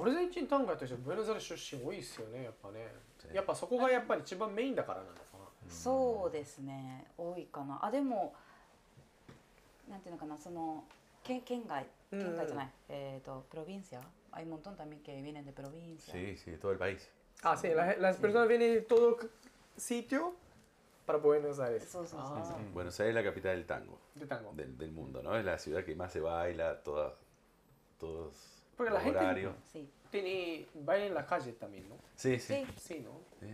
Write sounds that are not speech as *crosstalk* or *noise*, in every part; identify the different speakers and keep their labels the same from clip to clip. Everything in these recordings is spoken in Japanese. Speaker 1: アルゼンチン短歌としてブエノザイレス出身多いですよねやっぱねやっぱそこがやっぱり一番メインだからなのかな
Speaker 2: そうですね多いかなあでもなんていうのかなその県県外
Speaker 1: うんうん
Speaker 2: 県外じゃない、えっ、とプロヴィンシア hay un montón también que vienen de provincia
Speaker 3: Sí, sí, de todo el país.
Speaker 1: ah sí las, las personas vienen de todo sitio para Buenos Aires
Speaker 2: そうそうそう
Speaker 1: あー
Speaker 3: Buenos Aires es la capital del tango,
Speaker 1: de tango
Speaker 3: del, del mundo, ¿no? Es la ciudad que más se baila, toda, todos
Speaker 1: Porque
Speaker 3: los
Speaker 1: la gente-
Speaker 3: horarios.
Speaker 2: そう
Speaker 1: tiene baile en la calle también no
Speaker 3: Sí, sí.
Speaker 2: Sí.
Speaker 1: sí no
Speaker 3: sí.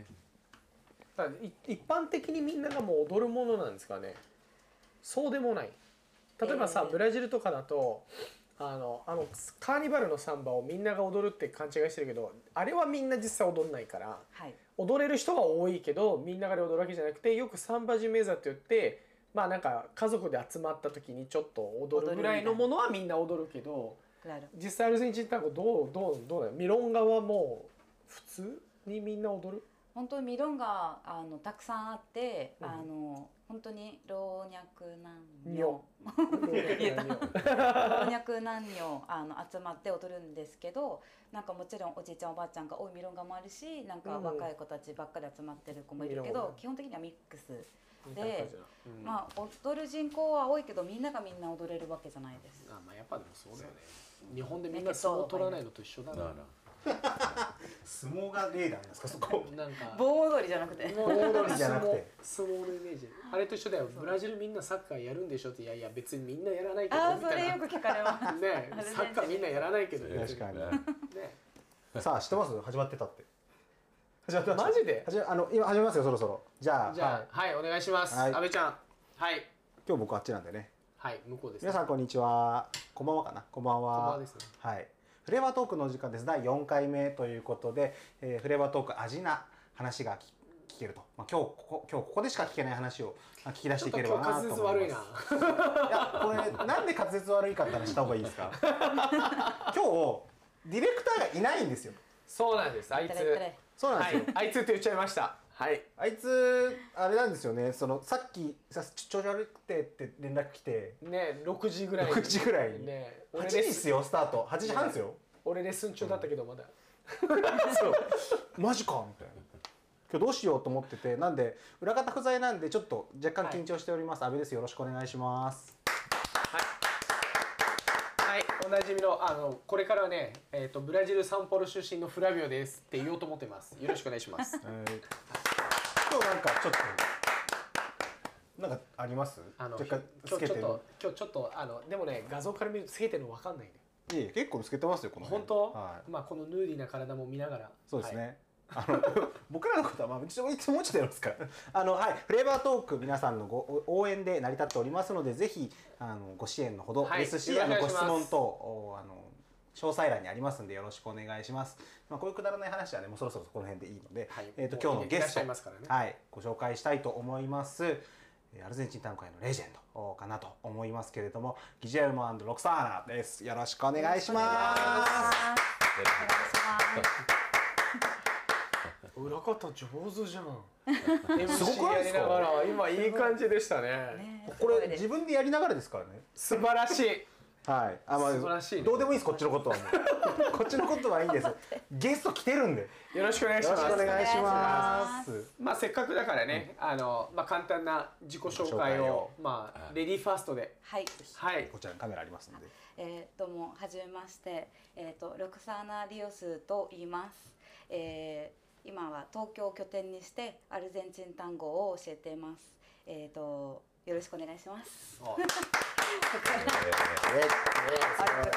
Speaker 1: だからい一般的にみんながもう踊るものなんですかねそうでもない例えばさ、
Speaker 2: えー
Speaker 1: ブラジルとかだとあのあのカーニバルのサンバをみんなが踊るって勘違いしてるけどあれはみんな実際踊んないから
Speaker 2: はい
Speaker 1: 踊れる人は多いけどみんながで踊るわけじゃなくてよくサンバジュメーザって言ってまあなんか家族で集まった時にちょっと踊るぐらいのものはみんな踊るけど
Speaker 2: claro
Speaker 1: 実際アルゼンチン単語どうどうどうだよミロンガはもう普通にみんな踊る
Speaker 2: 本当にミロンがあのたくさんあって、
Speaker 1: うん
Speaker 2: あの本当に老若男
Speaker 1: にょ
Speaker 2: 女言えた
Speaker 1: にょ
Speaker 2: 老若男女あの集まって踊るんですけどなんかもちろんおじいちゃんおばあちゃんが多いミロンガもあるしなんか
Speaker 1: うん
Speaker 2: 若い子たちばっかり集まってる子もいるけ
Speaker 1: ミロン
Speaker 2: ど、
Speaker 1: ガ
Speaker 2: 基本的にはミックス、
Speaker 1: みたいな感じだなうん
Speaker 2: まあ踊る人口は多いけどみんながみんな踊れるわけじゃないです
Speaker 1: あまあやっぱでもそうだよね日本でみんな相撲取らないのと一緒だ
Speaker 3: No,
Speaker 1: な
Speaker 3: no.
Speaker 4: 相撲が例なんですかそこ
Speaker 1: なんか
Speaker 2: 盆踊りじゃなくて
Speaker 4: 盆踊りじゃなくて
Speaker 1: 相撲相撲のイメージあれと一緒だよブラジルみんなサッカーやるんでしょっていやいや別にみんなやらないけど
Speaker 2: ああ
Speaker 1: み
Speaker 2: それ
Speaker 1: た
Speaker 2: よ
Speaker 1: い
Speaker 2: く
Speaker 1: な
Speaker 2: 聞かれます
Speaker 1: ね
Speaker 2: アルゼンチン
Speaker 1: サッカーみんなやらないけど
Speaker 3: Sí,
Speaker 1: ね
Speaker 4: 確かに
Speaker 3: claro.
Speaker 4: *laughs* さあ知ってます始まってたって始まってました
Speaker 1: マジで
Speaker 4: 始まあの今始めますよそろそろじゃあ
Speaker 1: じゃ
Speaker 4: は
Speaker 1: あ
Speaker 4: い
Speaker 1: はいお願いします
Speaker 4: はい
Speaker 1: 阿部ちゃんはい
Speaker 4: 今日僕あっちなんでね
Speaker 1: はい向こうです
Speaker 4: 皆さんこんにちはこんばんはかなこんばんは
Speaker 1: こんばんはですね
Speaker 4: はいフレーバートークのお時間です第4回目ということで、えーフレーバートーク味な話が聞聞けると、まあ、今日ここ今日ここでしか聞けない話をまあ聞き出し
Speaker 1: ちょ
Speaker 4: て
Speaker 1: っ
Speaker 4: い
Speaker 1: と
Speaker 4: けれ
Speaker 1: 今
Speaker 4: ば
Speaker 1: 日
Speaker 4: なと
Speaker 1: 滑
Speaker 4: 思います
Speaker 1: 舌悪いない
Speaker 4: やこれなんで滑舌悪いかって話した方がいいで
Speaker 1: *laughs*
Speaker 4: すか今日ディレクターがいないんですよ
Speaker 1: そうなんですあい
Speaker 2: い
Speaker 1: つ
Speaker 2: ただいただい
Speaker 4: そうなん
Speaker 1: は
Speaker 4: ですよ、
Speaker 1: いあいつって言っちゃいましたはい
Speaker 4: あいつあれなんですよねそのさっきさちょ調子悪くてって連絡来て
Speaker 1: ね6時ぐらいに
Speaker 4: 6時ぐらいに、
Speaker 1: ね
Speaker 4: 8
Speaker 1: 俺
Speaker 4: 時
Speaker 1: レ
Speaker 4: です
Speaker 1: ッ
Speaker 4: よスタート8時半ですよ、
Speaker 1: 俺レッスン中だったけどまだ
Speaker 4: そうマジかみたいな今日どうしようと思っててなんで裏方不在なんでちょっと若干緊張しております、阿部ですよろしくお願いします
Speaker 1: はい、おなじみのあのこれからね、えっ、とブラジルサンポロ出身のフラビオですって言おうと思ってます。よろしくお願いし
Speaker 4: *laughs*
Speaker 1: ます。
Speaker 4: 今日なんかちょっとなんかあります
Speaker 1: あの
Speaker 4: 若
Speaker 1: 今
Speaker 4: 干
Speaker 1: 日ちょ
Speaker 4: つ
Speaker 1: っ
Speaker 4: けてる
Speaker 1: と今日ちょっとあのでもね画像から見るとつけてるのわかんないね。
Speaker 4: いえいえ結構つけてますよこの辺
Speaker 1: 本当、
Speaker 4: はい、
Speaker 1: まあこのヌーディーな体も見ながら。
Speaker 4: そうです
Speaker 1: はい。
Speaker 4: ね、あの *laughs* 僕らのことはまあうちいつもちょっとやるんですから *laughs* あのはいフレーバートーク皆さんのごお応援で成り立っておりますのでぜひあのご支援のほど
Speaker 1: はい
Speaker 4: ですし、
Speaker 1: よろ
Speaker 4: あ
Speaker 1: しくお願
Speaker 4: のご
Speaker 1: いし
Speaker 4: 質
Speaker 1: ます
Speaker 4: 問等おあの詳細欄にありますんでよろしくお願いします。まあこういうくだらない話はねもうそろそろこの辺でいいので、
Speaker 1: はい
Speaker 4: えっ、と
Speaker 1: もう
Speaker 4: 今日のゲ
Speaker 1: いらっ
Speaker 4: ス
Speaker 1: しゃ
Speaker 4: ト
Speaker 1: いますからね
Speaker 4: はいご紹介したいと思います。えーアルゼンチン短歌へのレジェンドかなと思いますけれども、ギジェルモロクサーナです。よろしくお願いします。
Speaker 2: お願いします
Speaker 1: 裏方上手 *laughs* じゃん。
Speaker 4: す
Speaker 1: MC
Speaker 4: ごくな
Speaker 1: や
Speaker 4: いで
Speaker 1: り
Speaker 4: すか
Speaker 1: ながら今いい感じでしたね。
Speaker 2: ね
Speaker 4: こ
Speaker 2: すご
Speaker 4: れ
Speaker 2: いです
Speaker 4: 自分でやりながらですからね。
Speaker 1: 素晴らしい。
Speaker 4: はい。あ、まあ、
Speaker 1: 素晴らしいね
Speaker 4: どうでもいいです、こっちのことはもう。こっちのことはいいんです。ゲスト来てるんで。よ
Speaker 1: よろしくお願い
Speaker 4: ろ
Speaker 1: し
Speaker 4: しく
Speaker 1: ます。
Speaker 4: お願いしま
Speaker 2: よ
Speaker 4: す。
Speaker 1: まあせっかくだからね、あのまあ簡単な自己紹
Speaker 4: 紹
Speaker 1: 介
Speaker 4: 介
Speaker 1: を
Speaker 4: を
Speaker 1: まあレディーファーストで。
Speaker 2: はい
Speaker 1: はい。
Speaker 4: こちらにカメラありますので。
Speaker 2: えー、どうもはじめまして、えー、とロクサーナ・リオスと言います、えー今は東京を拠点にしてアルゼンチン単語を教えています、えー、とよろしくお願いします
Speaker 1: あ
Speaker 2: ありがとうござい
Speaker 3: Eh,
Speaker 4: え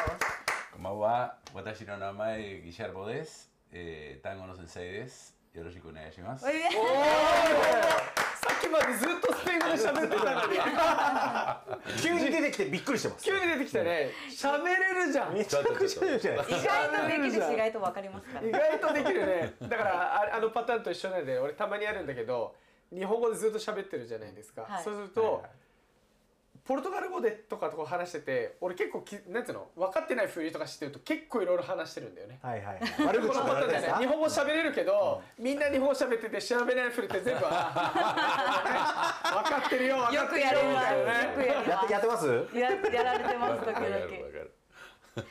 Speaker 2: ます
Speaker 3: ¿Cómo va? Watashi no namae Guillermo des, eh, tango no sensei des, yoroshiku onegaishimasu.
Speaker 2: おいえ
Speaker 1: さっきまでずっとスペイン語で喋ってたのに
Speaker 4: *laughs* 急に出てきてびっくりしてます。
Speaker 1: 急に出てきたね喋れるじゃん
Speaker 4: め
Speaker 1: 意
Speaker 4: ちゃくちゃ言うじゃないです
Speaker 2: 意外とできるし意外とわかりますから
Speaker 1: 外とできるねだからああのパターンと一緒なんで俺たまにあるんだけど日本語でずっと喋ってるじゃないですか、
Speaker 2: はい
Speaker 1: そうすると、ポルトガル語でとかとか話してて俺結構きなんていうの分かってないふりとかしてると結構いろいろ話してるんだよね
Speaker 4: か。はいはいはい。悪
Speaker 1: こ
Speaker 4: 口
Speaker 1: の
Speaker 4: と
Speaker 1: パタ
Speaker 4: か
Speaker 1: ーンだ
Speaker 4: で
Speaker 1: よ
Speaker 4: す
Speaker 1: ね
Speaker 4: か
Speaker 1: 日。本語喋れるけど、みんな日本語喋ってて調べないふりって
Speaker 4: *laughs*
Speaker 1: 全部あ分かってるよ分か
Speaker 2: よ
Speaker 1: っ
Speaker 2: く
Speaker 1: てるよ
Speaker 2: やる
Speaker 1: み
Speaker 2: わ
Speaker 1: たいなね
Speaker 2: よくやる
Speaker 4: やっ
Speaker 2: わ
Speaker 4: てやってます？
Speaker 2: ややられてます
Speaker 3: Claro,
Speaker 2: 時
Speaker 3: claro,
Speaker 2: 々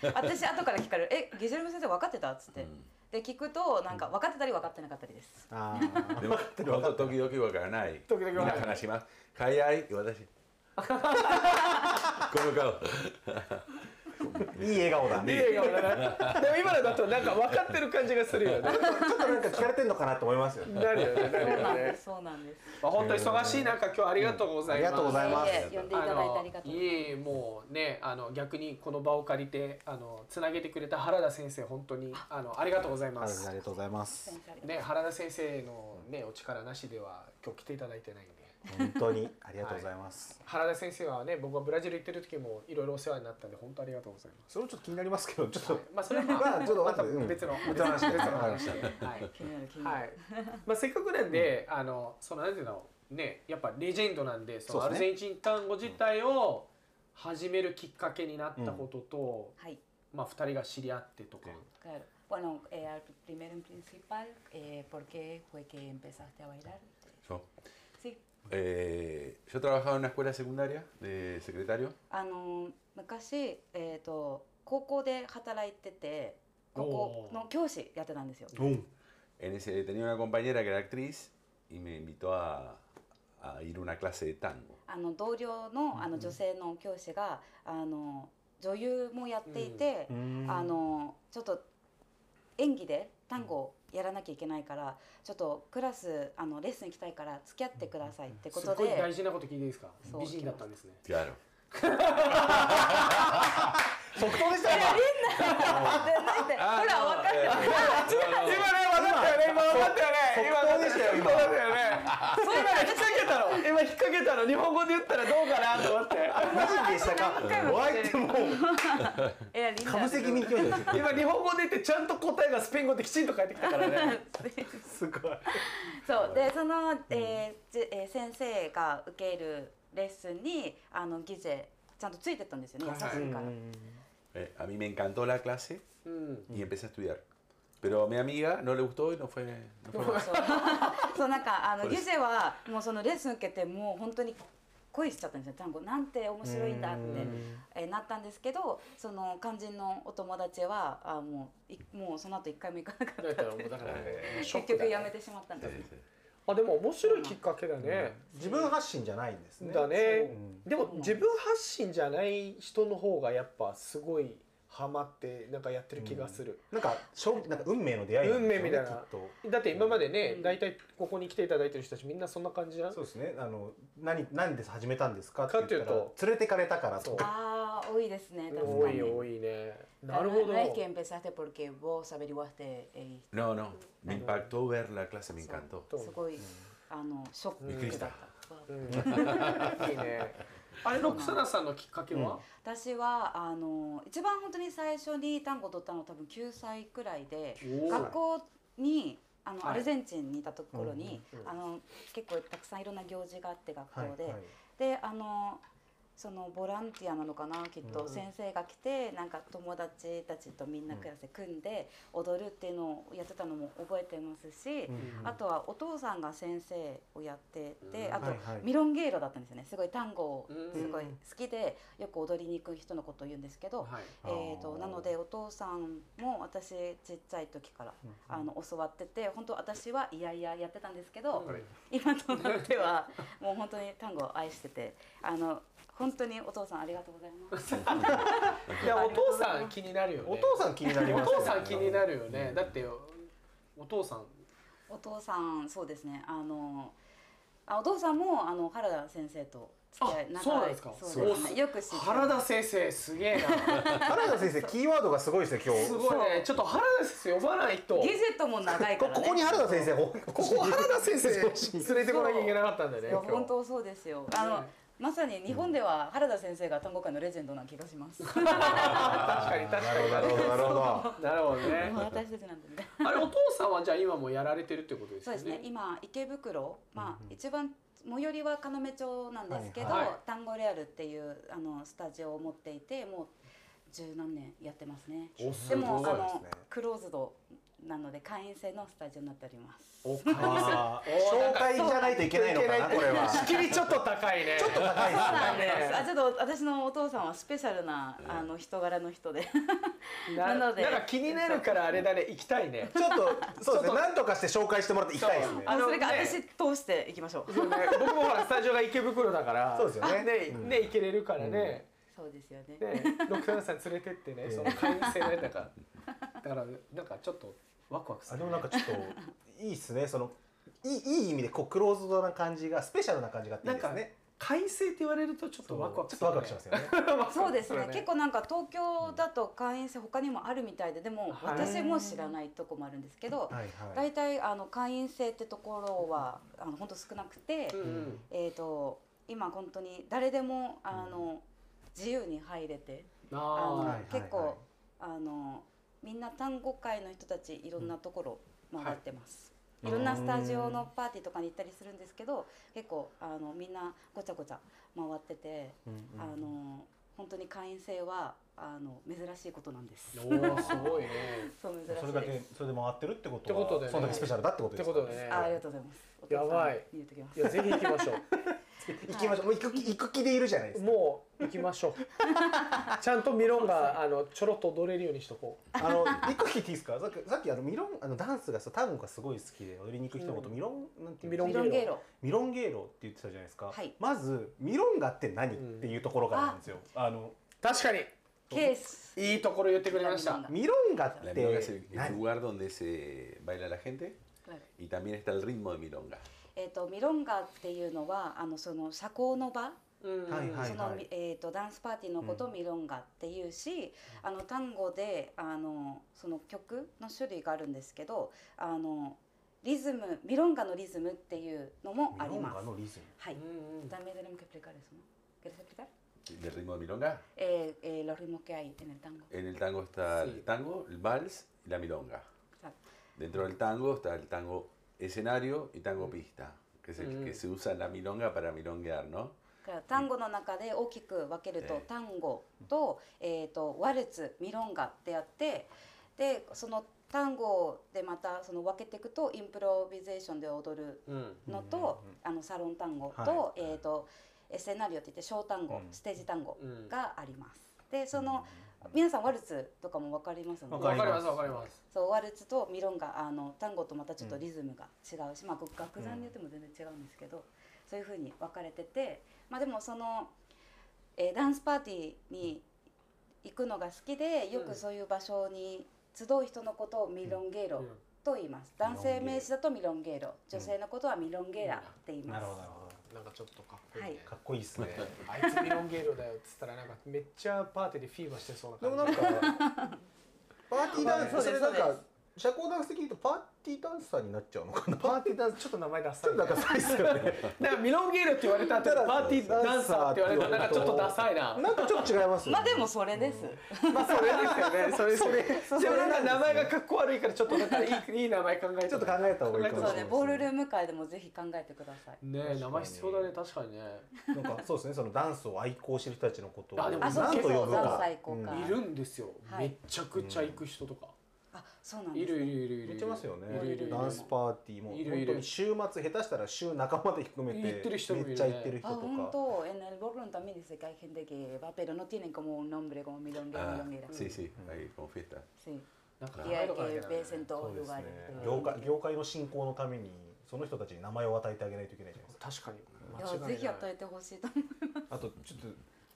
Speaker 3: claro.
Speaker 2: 私後から聞かれる「えギジェルム先生分かってた?」っつっ
Speaker 3: う
Speaker 2: て、
Speaker 3: ん
Speaker 2: で聞くとなんか分かってたり分かってなかったりです
Speaker 4: あ
Speaker 3: でも、本当時々わからない。
Speaker 1: 時々わからない
Speaker 3: みん話します。海外、私。
Speaker 1: *laughs*
Speaker 3: この顔。
Speaker 4: ーいい笑顔だ
Speaker 1: いい
Speaker 4: ね。
Speaker 1: 笑顔だな。でも今のだとなんか分かってる感じがするよね。
Speaker 4: ちょっとなんか聞かれてんのかなと思いますよね。
Speaker 1: なるよね。な
Speaker 2: そうな
Speaker 1: るよ
Speaker 2: んで
Speaker 1: ね。
Speaker 2: すそうなんです
Speaker 1: まあ本当忙しい中今日ありがとうございます。
Speaker 4: ありがとうございます
Speaker 2: ええ呼んでいただいてありがとう
Speaker 1: あのいえいえもうねあの逆にこの場を借りてあのつなげてくれた原田先生本当にあのありがとうございま
Speaker 4: あ
Speaker 1: す。
Speaker 4: りがとうございます。
Speaker 2: 先生ありがとう
Speaker 1: ね原田先生のねお力なしでは今日来ていただいてないんで。
Speaker 4: 本当にありがとうございます。
Speaker 1: 原田先生はね僕がブラジル行ってる時もいろいろお世話になったんで本当ありがとうございます。
Speaker 4: それもちょっと気になりますけど、ちょっと。
Speaker 1: まあそれはまあ
Speaker 4: ちょっと
Speaker 1: また別の
Speaker 4: 別の話で
Speaker 1: 別の
Speaker 4: わかりま
Speaker 1: 話
Speaker 4: し
Speaker 1: で。はい。
Speaker 2: 気になる気になる、
Speaker 1: はい、まあせっかくなんで、あのそのなんていうのねやっぱレジェンドなんでその
Speaker 4: そ
Speaker 1: ア
Speaker 4: うで
Speaker 1: ル
Speaker 4: すね
Speaker 1: ゼンチン単語自体を始めるきっかけになったことと、
Speaker 2: はい
Speaker 1: まあ2人が知り合ってとか、
Speaker 2: Claro. Bueno, eh, al primero en principal, eh, ¿por qué fue que empezaste a bailar?
Speaker 3: Yo.
Speaker 2: Sí.
Speaker 3: Eh, yo trabajaba en una escuela secundaria de secretario.
Speaker 2: あの昔、えー、と高校で働いてて高校の教師やってたんですよ。
Speaker 4: うん。
Speaker 3: En ese, tenía una compañera que era actriz y me invitó a, a ir a una clase de tango.
Speaker 2: あの同僚のあの女性の教師があの女優もやっていて、あのちょっと演技で単語をやらなきゃいけないからちょっとクラスあのレッスン行きたいから付き合ってくださいってこ
Speaker 1: す
Speaker 2: と
Speaker 1: ごい大
Speaker 2: で
Speaker 1: 事なこと聞いていいですか
Speaker 2: そう
Speaker 1: 美人だったんですね
Speaker 3: Claro.
Speaker 2: *laughs* なん
Speaker 4: 即答でしたよ。
Speaker 2: でほら分かる
Speaker 1: 今ね分かったよね今分かったよね今
Speaker 4: 即答でしたよ今
Speaker 1: 分かったよねそういうの引っ掛けたの今引っ掛けたの日本語で言ったらどうかなと思って
Speaker 4: マジでしたか。お相手もう
Speaker 2: えーリンダ
Speaker 4: かぶせ気味に来ましたよ。
Speaker 1: *laughs* *laughs* 今日本語で言ってちゃんと答えがスペイン語できちんと返ってきたからね
Speaker 4: すごい。
Speaker 2: *laughs* そうでその、えーじえー先生が受けるレッスンにあのギジェちゃんとついてったんですよね優しいから。
Speaker 3: Eh, a mí me encantó la clase
Speaker 1: うん
Speaker 3: y empecé a estudiar. Pero a mi amiga no le gustó y no fue. no fue más.
Speaker 2: そう *laughs* そうなんかあの
Speaker 3: そう
Speaker 2: ギ
Speaker 3: で
Speaker 2: ジ
Speaker 3: す
Speaker 2: ェはもうそのレッスン受けてもう本当に恋しちゃったんですよ単語なんて面白いんだって、えーなったんですけどその肝心のお友達はあもういもうその後一回も行かなか
Speaker 1: *laughs* だ
Speaker 2: っ
Speaker 1: か
Speaker 2: た
Speaker 1: らもうだからねショッ
Speaker 2: *laughs* 結
Speaker 1: ク
Speaker 2: 局
Speaker 1: だね
Speaker 2: やめてしまったんです
Speaker 3: Sí, sí.
Speaker 1: あでも面白いきっかけだね、
Speaker 4: 自分発信じゃないんですね。
Speaker 1: だね、
Speaker 4: うん
Speaker 1: でも自分発信じゃない人の方がやっぱすごいハマってなんかやってる気がする、
Speaker 4: なんか、しょう、なんか運命の出会いんですよね
Speaker 1: 運命みたいな
Speaker 4: きっと
Speaker 1: だって今までね、
Speaker 2: うん
Speaker 1: 大体ここに来ていただいてる人たちみんなそんな感じじゃん
Speaker 4: そうですね。あの、何、何で始めたんですかって言っ
Speaker 1: か
Speaker 4: た
Speaker 1: っ
Speaker 4: ら
Speaker 1: ていう、
Speaker 4: 連れてかれたから
Speaker 1: そう
Speaker 4: と。
Speaker 2: ああ多いですね確
Speaker 1: 多
Speaker 2: か
Speaker 1: い
Speaker 2: に。
Speaker 1: 多いねなるほど *laughs*
Speaker 5: No es que empezaste porque vos averiguaste eh,
Speaker 3: No, no. Me impactó ver la clase, me encantó.
Speaker 1: と
Speaker 2: すごい、あのショ
Speaker 3: びっ
Speaker 2: ッ
Speaker 3: くり
Speaker 2: ク
Speaker 3: し
Speaker 2: だ
Speaker 3: た
Speaker 2: った。
Speaker 1: うんいいねあれロクサナさんのきっかけは、
Speaker 2: 私はあの一番本当に最初に単語を取ったのは多分9歳くらいで
Speaker 1: おー
Speaker 2: 学校にあの、
Speaker 1: は
Speaker 2: ア
Speaker 1: い
Speaker 2: ルゼンチンにいたところに、
Speaker 1: うんうんうん
Speaker 2: あの結構たくさんいろんな行事があって学
Speaker 4: はい
Speaker 2: 校で、
Speaker 4: はい
Speaker 2: であのそのボランティアなのかなきっ
Speaker 4: う
Speaker 2: と
Speaker 4: ん
Speaker 2: 先生が来てなんか友達たちとみんなクラスで組んで踊るっていうのをやってたのも覚えてますし、
Speaker 4: うん
Speaker 2: あとはお父さんが先生をやってて、
Speaker 1: うん
Speaker 2: あと、
Speaker 4: はいはい
Speaker 2: ミロンゲーロだったんですよねすごい単語を
Speaker 1: うん
Speaker 2: すごい好きでよく踊りに行く人のことを言うんですけど、
Speaker 1: はい
Speaker 2: えー、となのでお父さんも私ちっちゃい時から、あの教わってて本当私はいやいややってたんですけど、
Speaker 1: うん
Speaker 2: 今となってはもう本当に単語を愛しててあの本当にお父さんありがとうございます。
Speaker 1: いやお父さん気になるよね
Speaker 4: お父さん気になります
Speaker 1: お
Speaker 4: よね。
Speaker 1: 父さん気になるよね、だってお父さん
Speaker 2: お父さんそうですねあのあお父さんもあの原田先生と付き合い
Speaker 1: あ
Speaker 2: 長い
Speaker 1: そうなんですか
Speaker 2: そうです
Speaker 1: そう
Speaker 2: ねよく知って
Speaker 1: 原田先生すげえな
Speaker 4: 原田先生、キーワードがすごいですね、今日。
Speaker 1: すごいねちょっと原田先生呼ばないと
Speaker 2: ゲジェットも長いか
Speaker 4: こ
Speaker 2: ら、ね、
Speaker 4: ここに原田先生、こ
Speaker 1: ここ原
Speaker 2: *laughs*
Speaker 1: 田先生連れてこなきゃいけなかったんだよね
Speaker 2: いや
Speaker 1: 今
Speaker 2: 本
Speaker 1: 日
Speaker 2: 当そうですよ。あの
Speaker 1: ね
Speaker 2: まさに日本では原田先生が単語界のレジェンドな気がします。も
Speaker 1: 確かに確かに
Speaker 4: なるほど、なるほど。
Speaker 1: なるほどね
Speaker 2: う私たちなんでね。
Speaker 1: あれお父さんはじゃあ今もやられてるってことです
Speaker 2: そう
Speaker 1: よ
Speaker 2: ですね
Speaker 1: ね。
Speaker 2: 今池袋まあ一番最寄りは要町なんですけど
Speaker 1: はいはいはい、
Speaker 2: 単語レアルっていうあのスタジオを持っていてもう十何年やってますね。
Speaker 1: お
Speaker 2: でもあ
Speaker 4: そうです
Speaker 2: の
Speaker 4: ね
Speaker 2: クローズドなので会員制のスタジオになっております。
Speaker 4: *laughs* おあー紹介じゃないといけないのかなこれは。
Speaker 1: 仕切りちょっと高いね。ちょっと高
Speaker 2: そ
Speaker 1: い
Speaker 2: うなんで
Speaker 1: ね
Speaker 2: す。あちょっと私のお父さんはスペシャルなあの人柄の人で
Speaker 1: な
Speaker 2: なので
Speaker 1: なんか気になるからあれだね行きたいね。
Speaker 4: ちょっとそうですね。なんとかして紹介してもらって行きたいですね。
Speaker 2: あの
Speaker 1: あの
Speaker 2: それから
Speaker 1: ね
Speaker 2: 私通していきましょう。
Speaker 1: 僕もほらスタジオが池袋だから。
Speaker 4: そうですよね
Speaker 1: ね
Speaker 4: うん
Speaker 1: ね行けれるからね。
Speaker 2: そうですよね。
Speaker 1: ね六三さん連れてってね
Speaker 4: うん
Speaker 1: その会員制のやつだから。だからなんかちょっとワクワクす
Speaker 4: あ
Speaker 1: る。
Speaker 4: でもなんかちょっといいですね。そのいいいい意味でこうクローズドな感じがスペシャルな感じがあっていいです
Speaker 1: なんか
Speaker 4: ね。
Speaker 1: 会員制って言われるとちょっとワクワク
Speaker 4: ちょっ
Speaker 1: す
Speaker 4: と
Speaker 1: る
Speaker 4: ワ
Speaker 1: ね
Speaker 4: クワクしますよね。
Speaker 2: そうですね
Speaker 1: そうだね
Speaker 2: 結構なんか東京だと会員制他にもあるみたいででも
Speaker 1: はい
Speaker 2: 私も知らないとこもあるんですけど、
Speaker 4: はいはい。
Speaker 2: 大体あの会員制ってところはあの本当少なくて、
Speaker 1: うんうん。
Speaker 2: えー、と今本当に誰でもあの、自由に入れてあの、
Speaker 1: あ
Speaker 4: はいはい
Speaker 2: 結構あのみんな単語会の人たちいろんなところ回ってます、
Speaker 4: はい
Speaker 2: い、ろんなスタジオのパーティーとかに行ったりするんですけど結構あのみんなごちゃごちゃ回ってて、
Speaker 4: うんうん
Speaker 2: あの本当に会員制はあの珍しいことなんです。
Speaker 1: おおすごいね。
Speaker 2: そう珍しいです
Speaker 4: それだけそれで回ってるってこ
Speaker 1: ってこと
Speaker 4: と
Speaker 1: だよ
Speaker 4: は
Speaker 1: ね
Speaker 4: そんだけスペシャルだってことです
Speaker 1: ってことだよね
Speaker 2: あありがとうございます。お父さん
Speaker 1: やばい
Speaker 2: に言っときます
Speaker 1: い。やぜひ行きましょ
Speaker 4: 行きましょう。もう行く気行く気でいるじゃないで
Speaker 1: う。
Speaker 4: すか。
Speaker 1: もう行きましょ *laughs* う。ちゃんとミロンがあのちょろっと踊れるようにしとこ
Speaker 4: あの一個聞いていいですか。さっきさっきあのミロンあのダンスがそう単語がすごい好きで踊りに行く人のこと
Speaker 1: うん
Speaker 4: ミロンなんていう
Speaker 1: ミロン
Speaker 2: ミ
Speaker 1: ゲ
Speaker 2: ロ
Speaker 1: ー
Speaker 2: ンゲーロ
Speaker 4: ミロン芸能って言ってたじゃないですか、
Speaker 2: はい
Speaker 4: まずミロンガって何、
Speaker 1: うん
Speaker 4: っていうところからなんですよあの
Speaker 1: う。確かに
Speaker 2: ケース
Speaker 1: いいところ言ってくれまし
Speaker 2: ミロ
Speaker 1: た
Speaker 2: ン。ガ
Speaker 4: ミロンガっ
Speaker 3: La
Speaker 4: て
Speaker 3: milonga es el, el
Speaker 4: 何
Speaker 3: lugar donde se baila la gente y también está el ritmo de milonga.
Speaker 2: えっ、とミロンガっていうのはあのその社交の場、
Speaker 1: うん
Speaker 4: はいはい
Speaker 2: そのみえっ、とダンスパーティーのことをミロンガっていうし、あの単語であのその曲の種類があるんですけど、あのリズムミロンガのリズムっていうのもあり
Speaker 4: ミロン
Speaker 2: ま
Speaker 4: ガ
Speaker 2: す。
Speaker 4: のリズム
Speaker 2: はい。
Speaker 1: うんうん
Speaker 2: Dame de lo que explicar eso, ¿no? ¿Quieres explicar?
Speaker 3: ¿Del ritmo de milonga?
Speaker 2: Eh, eh, los ritmos que hay en el tango.
Speaker 3: En el tango está
Speaker 1: Sí.
Speaker 3: el tango, el vals y la milonga.
Speaker 2: Exacto.
Speaker 3: Dentro del tango está el tango escenario y tango pista, que es el
Speaker 1: Mm.
Speaker 3: que se usa en la milonga para milonguear, ¿no?
Speaker 2: だから単語の中で大きく分けると、
Speaker 3: ええ
Speaker 2: 単語と,、えー、とワルツミロンガってあってでその単語でまたその分けていくとインプロビゼーションで踊る
Speaker 1: うん。
Speaker 2: のと
Speaker 4: うんうんうん
Speaker 2: あのサロン単語と,、
Speaker 4: は
Speaker 2: えー、とエスセナリオって言って小単語、
Speaker 4: うん
Speaker 2: ステージ単語
Speaker 1: うん
Speaker 2: があります。でその皆さんワルツとかも分かりますよね
Speaker 4: わ
Speaker 1: わかりま
Speaker 4: わかりますす
Speaker 1: わかります。
Speaker 2: そうワルツとミロンガあの単語とまたちょっとリズムが違うし、まあ、こう楽団によっても全然違うんですけど、そういうふうに分かれてて、まあ、でもその、えーダンスパーティーに行くのが好きでよ
Speaker 1: うん
Speaker 2: くそういう場所に集う人のことをミロンゲーロと言います、
Speaker 4: ロンゲ
Speaker 2: 男
Speaker 4: ー
Speaker 2: 性名詞だとミロンゲーロ女性のことはミロンゲラって言い
Speaker 4: な
Speaker 2: ま
Speaker 4: る
Speaker 2: す、
Speaker 4: ほどなるほ
Speaker 1: なんかちょっとかっこいい、
Speaker 2: は
Speaker 1: ね
Speaker 2: い
Speaker 4: どかっこいいですね
Speaker 1: あいつミロンゲーロだよっつったらなんかめっちゃパーティーでフィーバーしてそうな
Speaker 4: で
Speaker 1: 感
Speaker 4: も
Speaker 1: じ。
Speaker 4: なんかパーティーダン
Speaker 2: まあ
Speaker 4: スそれなんか社交ダンス的に言うとパーティーダンサーになっちゃうのかなち
Speaker 1: パーティーダンスちょっと名前ダサい
Speaker 4: ょっと
Speaker 1: ね。
Speaker 4: なんかそうですよね
Speaker 1: だからミロンゲーロって言われた後に
Speaker 4: ただ
Speaker 1: パーティーダンサーって言われたらなんかちょっとダサいな。
Speaker 4: なんかちょっと違いますよね
Speaker 6: まあでもそれです。
Speaker 1: まあそれですよね。それですよね。でもなんか名前がかっこ悪いからちょっとなんかいいいい名前考え
Speaker 4: ちょっと考えた方がいいかもしれ
Speaker 2: そ
Speaker 4: な
Speaker 2: う
Speaker 4: い
Speaker 2: ねボールルーム会でもぜひ考えてください
Speaker 1: ねえ名前必要だね確かにね。
Speaker 4: なんかそうですねそのダンスを愛好してる人たちのことを
Speaker 1: あでも
Speaker 4: なんと呼ぶ
Speaker 1: そうそうダン
Speaker 4: か
Speaker 1: ス
Speaker 2: 愛好家
Speaker 4: うん
Speaker 1: いるんですよ。
Speaker 2: はい
Speaker 1: めちゃくちゃ行く人とか。
Speaker 2: あそうなん
Speaker 1: い
Speaker 2: です
Speaker 1: るいるいるいる。
Speaker 4: めっちゃいますよね
Speaker 1: いるいるいる。
Speaker 4: ダンスパーティーも
Speaker 1: いるいる
Speaker 4: 本当に週末下手したら週半ばで含めて
Speaker 1: 行ってる人もいるね
Speaker 4: めっちゃ行ってる人
Speaker 2: Ah,
Speaker 4: と
Speaker 2: junto. En el ballroom también dice que hay gente que va, pero no tienen como un nombre como milonguera,
Speaker 3: Ah,
Speaker 2: milonguera.
Speaker 3: sí, Ah, sí,
Speaker 1: Mm.
Speaker 3: ahí como fiesta.
Speaker 2: Sí.
Speaker 1: なんか
Speaker 6: Y
Speaker 1: 名
Speaker 6: hay
Speaker 1: 前とかだけ
Speaker 6: que
Speaker 1: だね
Speaker 6: ves en
Speaker 4: かそ
Speaker 6: todos
Speaker 4: うですね
Speaker 6: lugares.
Speaker 4: 業界業界の振興のためにその人たちに名前を与えてあげないといけないじゃないです
Speaker 1: 確かに
Speaker 2: Ya,
Speaker 1: 間違いない。
Speaker 2: ぜひ与えてほしいと
Speaker 4: かあとちょっと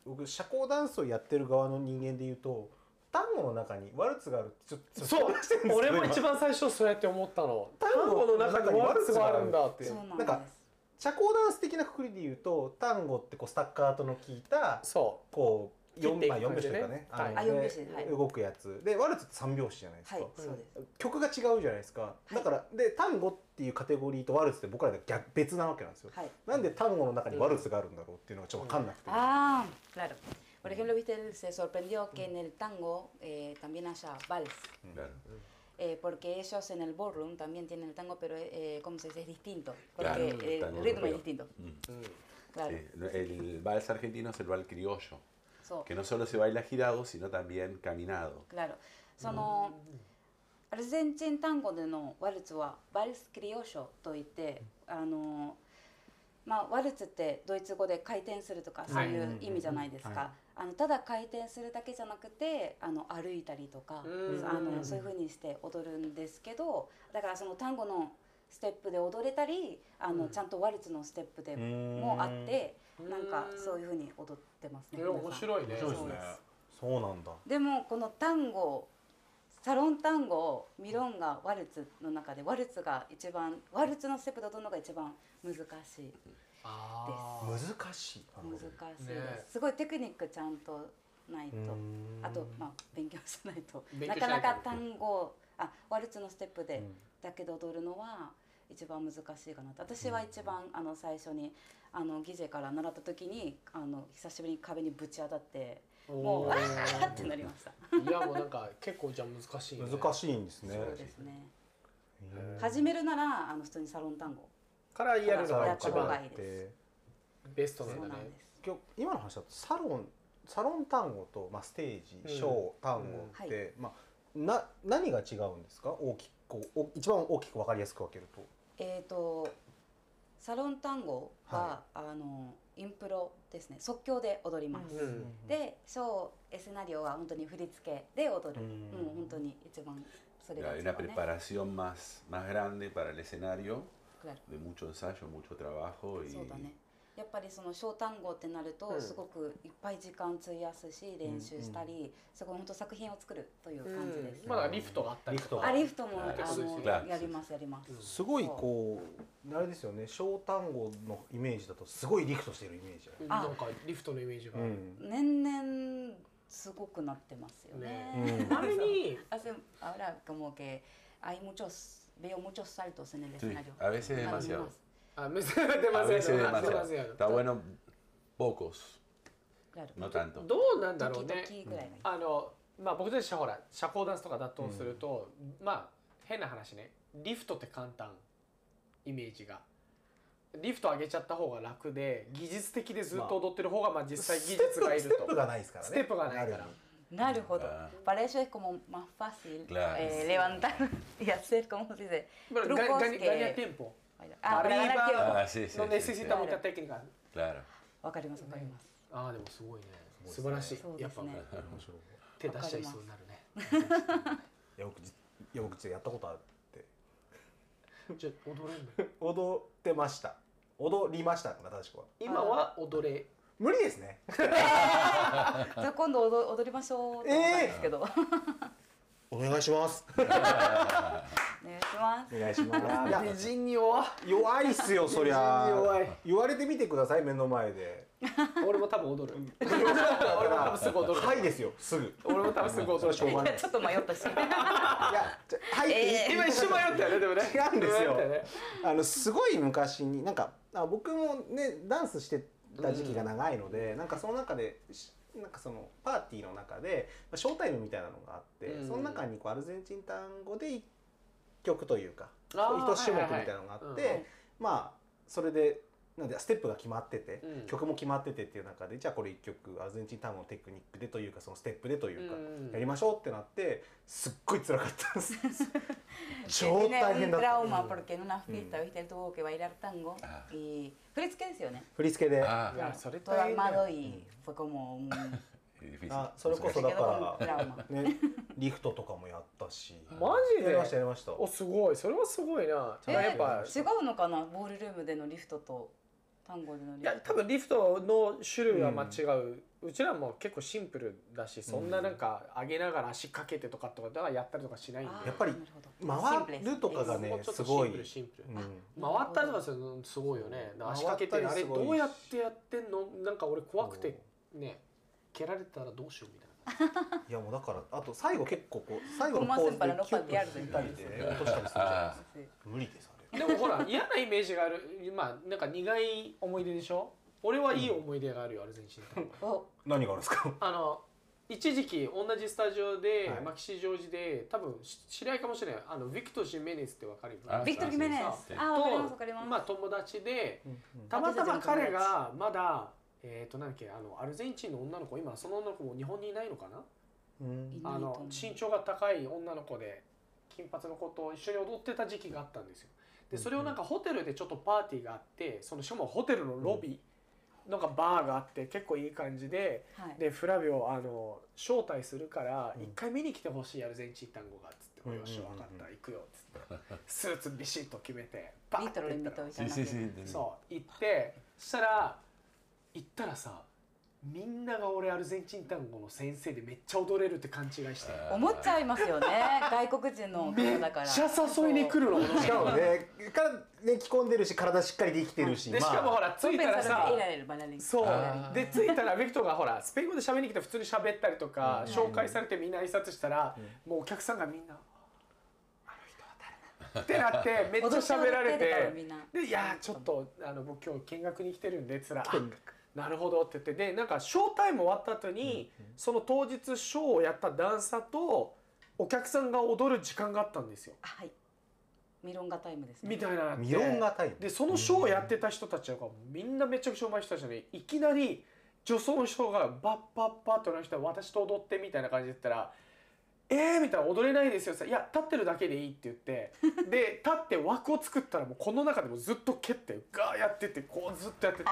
Speaker 4: 僕社交ダンスをやってる側の人間で言うと単語の中にワルツがあるってちょっと
Speaker 1: そう
Speaker 4: 話してるんですけ
Speaker 1: 俺
Speaker 4: ど
Speaker 1: も一番最初そうやって思ったの
Speaker 4: 単
Speaker 1: 単
Speaker 4: 語
Speaker 1: 語の中にワルツがあるんだって
Speaker 2: そうなん
Speaker 4: な
Speaker 2: で
Speaker 4: んか
Speaker 2: す。
Speaker 4: 社交ダンス的な括りで言うと単語ってこうスタッカートの効いた
Speaker 1: そ
Speaker 4: こう
Speaker 1: 切ってい
Speaker 4: 4
Speaker 1: く
Speaker 4: まあ四拍子というか
Speaker 1: 感じ
Speaker 4: ね
Speaker 1: ねはい
Speaker 4: の
Speaker 2: あ四拍子はい
Speaker 4: 動くやつでワルツって3拍子じゃないですか、
Speaker 2: はい、そうです。
Speaker 4: 曲が違うじゃないですか、だからで単語っていうカテゴリーとワルツって僕らで逆別なわけなんですよ、
Speaker 2: はい。
Speaker 4: なんで単語の中にワルツがあるんだろうっていうのがちょっと分かんなくて、
Speaker 6: Ah, claro. Por ejemplo, viste, él se sorprendió
Speaker 3: Mm.
Speaker 6: que en el tango eh, también haya vals.
Speaker 1: Mm.
Speaker 3: Claro.
Speaker 6: eh, porque ellos en el ballroom también tienen el tango, pero, eh, ¿cómo se dice? Es distinto. Porque
Speaker 3: Claro,
Speaker 6: eh, el
Speaker 3: tango
Speaker 6: ritmo
Speaker 3: europeo.
Speaker 6: es distinto.
Speaker 3: Mm.
Speaker 1: う、うん、
Speaker 6: Claro.
Speaker 3: Sí, no, El vals argentino es el vals criollo,
Speaker 6: So,
Speaker 3: que no solo se baila girado, sino también caminado.
Speaker 6: claro.
Speaker 2: その、アルゼンチン単語でのワルツはワルスクリオショといってあの、まあ、ワルツってドイツ語で回転するとかそうい
Speaker 4: は
Speaker 2: う
Speaker 4: い
Speaker 2: 意味じゃないですか、
Speaker 4: は
Speaker 2: あのただ回転するだけじゃなくてあの歩いたりとか、
Speaker 1: うん
Speaker 2: あのそういうふうにして踊るんですけどだからその単語のステップで踊れたりあの、
Speaker 1: うん
Speaker 2: ちゃんとワルツのステップでも
Speaker 4: も
Speaker 2: あって、なんかそういううふうに踊ってますね。
Speaker 1: え面白いね
Speaker 2: そう
Speaker 4: 面
Speaker 2: です
Speaker 4: 白いですねそうなんだ
Speaker 2: でもこの単語サロン単語ミロンガワルツの中でワルツが一番ワルツのステップで踊るのが一番難しい
Speaker 1: あー
Speaker 4: 難しいなる
Speaker 2: 難
Speaker 4: ほ
Speaker 2: し
Speaker 4: ど
Speaker 2: いです、
Speaker 1: ね
Speaker 2: すごいテクニックちゃんとないと
Speaker 4: うーん
Speaker 2: あとまあ勉強しないと
Speaker 1: 勉
Speaker 2: な
Speaker 1: 強しない
Speaker 2: か
Speaker 1: と
Speaker 2: なか単語あワルツのステップ
Speaker 4: う
Speaker 2: で
Speaker 4: ん
Speaker 2: だけど踊るのは一番難しいかなと私は一番あの最初にあのギジェから習った時にあの久しぶりに壁にぶち当たってもう
Speaker 1: お
Speaker 2: あ *laughs*
Speaker 1: ー
Speaker 2: ーってなりました。
Speaker 1: いやもうなんか結構じゃあ難しい、ね、
Speaker 4: 難しいんですね
Speaker 2: そうですね。
Speaker 4: へー
Speaker 2: 始めるならあの普通にサロン単語
Speaker 1: からやるのが一
Speaker 2: やった方
Speaker 1: 番
Speaker 2: がいいで
Speaker 1: ベスト
Speaker 2: そう
Speaker 1: なんだね
Speaker 2: なんです
Speaker 4: 今日今の話だとサロンサロン単語と、まあ、ステージ
Speaker 1: うん
Speaker 4: ショー単語って、まあ、な何が違うんですか大きくこうお一番大きく分かりやすく分けると。
Speaker 2: えっ、とサロン単語は
Speaker 4: は、
Speaker 2: あのインプロですね即興で踊ります、
Speaker 1: うん
Speaker 2: でショーエスナリオは本当に振り付けで踊る、
Speaker 4: う
Speaker 2: うんん、本当に一番それが
Speaker 3: Ya, Hay
Speaker 2: 一
Speaker 3: una
Speaker 2: 番ね
Speaker 3: preparación más, más grande para el escenario,
Speaker 2: Claro.
Speaker 3: de mucho ensayo, mucho trabajo
Speaker 2: そうだね
Speaker 3: y
Speaker 2: やっぱりその小単語ってなると
Speaker 1: うん
Speaker 2: すごくいっぱい時間費やすし練習したり、すごい本当作品を作るという感じです、
Speaker 1: うんまあだからリフトがあったりと
Speaker 4: うん
Speaker 1: か
Speaker 2: あリフトも、
Speaker 3: はい
Speaker 2: あ
Speaker 1: そうです
Speaker 2: の
Speaker 1: よね
Speaker 2: やりますやります、
Speaker 1: うん
Speaker 4: すごいこうあれですよね小単語のイメージだとすごいリフトしてるイメージあ
Speaker 1: な
Speaker 4: る。
Speaker 1: んかリフトのイメージが、
Speaker 4: うん
Speaker 2: 年々すごくなってますよね
Speaker 4: ねうん
Speaker 1: あれに
Speaker 7: Hace, ahora como que hay muchos, veo muchos saltos en el
Speaker 3: sí,
Speaker 7: escenario.
Speaker 3: a veces
Speaker 7: Nada
Speaker 3: demasiado.
Speaker 7: más,
Speaker 1: あむず出
Speaker 3: あ
Speaker 1: ません
Speaker 3: veces
Speaker 1: 出ま
Speaker 3: demasiado.
Speaker 1: せん
Speaker 3: Está bueno pocos,
Speaker 7: claro.
Speaker 3: no tanto.
Speaker 1: どうなんだろうね
Speaker 2: 時々ぐらいがいい
Speaker 1: あのまあ僕たちほら社交ダンスとかだとすると、まあ変な話ねリフトって簡単イメージがリフト上げちゃった方が楽で技術的でずっと踊ってる方がまあ実際技術がいる
Speaker 4: ステップ
Speaker 1: と、
Speaker 4: がないですからね。
Speaker 1: ステップがないから
Speaker 4: ある
Speaker 7: なるほど。
Speaker 3: Ah,
Speaker 7: Para ellos es como más fácil
Speaker 3: Claro.
Speaker 7: eh, levantar y hacer, ¿cómo se dice?
Speaker 1: まあガ
Speaker 7: trucos
Speaker 1: ガニ
Speaker 7: que-
Speaker 1: ガニアテンポ
Speaker 7: Ah, para ganar
Speaker 1: Arriba.
Speaker 7: tiempo.
Speaker 3: ah, sí, sí,
Speaker 1: の
Speaker 3: sí,
Speaker 1: ネ
Speaker 3: sí,
Speaker 1: セシ
Speaker 3: sí,
Speaker 1: タモンタテクニカル
Speaker 3: Claro.
Speaker 7: わかりますわかります。
Speaker 1: ああでもすごいね
Speaker 4: す
Speaker 1: 素
Speaker 4: ご
Speaker 1: 晴
Speaker 4: い
Speaker 1: らし
Speaker 4: です
Speaker 1: い
Speaker 4: ね
Speaker 7: そう
Speaker 1: や
Speaker 7: で
Speaker 1: っ
Speaker 7: す
Speaker 1: ぱ
Speaker 7: ね。
Speaker 4: ほど面白い
Speaker 1: 手出しちゃいそうになるね
Speaker 4: 山口山口でやったことあるって
Speaker 1: ちょ踊れん *laughs* の
Speaker 4: 踊ってました踊りましたから正しくは
Speaker 1: 今は踊れ
Speaker 4: 無理ですね
Speaker 7: じゃあ今度踊踊りましょうと思ったんですけど。
Speaker 4: お願いします
Speaker 7: お願いし
Speaker 1: *laughs*
Speaker 7: ます。
Speaker 4: お願いしますいや
Speaker 1: 美人に弱
Speaker 4: 弱いっ
Speaker 1: *laughs*
Speaker 4: すよそりゃ
Speaker 1: 美人に弱い
Speaker 4: 言われてみてください目の
Speaker 1: *laughs*
Speaker 4: 前で
Speaker 1: 俺も多分踊る
Speaker 4: 俺も
Speaker 1: 多分すぐ踊る
Speaker 4: はいですよすぐ
Speaker 1: 俺も多分すぐ
Speaker 4: それ
Speaker 1: 踊
Speaker 4: はしょう
Speaker 1: る
Speaker 4: が
Speaker 1: *laughs*
Speaker 4: ないい
Speaker 7: ちょっと迷ったし。
Speaker 4: やちょはいって言って
Speaker 1: *laughs* 今一瞬迷ったよねでもね
Speaker 4: 違うんです
Speaker 1: *laughs*
Speaker 4: よ
Speaker 1: 迷ったね
Speaker 4: *laughs* あのすごい昔になんかあ僕もねダンスしてた時期が長いので、なんかその中でしなんかそのパーティーの中でまあショータイムみたいなのがあって、
Speaker 1: うん
Speaker 4: その中にこうアルゼンチン単語で一曲というか
Speaker 1: あー
Speaker 4: 一種目
Speaker 1: は
Speaker 4: み
Speaker 1: いはいは
Speaker 4: た
Speaker 1: い
Speaker 4: いなのがあって、
Speaker 1: うん
Speaker 4: まあそれでなんでステップが決まってて、
Speaker 1: うん
Speaker 4: 曲も決まっててっていう中でじゃあこれ一曲アルゼンチン単語のテクニックでというかそのステップでというか、
Speaker 1: うん
Speaker 4: やりましょうってなってすっごい辛かったです。
Speaker 1: *laughs*
Speaker 4: 超
Speaker 7: Tiene
Speaker 4: 大
Speaker 7: un
Speaker 4: 変だった。
Speaker 7: trauma porque en una fiesta, viste, él tuvo que bailar tango
Speaker 3: Ah.
Speaker 7: y... Pero es que decía, ¿no?
Speaker 4: 振り付け
Speaker 2: Eh,
Speaker 4: で
Speaker 3: Ah,
Speaker 1: いやそれ
Speaker 7: Todo
Speaker 1: 大変だ
Speaker 7: armado
Speaker 1: よ
Speaker 7: y fue como
Speaker 3: *laughs*
Speaker 7: un...
Speaker 3: es difícil.
Speaker 4: Ah, solo
Speaker 3: Entonces,
Speaker 7: Se quedó con trauma.
Speaker 4: *laughs* ね、リフトとかもやったし。
Speaker 1: マジ
Speaker 4: やりまし
Speaker 1: で
Speaker 4: たやりました。
Speaker 1: おすごいそれはすごいな
Speaker 4: え
Speaker 1: まあやっぱ
Speaker 7: 違うのかなボールルームでのリフトと単語でのリフ
Speaker 1: い
Speaker 7: ト
Speaker 1: や多分リフトの種類は間違う、うちらも結構シンプルだしそんななんか上げながら足かけてとかとかだからやったりとかしないんで
Speaker 7: あー
Speaker 4: やっぱり
Speaker 7: なるほど
Speaker 4: 回るとかが
Speaker 1: も
Speaker 4: ね
Speaker 1: うちょっ
Speaker 4: す
Speaker 1: と
Speaker 4: ご
Speaker 1: シ
Speaker 4: い
Speaker 1: ンプ。ルシンプル、
Speaker 4: うん
Speaker 1: 回ったりとかするのすごいよねだから足掛けて
Speaker 4: 回っ
Speaker 1: あ
Speaker 4: たり
Speaker 1: れ
Speaker 4: すごいし
Speaker 1: どうやってやってんのなんか俺怖くてね蹴られたらどうしようみたいない
Speaker 4: やもうだからあと最後結構
Speaker 1: *laughs*
Speaker 4: こう最後のポ
Speaker 7: コマー
Speaker 4: ーズで
Speaker 7: センパラの
Speaker 4: キュッ
Speaker 7: パッてやる
Speaker 4: と引いたりで落としたりするじゃないですか。
Speaker 7: Sí.
Speaker 4: 無理ですあれ。
Speaker 1: でもほら嫌なイメージがあるまあなんか苦い思い出でしょ俺はいい思い出があるよ、アルゼンチンと
Speaker 7: お
Speaker 4: *laughs* 何があるんですか。
Speaker 1: あの一時期同じスタジオで、
Speaker 4: はい
Speaker 1: マキシジョージで多分し知り合いかもしれないあのビクトル・ジメネスってわかるよ
Speaker 3: あ
Speaker 7: ビクトル・ギメネス
Speaker 1: そう
Speaker 3: そう
Speaker 7: あわかりますわかります
Speaker 1: まあ友達で
Speaker 4: うん
Speaker 1: たまたま彼がまだえっ、となんだっけあのアルゼンチンの女の子今その女の子も日本にいないのかな
Speaker 4: うん
Speaker 7: いない
Speaker 1: あ
Speaker 7: と
Speaker 1: の
Speaker 7: 思う
Speaker 1: 身長が高い女の子で金髪の子と一緒に踊ってた時期があったんですよでそれをなんかホテルでちょっとパーティーがあってそのしかもホテルのロビーなんかバーがあって結構いい感じで
Speaker 8: はい
Speaker 1: でフラビオあの招待するから
Speaker 4: うん
Speaker 1: 一回見に来てほしいアルゼンチン単語がっつって「
Speaker 4: うん
Speaker 1: お
Speaker 4: うんう
Speaker 1: よ
Speaker 4: ん
Speaker 1: し分かった行くよ」っつってスーツビシッと決めてバ
Speaker 2: ビ
Speaker 1: ー
Speaker 2: ートル
Speaker 1: て
Speaker 2: レ
Speaker 1: 行っ
Speaker 2: ミ
Speaker 1: た
Speaker 2: と
Speaker 1: ら
Speaker 2: みたいな。
Speaker 3: Sí, sí, sí.
Speaker 1: そう行ってしたら行ったらさみんなが俺アルゼンチン単語の先生でめっちゃ踊れるって勘違いして
Speaker 3: あー
Speaker 2: 思っちゃいますよね。外国人の
Speaker 1: め
Speaker 2: 方
Speaker 1: っ
Speaker 2: だから。
Speaker 1: ちゃ誘いに来るの
Speaker 4: しかもねからね着込んでるし体しっかりできてるし、
Speaker 1: でしかもほら
Speaker 2: コ
Speaker 1: 着
Speaker 2: ン
Speaker 1: い
Speaker 2: ペ
Speaker 1: た
Speaker 2: ン
Speaker 1: ら
Speaker 2: サル
Speaker 1: さ
Speaker 2: でイライラバラリン
Speaker 1: そう
Speaker 3: あー
Speaker 1: で着いたらビクトがほらスペイン語で喋りに来て普通に喋ったりとか
Speaker 4: うん
Speaker 1: 紹介されてみんな挨拶したらもうお客さんがみんな「あの人は誰なの?」ってな
Speaker 2: *laughs*
Speaker 1: ってめっちゃ喋られ
Speaker 2: 踊っちゃうだけだから
Speaker 1: て
Speaker 2: みんな。
Speaker 1: でいやーちょっとあの僕今日見学に来てるんでつら
Speaker 4: *laughs*
Speaker 1: なるほどって言ってでなんかショータイム終わった後に、その当日ショーをやったダンサーとお客さんが踊る時間があったんですよ
Speaker 2: あはい。ミロンガタイムですね。
Speaker 1: みたいなのあって
Speaker 4: ミロンがタイム
Speaker 1: でそのショーをやってた人たちがみんなめちゃくちゃ上手い人たちなのにいきなり女装の人がバッバッバッとな人は私と踊ってみたいな感じで言ったら「えー!」みたいな「踊れないですよ」って言ったらいや立ってるだけでいい」って言ってで立って枠を作ったらもうこの中でもずっと蹴ってガーやっててこうずっとやってて。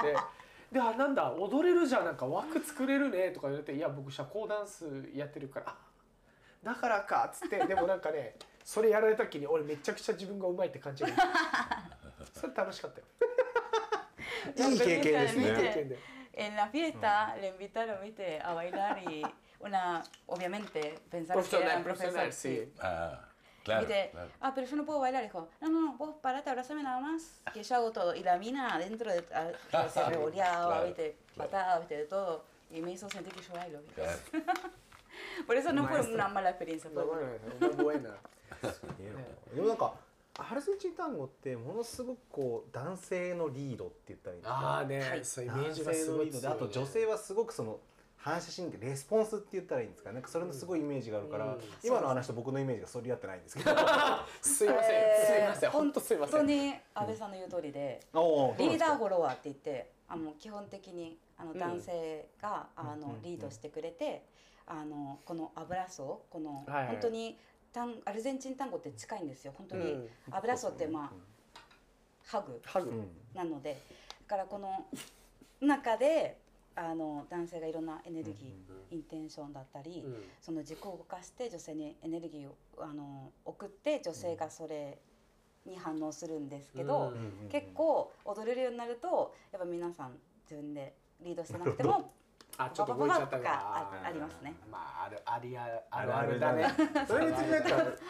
Speaker 1: であなんだ踊れるじゃんなんか枠作れるねとか言われて「いや僕社交ダンスやってるからあだからか」っつってでもなんかねそれやられた時に俺めちゃくちゃ自分がうまいって感じがそれ楽しかったよ
Speaker 4: いい経験です
Speaker 1: いい
Speaker 2: いい
Speaker 1: 経
Speaker 2: 経
Speaker 4: ね。
Speaker 1: 験で
Speaker 2: En la fiesta le invitaron, viste, a bailar y una, obviamente, pensaron que era
Speaker 1: Profesional,
Speaker 2: un profesor.
Speaker 1: profesional,
Speaker 2: sí.
Speaker 1: sí.
Speaker 3: Ah, claro.
Speaker 2: Viste,
Speaker 3: claro.
Speaker 2: ah, pero yo no puedo bailar, dijo. No, no, no, vos parate, abrazame nada más, que yo hago todo. Y la mina adentro de, a-
Speaker 3: *laughs*
Speaker 2: se revoleaba,
Speaker 3: Claro,
Speaker 2: viste,
Speaker 3: claro.
Speaker 2: patada, viste, de todo. Y me hizo sentir que yo bailo. ¿viste?
Speaker 3: claro.
Speaker 2: Por eso no fue
Speaker 1: Maestra.
Speaker 2: una mala experiencia. Fue buena.
Speaker 4: *laughs* でもなんかアルゼンチン単語ってものすごくこう男性のリードって言ったらいいんですか
Speaker 1: ああね、
Speaker 2: はい
Speaker 1: そういうイメー
Speaker 4: 男
Speaker 1: ジがす
Speaker 4: 性の
Speaker 1: ご
Speaker 4: リ
Speaker 1: い
Speaker 4: ードであと女性はすごくその反射神経レスポンスって言ったらいいんですかねなんかそれのすごいイメージがあるから、
Speaker 1: うん
Speaker 4: 今の話と僕のイメージがそれ合ってないんですけど
Speaker 1: *laughs* すい
Speaker 2: え
Speaker 1: ません、
Speaker 2: ー
Speaker 1: すいません本当すいませ
Speaker 2: 本当
Speaker 1: ん
Speaker 2: に安倍さんの言う通りで、
Speaker 4: おーそう
Speaker 2: リー
Speaker 4: なんですか
Speaker 2: ダーフォロワーって言ってあの基本的にあの
Speaker 1: うん
Speaker 2: 男性が、あ
Speaker 4: うん
Speaker 2: の
Speaker 4: うん
Speaker 2: リードしてくれて、あのこのアブラソこの、
Speaker 1: はいはい
Speaker 2: 本当に単アルゼンチン単語って近いんですよ本当
Speaker 1: う
Speaker 2: に、
Speaker 1: ん
Speaker 2: アブラソってまあハグ
Speaker 1: ハグ、
Speaker 4: うん
Speaker 2: なのでだからこの中であの男性がいろんなエネルギー、インテンションだったり、
Speaker 1: うん
Speaker 2: その軸を動かして女性にエネルギーをあの送って女性がそれに反応するんですけど。
Speaker 1: うん
Speaker 4: うん
Speaker 2: 結構踊れるようになるとやっぱ皆さん自分でリードしてなくても
Speaker 1: あちょっと動いちゃっ
Speaker 2: パパパパ
Speaker 1: た
Speaker 2: とか
Speaker 1: か
Speaker 2: あありますね
Speaker 1: まああるありあるあるあるだね
Speaker 4: それ別になんか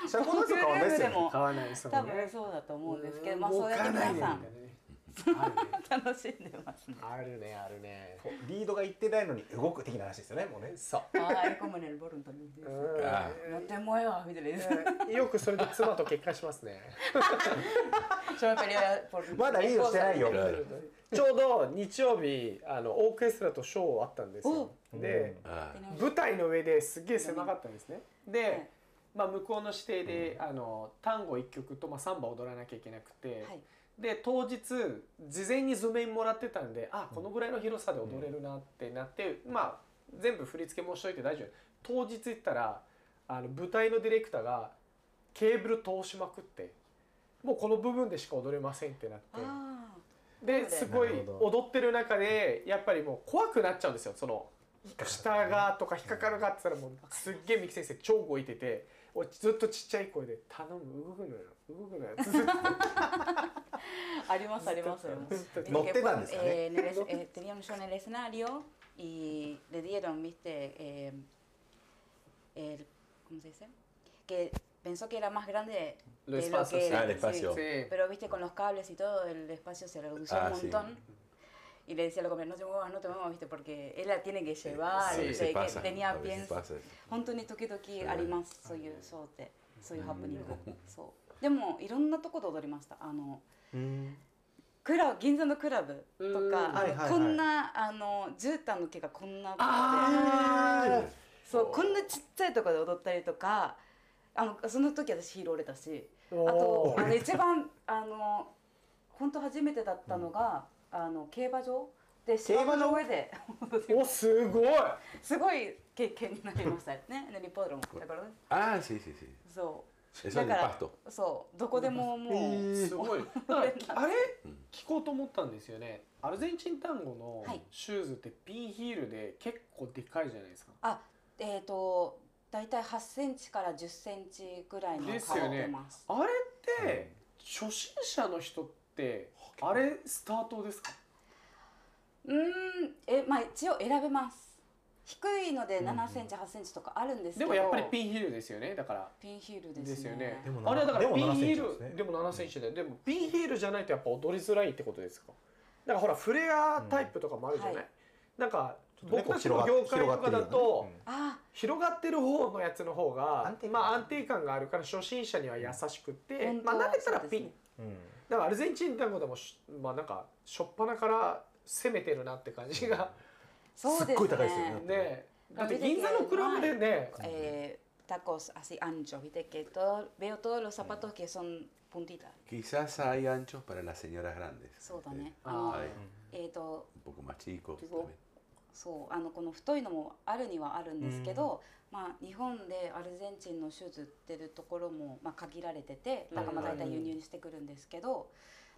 Speaker 4: 社交ダンスと変わんないですよ
Speaker 2: でも
Speaker 4: ね
Speaker 1: 買わないそうね
Speaker 2: 多分そうだと思うんですけど、まあ、
Speaker 1: ん
Speaker 2: そうやって皆さん
Speaker 1: 動かないねみたいなね
Speaker 2: 楽しんでますね。
Speaker 1: あるねあるね
Speaker 4: こうリードが言ってないのに動く的な話ですよねもうね
Speaker 1: そう
Speaker 2: はい、コムネルボルントに。
Speaker 3: あ
Speaker 2: 乗ってもよみたいな。
Speaker 1: うんよくそれで妻と結婚しますね
Speaker 2: Yo me peleé por-
Speaker 4: まだリードしてないよ
Speaker 3: claro.
Speaker 1: ちょうど日曜日あのオーケストラとショーあったんですよで、
Speaker 3: Ah,
Speaker 1: 舞台の上ですげえ狭かったんですねで、
Speaker 2: はい
Speaker 1: まあ、向こうの指定で、あの単語1曲と、まあ、サンバ踊らなきゃいけなくて、
Speaker 2: はい
Speaker 1: で当日事前に図面もらってたんであこのぐらいの広さで踊れるなってなって、まあ全部振り付けもしといて大丈夫当日行ったらあの舞台のディレクターがケーブル通しまくってもうこの部分でしか踊れませんってなって。
Speaker 2: あ
Speaker 1: で
Speaker 2: なるほど
Speaker 1: すごい
Speaker 4: なるほ
Speaker 1: 踊ってる中でやっぱりもう怖くなっちゃうんですよその下がとか引っかかるかって言ったらもうすっげえ三木先生超動いてて俺ずっとちっちゃい声で「頼む動くのよ動くのよ」ずっと
Speaker 2: ーありますあります。
Speaker 4: 乗ってたんですかね
Speaker 2: Eh, en el es- eh, tenía un show en el escenario y le dieron, viste, eh, el- ¿cómo se dice? Que pensó que era más grande de lo
Speaker 1: Lo espacio,
Speaker 2: que
Speaker 1: sí.
Speaker 2: era.
Speaker 3: Ah, el espacio.
Speaker 2: sí. Pero viste, con los cables y todo, el espacio se redució
Speaker 3: Ah,
Speaker 2: un
Speaker 3: sí.
Speaker 2: montón. Y le decía a la compañera, no te muevas, no te muevas, viste, porque él la tiene que llevar,
Speaker 3: sí,
Speaker 2: viste,
Speaker 3: se
Speaker 2: que
Speaker 3: pasa. a
Speaker 2: tenía
Speaker 3: veces
Speaker 2: pienso.
Speaker 3: pasa.
Speaker 2: Honton y toki toki
Speaker 3: Sí.
Speaker 2: arimas, soy yo, so te, soy happening. So. でもいろんなとこで踊りました。あの
Speaker 4: うん
Speaker 2: クラブ銀座のクラブとか、
Speaker 1: うん
Speaker 2: あの
Speaker 4: はいはいはい
Speaker 2: こんなあの絨毯の毛がこんなと
Speaker 1: あ
Speaker 2: こでそうこんなちっちゃいとこで踊ったりとかあのその時私ヒール折れたしあと
Speaker 1: お
Speaker 2: あ
Speaker 1: ー
Speaker 2: の一番あの本当初めてだったのが、あの競馬場で芝生の上で
Speaker 1: おすごい
Speaker 2: すごい経験になりましたね *laughs* ネリポードロンだからね
Speaker 3: Ah, sí, sí, sí.
Speaker 2: そう
Speaker 3: Eso es
Speaker 2: だから
Speaker 3: pasto.
Speaker 2: そうどこでももう、
Speaker 1: すごい。なんかあれ
Speaker 3: うん
Speaker 1: 聞こうと思ったんですよね。アルゼンチン単語
Speaker 2: は
Speaker 1: の
Speaker 2: い
Speaker 1: シューズってピンヒールで結構でかいじゃないですか。
Speaker 2: えっ、ー、と大体8センチから10センチぐらいの
Speaker 1: で
Speaker 2: 買
Speaker 1: すよね
Speaker 2: ってます。
Speaker 1: あれって初心者の人ってあれスタートですか？
Speaker 2: うーんえまあ一応選べます。低いので
Speaker 4: うんうん
Speaker 2: 7センチ8センチとかあるんですけ
Speaker 1: で
Speaker 2: ど、
Speaker 1: もやっぱりピンヒールですよね。だから。
Speaker 2: ピンヒールですね。
Speaker 1: ですよね
Speaker 4: でも。な
Speaker 1: あれはだから
Speaker 4: でも
Speaker 1: ピンヒ
Speaker 4: 7センチです
Speaker 1: ー
Speaker 4: ね
Speaker 1: ルでも7センチで、でもピンヒールじゃないとやっぱ踊りづらいってことですか。だからほらフレアタイプとかもあるじゃない。
Speaker 2: うんはい
Speaker 1: なんか僕たち
Speaker 4: 広が
Speaker 1: の
Speaker 4: っ
Speaker 1: 業界とかだと
Speaker 4: 広がってるよね
Speaker 2: あ
Speaker 1: 広がってる方のやつの方が
Speaker 4: 安定感
Speaker 1: まあ安定感があるから初心者には優しくて、
Speaker 2: 本当
Speaker 1: まあ慣れたら
Speaker 2: そう
Speaker 1: ピ
Speaker 2: で
Speaker 1: ン。
Speaker 2: すね
Speaker 4: うんうん
Speaker 1: だからアルゼンチン単語でもしまあなんか初っ端から攻めてるなって感じが
Speaker 2: そうですね。
Speaker 4: すっごい高いですよね
Speaker 1: ねえ。だって銀座のクラブでね、
Speaker 2: Eh, tacos así anchos, viste que todo, veo todos los zapatos que son puntitas.
Speaker 3: Quizás hay anchos para las señoras grandes.
Speaker 2: そうだね。
Speaker 1: あ
Speaker 2: あの
Speaker 1: ー
Speaker 3: はい
Speaker 2: えっ、と
Speaker 3: Un poco más chicos.
Speaker 2: Tipo,
Speaker 3: también.
Speaker 2: そうあのこの太いのもあるにはあるんですけど、まあ日本でアルゼンチンのシューズ売ってるところもまあ限られてて、なんかまあ
Speaker 1: はい
Speaker 2: 大
Speaker 1: はい
Speaker 2: 体輸入してくるんですけど、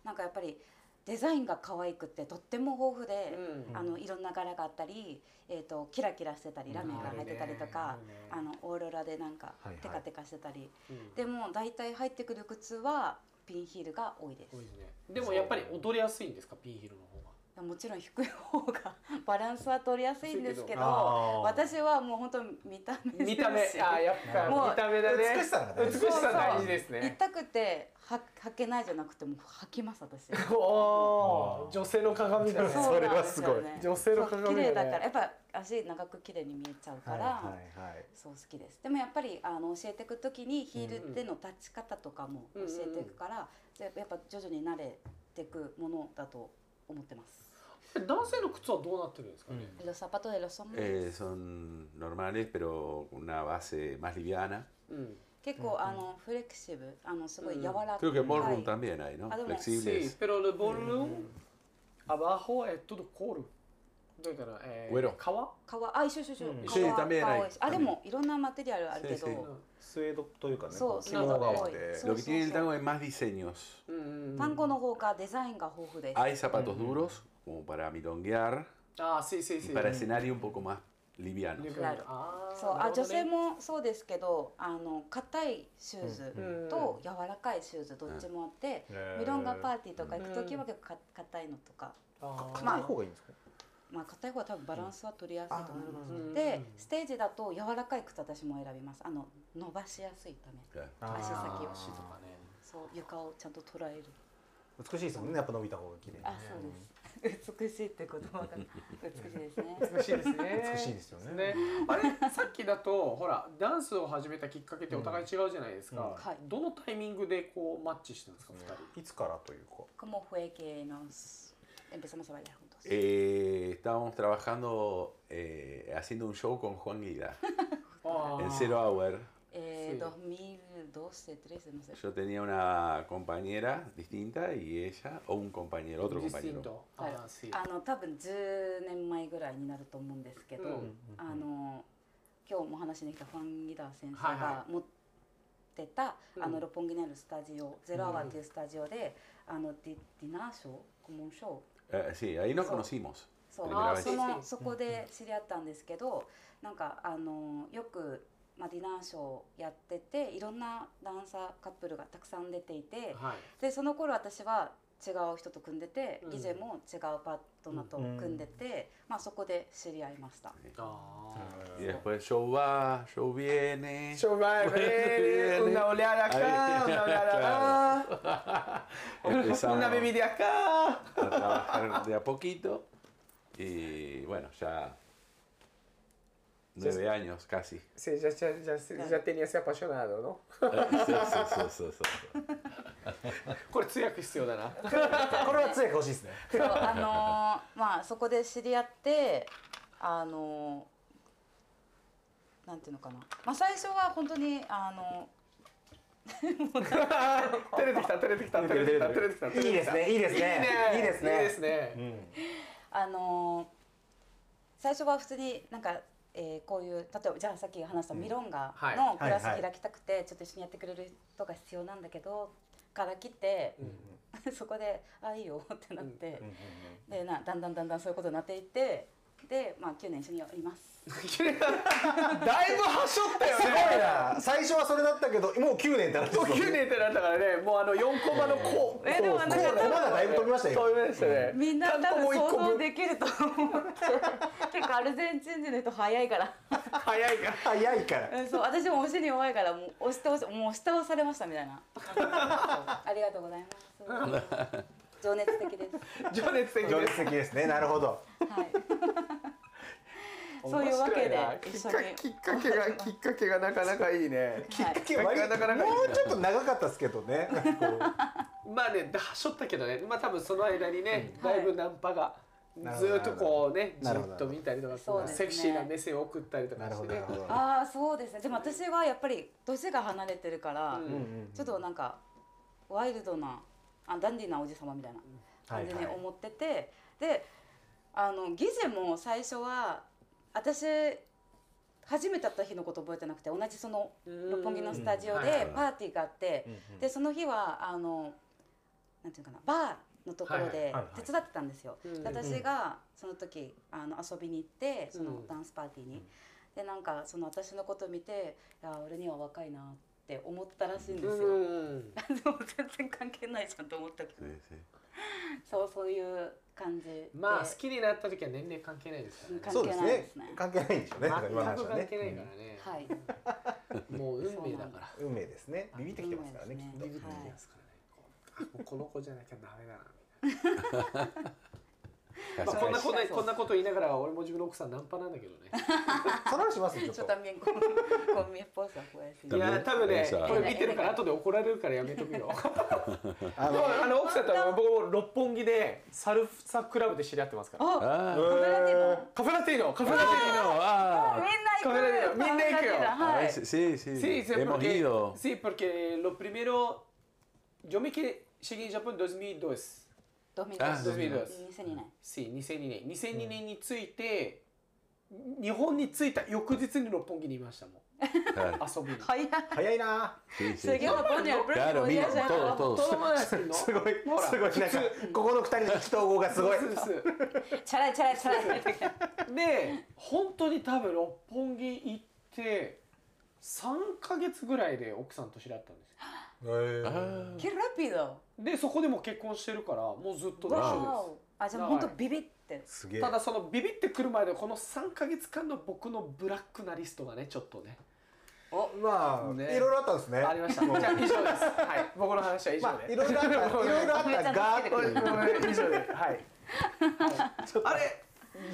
Speaker 2: なんかやっぱりデザインが可愛くってとっても豊富で、
Speaker 1: うん
Speaker 2: あのいろんな柄があったり、えっ、とキラキラしてたりラメが入ってたりとか、、あのオーロラでなんか
Speaker 4: はいはい
Speaker 2: テカテカしてたり。
Speaker 1: うん
Speaker 2: でも大体入ってくる靴はピンヒールが多いです
Speaker 1: 多いですねでもやっぱり踊りやすいんですかピンヒールの方が
Speaker 2: もちろん低い方が *laughs* バランスは取りやすいんですけど
Speaker 4: あー
Speaker 2: 私はもう本当見た目
Speaker 1: 見た目
Speaker 2: ですし
Speaker 1: あーやっぱ
Speaker 2: もう
Speaker 1: 見た目だね
Speaker 4: 美しさが大
Speaker 1: 美
Speaker 4: 事
Speaker 1: しさ大事です
Speaker 2: 行っ
Speaker 1: ね
Speaker 2: たくては履けないじゃなくてもう履きます私
Speaker 1: おおー女性の鏡だね
Speaker 2: そう
Speaker 4: それはすご
Speaker 2: な
Speaker 4: い
Speaker 2: んですよ
Speaker 1: 女性の
Speaker 2: そう
Speaker 1: 鏡
Speaker 2: 綺麗
Speaker 1: だ
Speaker 2: だからや
Speaker 1: ね
Speaker 2: っぱ足長く綺麗に見えちゃうから、
Speaker 4: はいはいはい
Speaker 2: そう好きですでもやっぱりあの教えていく時にヒールでの立ち方とかも教えていくから、やっぱ徐々に慣れていくものだと思ってます。
Speaker 1: 男性の靴はどうなってるんですかね
Speaker 4: うん
Speaker 2: Los zapatos de los hombres
Speaker 3: Eh, son normales, pero con una base más liviana.
Speaker 1: うん
Speaker 2: 結構、あのフレキシブルあのすごい柔らかい、
Speaker 3: Creo que Ballroom también hay, ¿no?
Speaker 2: Ah, de una-
Speaker 1: Sí,
Speaker 3: Flexibles.
Speaker 1: pero el volumen abajo es todo couro. どういうかな、えー、
Speaker 3: Güero.
Speaker 1: 革
Speaker 2: 革あ一緒一緒一緒、
Speaker 4: うん
Speaker 2: 革
Speaker 3: Sí, también
Speaker 2: 革
Speaker 3: hay.
Speaker 2: 多いしあでもいろんなマテリアルあるけど
Speaker 3: Sí,
Speaker 4: スウェードというかね
Speaker 2: そう
Speaker 4: 希望が多くて
Speaker 2: そうそう
Speaker 3: Lo que tiene el tango es más diseños.
Speaker 1: うんうんうん
Speaker 2: 単語の方がデザインが豊富です、
Speaker 3: Hay zapatos duros, como para milonguear,
Speaker 1: あー、sí, sí,
Speaker 3: y
Speaker 1: sí.
Speaker 3: para escenario un poco más livianos.
Speaker 1: あー
Speaker 2: そう
Speaker 1: な
Speaker 2: あ
Speaker 1: るほ
Speaker 2: 女
Speaker 1: どね
Speaker 2: 性もそうですけどあの硬いシュー
Speaker 1: う
Speaker 2: ズ
Speaker 1: ん
Speaker 2: と柔らかいシューズどっちもあって、ミロンガパーティーとか行く時は結構か硬いのとか、
Speaker 1: あー
Speaker 4: 硬い方がいいんですか
Speaker 2: まあ硬い方は多分バランスは取りやすいと思います、
Speaker 1: うん
Speaker 2: でステージだと柔らかい靴私も選びますあの伸ばしやすいため
Speaker 3: Claro.
Speaker 2: 足先を
Speaker 1: あー足とかね。
Speaker 2: そう床をちゃんと捉える
Speaker 4: 美しいですもんねやっぱ伸びた方が綺麗
Speaker 2: あ、そうです。 *laughs* 美しいって言葉が美しいですね。
Speaker 1: 美しいですね。
Speaker 4: 美しいですよね
Speaker 1: あれ、さっきだと、ほら、ダンスを始めたきっかけってお互い違うじゃないです
Speaker 4: うんうん
Speaker 1: か
Speaker 2: はい。
Speaker 1: どのタイミングでこうマッチしたんですか、
Speaker 4: いつからというか
Speaker 2: Como fue que nos empezamos a bailar juntos?
Speaker 3: Eh, estábamos trabajando, eh, haciendo un show con Juan Guida
Speaker 1: 二人。
Speaker 3: en Zero Hour.
Speaker 2: Eh,
Speaker 1: sí.
Speaker 2: 2012, 13, no sé.
Speaker 3: Yo tenía una compañera distinta y ella, o un compañero, otro
Speaker 1: ディスティン
Speaker 3: compañero.
Speaker 1: ト。あ
Speaker 2: はい
Speaker 1: ー、sí.
Speaker 2: あの多分10年前ぐらいになると思うんですけど、
Speaker 1: うんうん
Speaker 2: あの今日もお話しに来たファン・ギダー先生
Speaker 1: はいは
Speaker 2: が持ってた、
Speaker 1: うん
Speaker 2: あの六本木にあるスタジオ、ゼロアワーっていうスタジオで、あのディディナーショーコモンショー
Speaker 3: Eh, sí, ahí
Speaker 1: Ah.
Speaker 3: nos
Speaker 2: So-
Speaker 3: conocimos.
Speaker 2: そう
Speaker 3: あ
Speaker 1: ー
Speaker 2: そのそ
Speaker 1: そ
Speaker 2: こで知り合ったんですけどなんかあのよく、まあ、ディナーショーやってていろんなダンサーカップルがたくさん出ていて
Speaker 1: はい。
Speaker 2: でその頃私は違う人と組んでて、
Speaker 1: うん
Speaker 2: ギジェも違うパートナーと組んでて、まあ、そこで知り合いま *laughs* した。
Speaker 1: あー。
Speaker 3: Y después show va, show viene.
Speaker 1: Yo va a ver una oleada acá, una oleada acá, *laughs*
Speaker 3: Empezamos
Speaker 1: una bebida acá.
Speaker 3: a trabajar de a poquito. Y bueno, ya nueve años *laughs* casi.
Speaker 1: Sí, ya, ya, ya, ya tenía ese apasionado, ¿no?
Speaker 3: Sí, sí, sí, sí, sí.
Speaker 1: これ通訳必要だな。
Speaker 4: これは強い欲しいですね
Speaker 2: そうあのーまあそこで知り合ってあのーなんていうのかな、まあ、最初は本当にあの
Speaker 1: 照れてきた、照れてきた、照れてきた、照れてきた。
Speaker 4: いいですねいいですね
Speaker 1: い
Speaker 4: い
Speaker 1: い
Speaker 4: い
Speaker 1: で
Speaker 4: ですす
Speaker 1: ね。
Speaker 4: ね
Speaker 1: いいですね。
Speaker 2: あのー最初は普通になんかえーこういう例えばじゃあさっき話した
Speaker 4: うん
Speaker 2: ミロンガ
Speaker 1: はい
Speaker 2: のクラス
Speaker 4: はいはい
Speaker 2: 開きたくて、ちょっと一緒にやってくれる人が必要なんだけどから来て *laughs* そこで「あいいよ」ってなって、でなだんだんだんだんそういうことになっていってで、まあ、9年一緒にやります。
Speaker 1: だいぶはしょったよ
Speaker 4: すご
Speaker 1: ね
Speaker 4: いな最初はそれだったけどもう9年ってなって
Speaker 1: もう9年ってなったからねもうあの4コマのこう
Speaker 2: えでもなんか
Speaker 1: こう
Speaker 2: 多分
Speaker 1: こう
Speaker 4: だいぶ飛びましたよ
Speaker 1: 飛びましたね
Speaker 2: みんな多分
Speaker 1: ちゃんともう一個
Speaker 2: 想像
Speaker 1: 分
Speaker 2: できると思って結構アルゼンチン人の人早いから
Speaker 1: 早いから
Speaker 4: 早いから
Speaker 2: うんそう私も押しに弱いからもう押して押しもう押し倒されましたみたい
Speaker 1: *laughs*
Speaker 2: なありがとうございます情熱的です
Speaker 1: 情熱的
Speaker 4: 情
Speaker 1: で
Speaker 4: 熱
Speaker 1: す
Speaker 4: 的ですねなるほど
Speaker 2: はいそういうわけで
Speaker 1: 面
Speaker 2: 一
Speaker 1: 白
Speaker 2: 緒
Speaker 1: いな
Speaker 2: に
Speaker 1: きっかけがきっかけがなかなかいいね
Speaker 2: はい
Speaker 1: なかなか
Speaker 4: もうちょっと長かったですけどねなんかこう
Speaker 1: まあねはしょったけどねまあ多分その間にね
Speaker 2: うん
Speaker 1: だいぶナンパが
Speaker 4: なるほ
Speaker 1: ず
Speaker 4: ど
Speaker 1: ーっとこうねじ
Speaker 4: なるほど
Speaker 1: っと見たりとか
Speaker 2: そうですね
Speaker 1: セクシーな目線を送っ
Speaker 2: *laughs*
Speaker 1: たりとか
Speaker 4: なる
Speaker 1: し
Speaker 4: ほ
Speaker 1: て
Speaker 4: どな
Speaker 1: ね
Speaker 4: るほど
Speaker 2: ああそうですねでも私はやっぱり年が離れてるから、
Speaker 1: うん
Speaker 2: ちょっとなんかワイルドなあダンディーなおじさまみたいな感じに思ってて、であのギジも最初は私初めて会った日のこと覚えてなくて同じその六本木のスタジオ
Speaker 1: うんはい
Speaker 2: でパーティーがあって、でその日はあのなんていうのかなバーのところ
Speaker 1: はい
Speaker 2: で
Speaker 4: はいはい
Speaker 2: 手伝ってたんですよ。
Speaker 1: うん
Speaker 2: で私がその時あの遊びに行ってその
Speaker 1: うん
Speaker 2: ダンスパーティーに、でなんかその私のこと見て「いや俺には若いな」って思ったらしいんです
Speaker 1: う
Speaker 2: よ。
Speaker 1: ん
Speaker 2: でも全然関係ないじゃんと思ったけど、そうそういう感じで
Speaker 1: まあ好きになった時は年齢関係ないですからね
Speaker 2: 関
Speaker 4: そう
Speaker 2: 係
Speaker 4: です
Speaker 2: ないで
Speaker 4: ね
Speaker 2: すね
Speaker 4: 関係ないんでしょうね
Speaker 1: 全
Speaker 4: だから今の話
Speaker 1: く
Speaker 4: は
Speaker 1: 関
Speaker 4: ね
Speaker 1: 係ないからね
Speaker 2: はい
Speaker 1: もう運命だ *laughs* から
Speaker 4: うん運命ですねビビってきてますからねきっ
Speaker 2: 運
Speaker 4: と
Speaker 2: 命
Speaker 1: ビ
Speaker 2: で
Speaker 1: ビってきますからねこうあもうこの子じゃなきゃダメだなまあ
Speaker 3: ガサ
Speaker 1: こん
Speaker 3: ガ
Speaker 1: な
Speaker 3: サ
Speaker 1: ことこんなこと言いながら俺も自分の奥さんナンパなんだけどね
Speaker 4: その話します
Speaker 2: ちょ
Speaker 4: ちょ
Speaker 2: っ
Speaker 4: っ
Speaker 2: と
Speaker 4: と
Speaker 2: también con, con mi esposa fue así.
Speaker 1: いや多分ね
Speaker 3: ダメ
Speaker 1: これ見てるから後で怒られるからやめとくよ
Speaker 4: あ
Speaker 1: でも *laughs*
Speaker 4: の
Speaker 1: あの奥さんとは僕も六本木でサルサクラブで知り合ってますから
Speaker 2: あ、
Speaker 3: あ
Speaker 4: う
Speaker 3: ー
Speaker 2: カ
Speaker 4: ん
Speaker 2: メラティー
Speaker 1: カフェラティーノカフェラティーノ
Speaker 3: あ
Speaker 1: カメラティー
Speaker 2: み
Speaker 1: ノ
Speaker 2: ん
Speaker 1: みん
Speaker 2: な
Speaker 1: な
Speaker 2: 行
Speaker 1: 行
Speaker 2: く
Speaker 1: くよ
Speaker 2: カメラティーノは
Speaker 3: Ah,
Speaker 2: い。
Speaker 3: es- sí, Ah. sí.
Speaker 1: Sí, sí,
Speaker 3: Hemos
Speaker 1: porque,
Speaker 3: ido.
Speaker 1: sí, porque lo primero, yo me que- llegué en Japón en 2002.
Speaker 3: Ah,
Speaker 2: 2002
Speaker 1: 2002.
Speaker 2: 2002年
Speaker 1: Sí, 2002年。2002年に着いて、日本に着いた翌日に六本木にいましたもん。
Speaker 3: Claro,
Speaker 1: 遊びに。
Speaker 2: 早い
Speaker 4: 早いな
Speaker 3: Ah, sí, sí,
Speaker 2: 次
Speaker 3: sí.
Speaker 2: はボニャ
Speaker 3: Claro, mira, todos,
Speaker 1: 友
Speaker 3: todos.
Speaker 1: 達の。
Speaker 4: すごい
Speaker 1: ほら
Speaker 4: すごいなんかここの二人の人号がすごい
Speaker 1: そうそう
Speaker 2: チャラいチャラいチャラい
Speaker 4: *laughs*
Speaker 1: そうで、本当に多分六本木行って、3ヶ月ぐらいで奥さんと知り合ったんですよ。
Speaker 3: Ah,
Speaker 2: ケラピド
Speaker 1: で、そこでもう結婚してるから、もうずっと一
Speaker 2: わ
Speaker 1: 緒です。
Speaker 2: おあじゃあ本当ビビって
Speaker 4: すげえ
Speaker 1: ただそのビビってくる前でこの3か月間の僕のブラックなリストがねちょっとね
Speaker 4: まあ
Speaker 1: ね
Speaker 4: いろいろあったんですね
Speaker 1: ありましたじゃあ以上です *laughs* はい僕の話は以上
Speaker 4: まあ
Speaker 1: で
Speaker 4: いろいろあったいろいろあっ
Speaker 2: めっちゃ
Speaker 4: たが
Speaker 2: 助けてくれる
Speaker 1: 以上で *laughs* はいあれ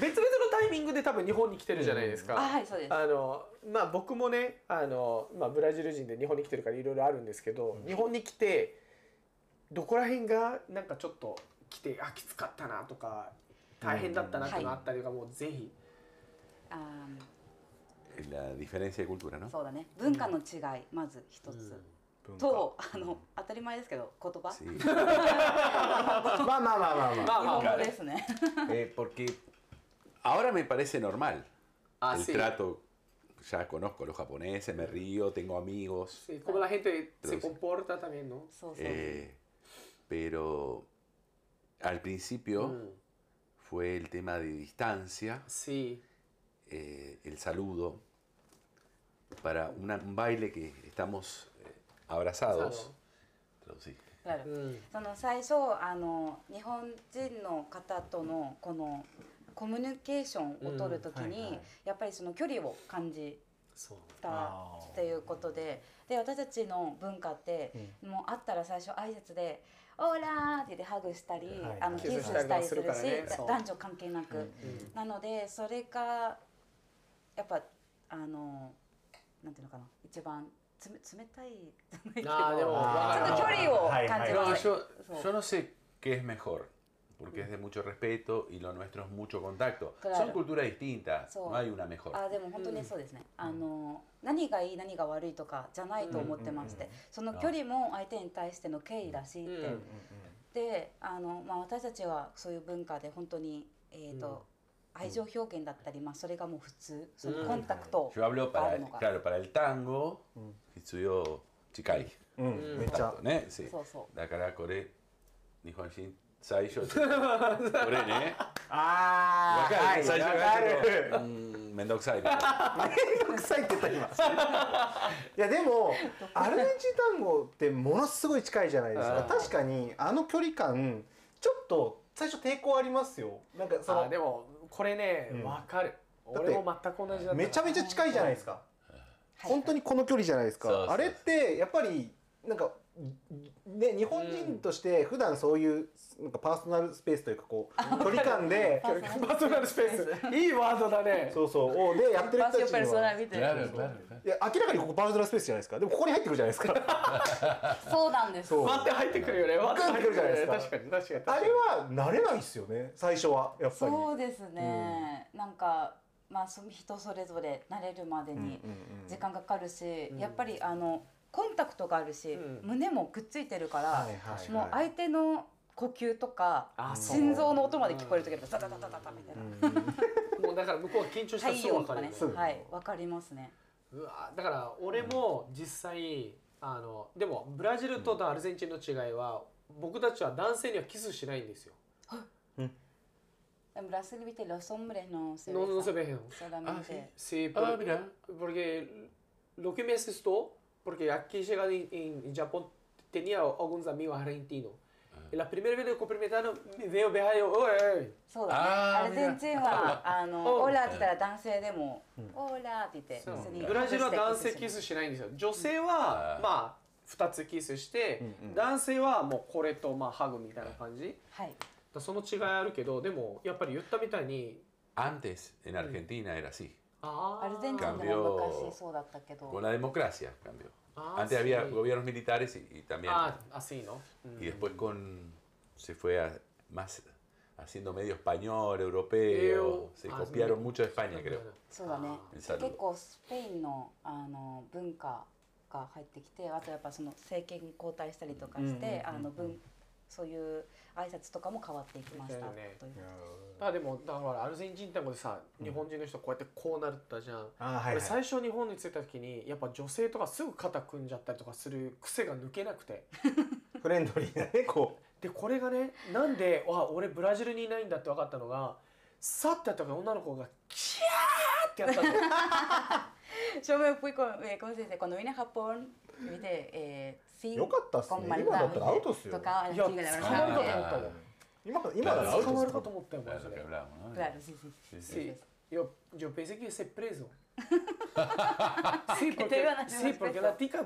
Speaker 1: 別々のタイミングで多分日本に来てるじゃないですか、
Speaker 2: あはいそうです
Speaker 1: あのまあ僕もねあの、まあ、ブラジル人で日本に来てるからいろいろあるんですけど、日本に来てどこら辺がなんかちょっと来てあきつかったなとか大変だったなっていうのあったりとか、もうぜひ
Speaker 2: あ
Speaker 3: La diferencia de cultura,
Speaker 2: ー
Speaker 3: ¿no?
Speaker 2: そうだね文化の違いまず一つとあの当たり前ですけど言葉
Speaker 3: Sí.
Speaker 4: まあまあまあま
Speaker 1: ま
Speaker 4: あまあ
Speaker 1: あ
Speaker 2: 日
Speaker 1: まあ
Speaker 2: 本
Speaker 1: まあ
Speaker 2: 語です *laughs* ね
Speaker 3: Eh, porque ahora me parece normal
Speaker 1: あ
Speaker 3: el
Speaker 1: せい
Speaker 3: trato. Ya conozco a los japoneses, me río, tengo amigos.
Speaker 1: Sí, como la gente se
Speaker 3: Pero sí.
Speaker 1: comporta también, ¿no?
Speaker 2: そうそう
Speaker 3: eh, pero al principio
Speaker 1: Mm,
Speaker 3: fue el tema de distancia,
Speaker 1: Sí,
Speaker 3: eh, el saludo, para una- un baile que estamos eh, abrazados.
Speaker 1: Claro.
Speaker 3: Traduciste.
Speaker 2: なる
Speaker 1: mm,
Speaker 2: その最初あの日本人の方とのこのコミュニケーションを取るときに、
Speaker 4: うんはいはい
Speaker 2: やっぱりその距離を感じ
Speaker 1: so.
Speaker 2: たということでで私たちの文化って、もう会ったら最初挨拶で「オーラー!」って言ってハグしたり、
Speaker 4: はい
Speaker 2: あのキ
Speaker 1: キ
Speaker 2: ス
Speaker 1: ス
Speaker 2: し
Speaker 1: したた
Speaker 2: り
Speaker 1: り
Speaker 2: す
Speaker 1: す
Speaker 2: る
Speaker 1: る
Speaker 2: し
Speaker 1: からねそう
Speaker 2: 男女関係なく、
Speaker 4: うん
Speaker 1: Mm.
Speaker 2: なのでそれがやっぱあのなんていうのかな一番つめ冷たいじゃないけど
Speaker 1: あーでも
Speaker 2: ちょっと距離を感じ
Speaker 4: はいはい
Speaker 2: ま
Speaker 3: No,
Speaker 2: す、
Speaker 3: yo,
Speaker 2: Eso.
Speaker 3: yo no sé qué es mejor, porque es de mucho respeto y lo nuestro es mucho contacto. Son
Speaker 2: Claro.
Speaker 3: culturas distintas,
Speaker 2: So.
Speaker 3: no hay una mejor.
Speaker 2: あでも本当にそうですね、あの何がいい何が悪いとかじゃないと思ってまして、
Speaker 4: うん
Speaker 2: その距離も相手に対しての敬意だしって、
Speaker 1: うん
Speaker 2: であの、まあ、私たちはそういう文化で本当に、えーと愛情表現だったり、まあ、それがもう普通そのコンタクト、
Speaker 3: Yo hablo para,
Speaker 2: Vamos,
Speaker 3: claro, para el tango,
Speaker 4: Mm.
Speaker 3: Hitsuyo Chikai.
Speaker 4: うん、
Speaker 1: うん
Speaker 4: めっちゃ
Speaker 3: Tanto, ¿eh? Sí.
Speaker 2: そうそう
Speaker 3: Da cara, Kore, Nihonshin,
Speaker 1: *laughs*
Speaker 3: Saisho. Kore, ¿eh?
Speaker 1: Ah,
Speaker 4: ああ
Speaker 3: Wakari,
Speaker 4: はい
Speaker 3: Saisho,
Speaker 4: わ
Speaker 3: ga
Speaker 4: か
Speaker 1: eh.
Speaker 3: chotto,
Speaker 4: る
Speaker 3: mm, Mendokusai.
Speaker 4: 臭いって言った今いやでもアルゼンチン単語ってものすごい近いじゃないですか
Speaker 1: あー
Speaker 4: 確かにあの距離感ちょっと最初抵抗ありますよなんかそ
Speaker 1: あ
Speaker 4: の
Speaker 1: ーでもこれね
Speaker 4: うん
Speaker 1: わかる
Speaker 4: だって
Speaker 1: 俺も全く同じだった
Speaker 4: めちゃめちゃ近いじゃないですか本当にこの距離じゃないです
Speaker 3: そうそう
Speaker 4: か
Speaker 3: そう
Speaker 4: あれってやっぱりなんかね日本人として普段そういうなんかパーソナルスペースというかこう距離感で
Speaker 2: パーソナル
Speaker 1: パーソナルスペー
Speaker 4: *laughs*
Speaker 1: スいいワードだね
Speaker 4: そうそうをでやってる人たちには
Speaker 2: personal みたいな
Speaker 3: Claro, claro. claro.
Speaker 4: いや明らかにここパーソナルスペースじゃないですかでもここに入ってくるじゃないですか
Speaker 2: そうなんです
Speaker 4: そう
Speaker 1: 割って入ってくるよね割って入ってくるよね
Speaker 4: グッ
Speaker 1: 確か
Speaker 4: て
Speaker 1: に確かに確
Speaker 4: あ
Speaker 1: かに
Speaker 4: れは慣れないですよね最初はやっぱり。
Speaker 2: そうですね、なんかまあそ人それぞれ慣れるまで
Speaker 4: うんうん
Speaker 2: に
Speaker 4: うん
Speaker 2: 時間かかるし、
Speaker 1: うん
Speaker 2: やっぱりあのコンタクトがあるし、
Speaker 1: うん
Speaker 2: 胸もくっついてるから、
Speaker 4: はいはい
Speaker 2: もう相手の呼吸とか
Speaker 1: あそう
Speaker 2: 心臓の音まで聞こえる時はザタザタザタみたいな
Speaker 4: うんうん
Speaker 1: もうだから向こうは緊張したらす
Speaker 2: 体
Speaker 1: ぐ
Speaker 2: 温
Speaker 1: 分
Speaker 2: と
Speaker 1: か
Speaker 2: か
Speaker 1: るよ
Speaker 2: ね
Speaker 1: ね
Speaker 4: すぐ
Speaker 2: はいわかりますね
Speaker 1: うわだから俺も実際あのでもブラジルとアルゼンチンの違いは僕たちは男性にはキスしないんですよ。
Speaker 2: でもラスリビテロソンブレのセ
Speaker 1: ノンノンセ
Speaker 2: ベ
Speaker 1: ベヘン。
Speaker 2: サダメ
Speaker 3: あ
Speaker 2: で
Speaker 1: Sí,
Speaker 3: Ah,
Speaker 1: por-
Speaker 3: mira.
Speaker 1: porque lo que me asustó, porque aquí llegando en, en Japón tenía algunos amigos argentinos. Y la primera vez que cumplimentaron, me veo bejar y yo, "Oye, oye".
Speaker 2: そうだね
Speaker 3: あー
Speaker 2: アルゼンチンはあの
Speaker 1: うん
Speaker 2: オーラって言ったら男性でもオーラって言って
Speaker 1: そう
Speaker 2: 別に
Speaker 1: ブラジルは男性キスしないんですよ。女性は、
Speaker 3: うん
Speaker 1: まあ、2つキスして、
Speaker 4: うんうん
Speaker 1: 男性はもうこれと、まあ、ハグみたいな感じ。
Speaker 2: はい
Speaker 1: だその違いあるけどでもやっぱり言ったみたいに
Speaker 3: Antes, en Argentina era así.
Speaker 1: あー
Speaker 2: アルゼンチンでも昔そうだったけど
Speaker 3: Con la democracia cambió.
Speaker 1: Ah,
Speaker 3: Antes había
Speaker 1: sí. Ah.
Speaker 3: gobiernos militares y, y también.
Speaker 1: あーあそういうの、うん
Speaker 3: Y después con se fue a- más haciendo medio español,
Speaker 1: Eu-
Speaker 3: europeo. Se
Speaker 1: ah,
Speaker 3: copiaron
Speaker 1: sí.
Speaker 3: mucho de España, creo.
Speaker 2: そうだね
Speaker 1: あ
Speaker 3: ー
Speaker 2: 結構スペインのあの文化が入ってきてあとやっぱその政権交代したりとか
Speaker 4: うん
Speaker 2: し
Speaker 4: うんうんうん
Speaker 2: てあの文そういう挨拶とかも変わっていきました
Speaker 1: そうだよね
Speaker 2: という
Speaker 1: まあでもだからアルゼンチン単語でさ日本人の人こうやってこうなるったじゃん、
Speaker 4: あーはい
Speaker 1: 俺
Speaker 4: はい。
Speaker 1: 最初日本に着いた時にやっぱ女性とかすぐ肩組んじゃったりとかする癖が抜けなくて
Speaker 4: フレンドリーなねこ
Speaker 1: でこれがねなんでわ俺ブラジルにいないんだって分かったのがさってやったから女の子がキャーってやったの
Speaker 2: Yo me fui con, eh, ¿cómo se dice? Cuando vine a Japón, viste, eh, sí.
Speaker 4: うよかったっす
Speaker 2: con
Speaker 4: ね。今
Speaker 2: maldad,
Speaker 4: だったらアウトっす
Speaker 2: ¿viste?
Speaker 4: よ。
Speaker 2: Tocaba
Speaker 1: い
Speaker 2: las
Speaker 1: や
Speaker 2: chicas, la
Speaker 1: 捕ま
Speaker 2: verdad.
Speaker 1: るかと思ったもん捕ます
Speaker 3: Ah.
Speaker 4: 今今だったらアウトっ
Speaker 1: る
Speaker 4: か
Speaker 1: かと。思ったよマ
Speaker 3: Claro,
Speaker 1: ジ
Speaker 3: lo
Speaker 1: で
Speaker 3: que hablábamos, ¿no?
Speaker 2: Claro, sí, sí.
Speaker 3: Sí, sí.
Speaker 1: Sí,
Speaker 2: Entonces-
Speaker 1: yo, yo pensé que iba a ser preso. *laughs*
Speaker 2: *laughs*
Speaker 1: sí, porque,
Speaker 2: te iban a llevar
Speaker 1: sí, porque
Speaker 2: preso.
Speaker 1: la tica...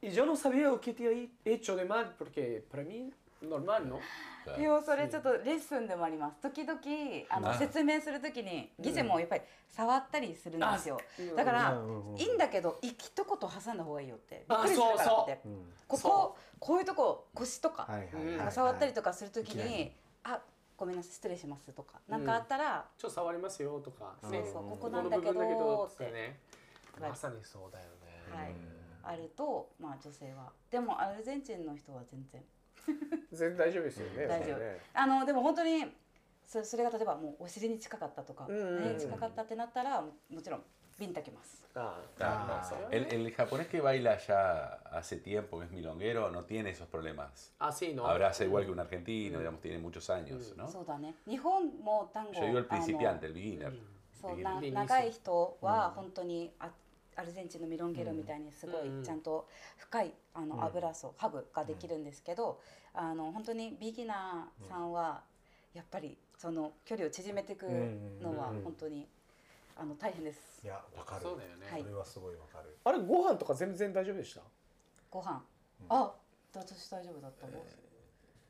Speaker 1: y yo no sabía lo que te había hecho de mal, porque para mí normal, ¿no?
Speaker 3: Claro.
Speaker 2: でもそれちょっとレッスンでもあります時々あ
Speaker 3: う
Speaker 2: の
Speaker 3: ん
Speaker 2: 説明するときにギゼもやっぱり触ったりするんですよ
Speaker 1: うん
Speaker 2: だから
Speaker 4: うんうんうん
Speaker 2: いいんだけど一一言挟んだ方がいいよってびっ
Speaker 1: あ
Speaker 2: くりするから
Speaker 1: そう
Speaker 2: って
Speaker 4: うん
Speaker 2: こ
Speaker 1: そ
Speaker 2: ここういうとこ腰とか
Speaker 4: はいはいは
Speaker 2: なん
Speaker 4: いは
Speaker 2: か
Speaker 4: い。
Speaker 2: 触ったりとかするとき
Speaker 4: いきな
Speaker 2: に
Speaker 4: り
Speaker 2: あごめんなさい失礼しますとかなんかあったら
Speaker 1: Yo sabía más yo, to ka.
Speaker 2: そう
Speaker 1: Sí.
Speaker 2: そうここ
Speaker 1: こ
Speaker 2: なん
Speaker 1: の部
Speaker 2: だ
Speaker 1: 分
Speaker 2: け
Speaker 1: だけ
Speaker 2: ど
Speaker 1: ど
Speaker 2: っ
Speaker 1: つって
Speaker 2: て
Speaker 1: ね。まさにそうだよね。
Speaker 2: はいあるとまあ女性はでもアルゼンチンの人は全然
Speaker 1: 全然大丈夫ですよね。
Speaker 2: 大丈夫
Speaker 1: それね
Speaker 2: あのでも本当にそそれが例えばもうお尻に近かったとか、
Speaker 1: うんうんうん
Speaker 2: 胸に近かったってなったらももちろんビンタきます
Speaker 1: あ
Speaker 3: Claro,
Speaker 4: Ah.
Speaker 3: claro. El, el japonés que baila ya hace tiempo, que es milonguero, no tiene esos problemas.
Speaker 1: あ、sí, no.
Speaker 3: Abraza igual que un argentino, digamos, tiene muchos años,
Speaker 2: そ
Speaker 3: ¿no?
Speaker 2: うだね日本も単語
Speaker 3: Yo digo el
Speaker 2: あの
Speaker 3: principiante, el beginner.
Speaker 2: そう
Speaker 3: beginner.
Speaker 2: な
Speaker 1: リリース
Speaker 2: 長い人は本当にあアルゼンチンのミロンゲルみたいにすご
Speaker 1: うんうん
Speaker 2: いちゃんと深いあの油層、ハグができるんですけど、あの本当にビギナーさんはやっぱりその距離を縮めていくのは
Speaker 4: うんうんうん
Speaker 2: 本当にあの大変です
Speaker 4: いやわかる。
Speaker 1: そうだよね。
Speaker 2: はい
Speaker 4: それはすごいわかる。
Speaker 1: あれご飯とか全然大丈夫でした。
Speaker 2: ご飯、あ私大丈夫だったもん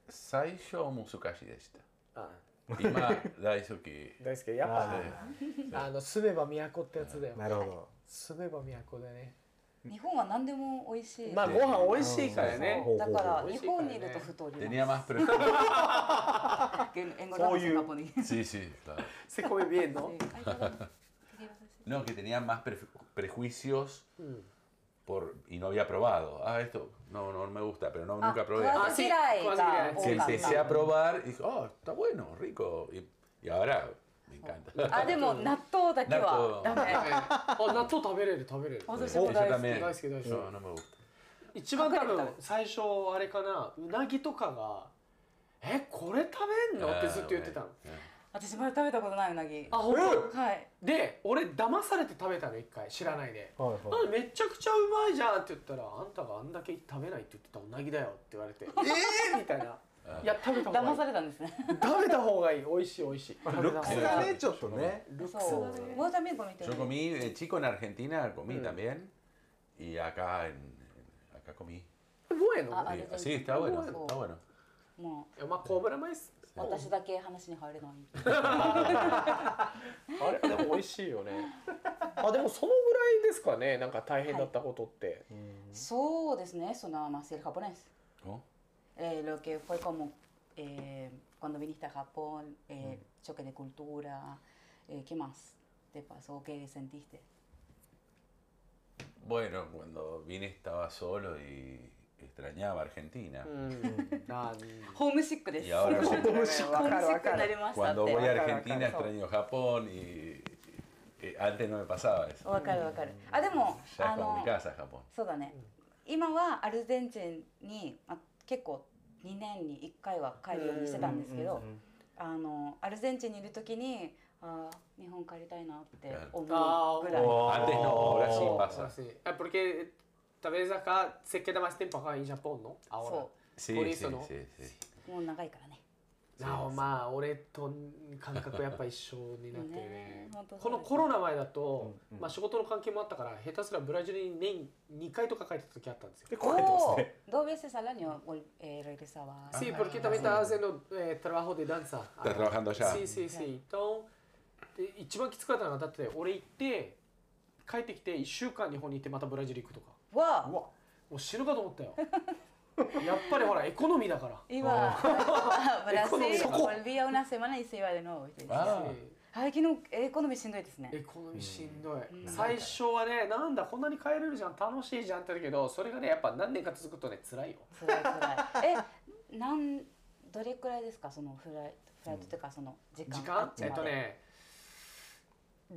Speaker 3: Saisho Musukashi de esta.
Speaker 1: あ、
Speaker 3: Ima Daisuki.
Speaker 1: 大好き。やっぱ
Speaker 3: eh,
Speaker 1: ね。
Speaker 4: あ
Speaker 1: あの住めば都ってやつだよ
Speaker 4: ー。なるほど。
Speaker 1: 住めば都だね。
Speaker 2: 日本は何でも美味しい、
Speaker 1: まあ
Speaker 3: ね
Speaker 1: ご飯美味しいからね。
Speaker 2: そうだから
Speaker 1: ほうほうほう
Speaker 2: 日本にいると太り
Speaker 3: Tenía
Speaker 2: ま
Speaker 3: más preferencias.
Speaker 2: す英語
Speaker 4: そうい
Speaker 2: ランス
Speaker 4: う
Speaker 2: のカポニ
Speaker 3: Sí, sí, claro.
Speaker 1: せこいビエンの。
Speaker 3: No, que tenía más preju- prejuicios
Speaker 2: *laughs*
Speaker 1: うん。
Speaker 3: por y no había probado. Ah, esto no, no me gusta, pero no,
Speaker 2: Ah,
Speaker 3: nunca probé. Ah,
Speaker 2: あ、
Speaker 1: claro.
Speaker 2: 食わず嫌いが多かった
Speaker 3: Si
Speaker 1: そうなんだ
Speaker 3: empecé a probar, dije, oh, está bueno, rico. Y Y ahora me encanta.
Speaker 2: あでも納豆だけは
Speaker 3: 納
Speaker 2: ダ
Speaker 3: 豆
Speaker 2: メ。
Speaker 1: あ納豆食べれる食べれる
Speaker 2: 私
Speaker 4: お
Speaker 2: も大好き。
Speaker 3: ダメ
Speaker 1: 大好き大好き
Speaker 3: No, no me gusta.
Speaker 1: 一番多
Speaker 2: 隠れ
Speaker 1: 分
Speaker 2: た
Speaker 1: 最初あれかなうなぎとかが「えこれ食べんの?」ってずっと言ってたの。
Speaker 2: 私まだ食べたことないうなぎ。
Speaker 1: あ本当
Speaker 2: はい。
Speaker 1: で俺騙されて食べたの一回知らないで。
Speaker 4: はい
Speaker 1: あめちゃくちゃうまいじゃんって言ったら「あんたがあんだけ食べないって言ってたうなぎだよ」って言われて「えー!」みたいな「いや食べた方
Speaker 2: 騙
Speaker 1: が
Speaker 2: さ
Speaker 1: いい
Speaker 2: れたんですね。
Speaker 1: 食べた方がいい美味しい美味しい」
Speaker 4: まあルックスがねちょっとね
Speaker 1: ルックス
Speaker 2: そう
Speaker 1: がね。
Speaker 2: ウォーターメイコンみたい
Speaker 3: Yo
Speaker 2: な。
Speaker 3: comí, eh, chico en Argentina comí
Speaker 1: Mm.
Speaker 3: también. Y acá, en, en- acá comí.
Speaker 1: bueno.
Speaker 2: Ah,
Speaker 3: Sí,
Speaker 2: ah, yo también.
Speaker 3: sí, está bueno,
Speaker 2: Bueno.
Speaker 3: está bueno.
Speaker 2: も
Speaker 1: まあコブラマイス。
Speaker 2: う私だけ話に入れない。
Speaker 1: あれでも美味しいよね。あでもそのぐらいですかね。なんか大変だったことって。
Speaker 2: そうですね。そのまあセルハポネス。
Speaker 3: ¿Cómo?
Speaker 2: Eh, lo que fue como eh, cuando viniste a Japón, eh, choque de cultura, eh, ¿qué más te pasó? ¿Qué sentiste?
Speaker 3: Bueno, cuando vine estaba solo y extrañaba Argentina.
Speaker 1: Mm. うん。なん。
Speaker 2: ホームシックです。
Speaker 3: いや
Speaker 1: *laughs*
Speaker 3: 俺もホー
Speaker 1: ムシック
Speaker 2: ホームシックになりましたっ
Speaker 3: Cuando
Speaker 2: て。
Speaker 3: voy a
Speaker 2: わ
Speaker 3: Argentina extraño Japón y eh, antes no me pasaba
Speaker 1: Oh.
Speaker 3: eso.
Speaker 2: かるわかる。あでも
Speaker 3: Ya
Speaker 2: あ
Speaker 1: Ah,
Speaker 3: es como mi
Speaker 2: の
Speaker 3: casa Japón.
Speaker 2: そうだね。今はアルゼンチンに、まあ、結構2年に1回は帰るようにしてたんですけど、あのアルゼンチンにいる時にあー日本帰りたいなって思うぐらい。
Speaker 1: あー
Speaker 3: Antes no, ahora sí pasa.
Speaker 1: Así. Ah, porque tal vez acá se queda más tiempo acá en Japón, ¿no? Ahora.
Speaker 2: So.
Speaker 3: Sí,
Speaker 1: Por
Speaker 3: sí,
Speaker 1: eso, ¿no?
Speaker 3: sí, sí.
Speaker 2: もう長いからね。
Speaker 1: なおまあ俺と感覚やっぱ一緒になってるね
Speaker 2: *laughs* ねえ本当そうです
Speaker 1: このコロナ前だと、
Speaker 4: うんうん
Speaker 1: まあ、仕事の関係もあったから下手すらブラジルに年2回とか帰ってた時あったんですよ。
Speaker 4: でこうやってますね
Speaker 2: dos veces al año vol- eh, regresaba.
Speaker 1: Sí, porque también estaba haciendo eh, trabajo de danza.
Speaker 3: Estás trabajando allá.
Speaker 1: Sí, sí, sí. Entonces, で一番きつかったのはだって俺行って帰ってきて1週間日本にいてまたブラジル行くとか
Speaker 2: ¡Wow!
Speaker 4: うわ
Speaker 1: もう死ぬかと
Speaker 2: *laughs*
Speaker 1: 思ったよやっぱりほらエコノミーだから
Speaker 2: Iba *laughs* a Brasil,
Speaker 1: Economía.
Speaker 2: volvía una semana y se iba de nuevo. ¿viste?
Speaker 3: Ah.
Speaker 2: 最近のエコノミーしんどいですね。
Speaker 1: エコノミーしんどい、
Speaker 2: うん
Speaker 1: 最初はねなんだこんなに帰れるじゃん楽しいじゃんって言うけどそれがねやっぱ何年か続くとね辛いよ
Speaker 2: つらいつらい。え、なんどれくらいですかそのフライフライトというかその時間。
Speaker 1: 時
Speaker 2: あ
Speaker 1: 間
Speaker 2: っち
Speaker 1: え
Speaker 2: ま
Speaker 1: っ
Speaker 2: で
Speaker 1: と。ね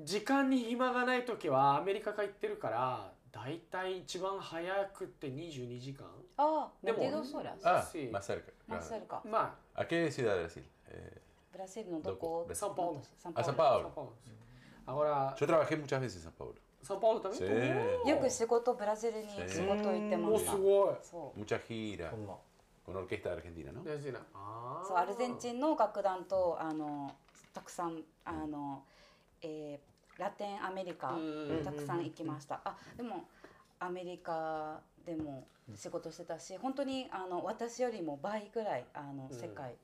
Speaker 1: 時間に暇がない時はアメリカから行ってるからだいたい一番早くって22時間
Speaker 2: ああ、
Speaker 1: で
Speaker 2: で
Speaker 1: も
Speaker 2: も。どうそら。
Speaker 3: Ah,
Speaker 1: Sí.
Speaker 3: más cerca.
Speaker 2: マ
Speaker 3: claro.
Speaker 2: スあるか。
Speaker 1: ま
Speaker 3: ¿A qué ciudad de Brasil? Eh,
Speaker 2: ブラジルのどこ
Speaker 3: どこ？
Speaker 1: サンパウロ
Speaker 2: サンパ
Speaker 3: a
Speaker 2: ウ
Speaker 3: San
Speaker 2: ロ。
Speaker 1: あ
Speaker 3: Pablo.
Speaker 1: パウロですよあほら
Speaker 3: Yo trabajé muchas veces en San Pablo.
Speaker 1: サンパウロ食
Speaker 3: Sí.
Speaker 1: べて
Speaker 2: よく仕事ブラジルに仕事行ってま
Speaker 1: お
Speaker 2: し
Speaker 1: す
Speaker 2: た。
Speaker 1: ごい
Speaker 2: そう。
Speaker 3: Muchas giras
Speaker 4: こんな
Speaker 3: con orquesta de Argentina, ¿no?
Speaker 1: 大事なあー
Speaker 2: そうアルゼンチンの楽団とあのたくさんあの、えーラテンアメリカ
Speaker 1: うん
Speaker 2: たくさん行きました。あでもアメリカでも仕事してたし本当にあの私よりも倍ぐらいあの
Speaker 1: うん
Speaker 2: 世界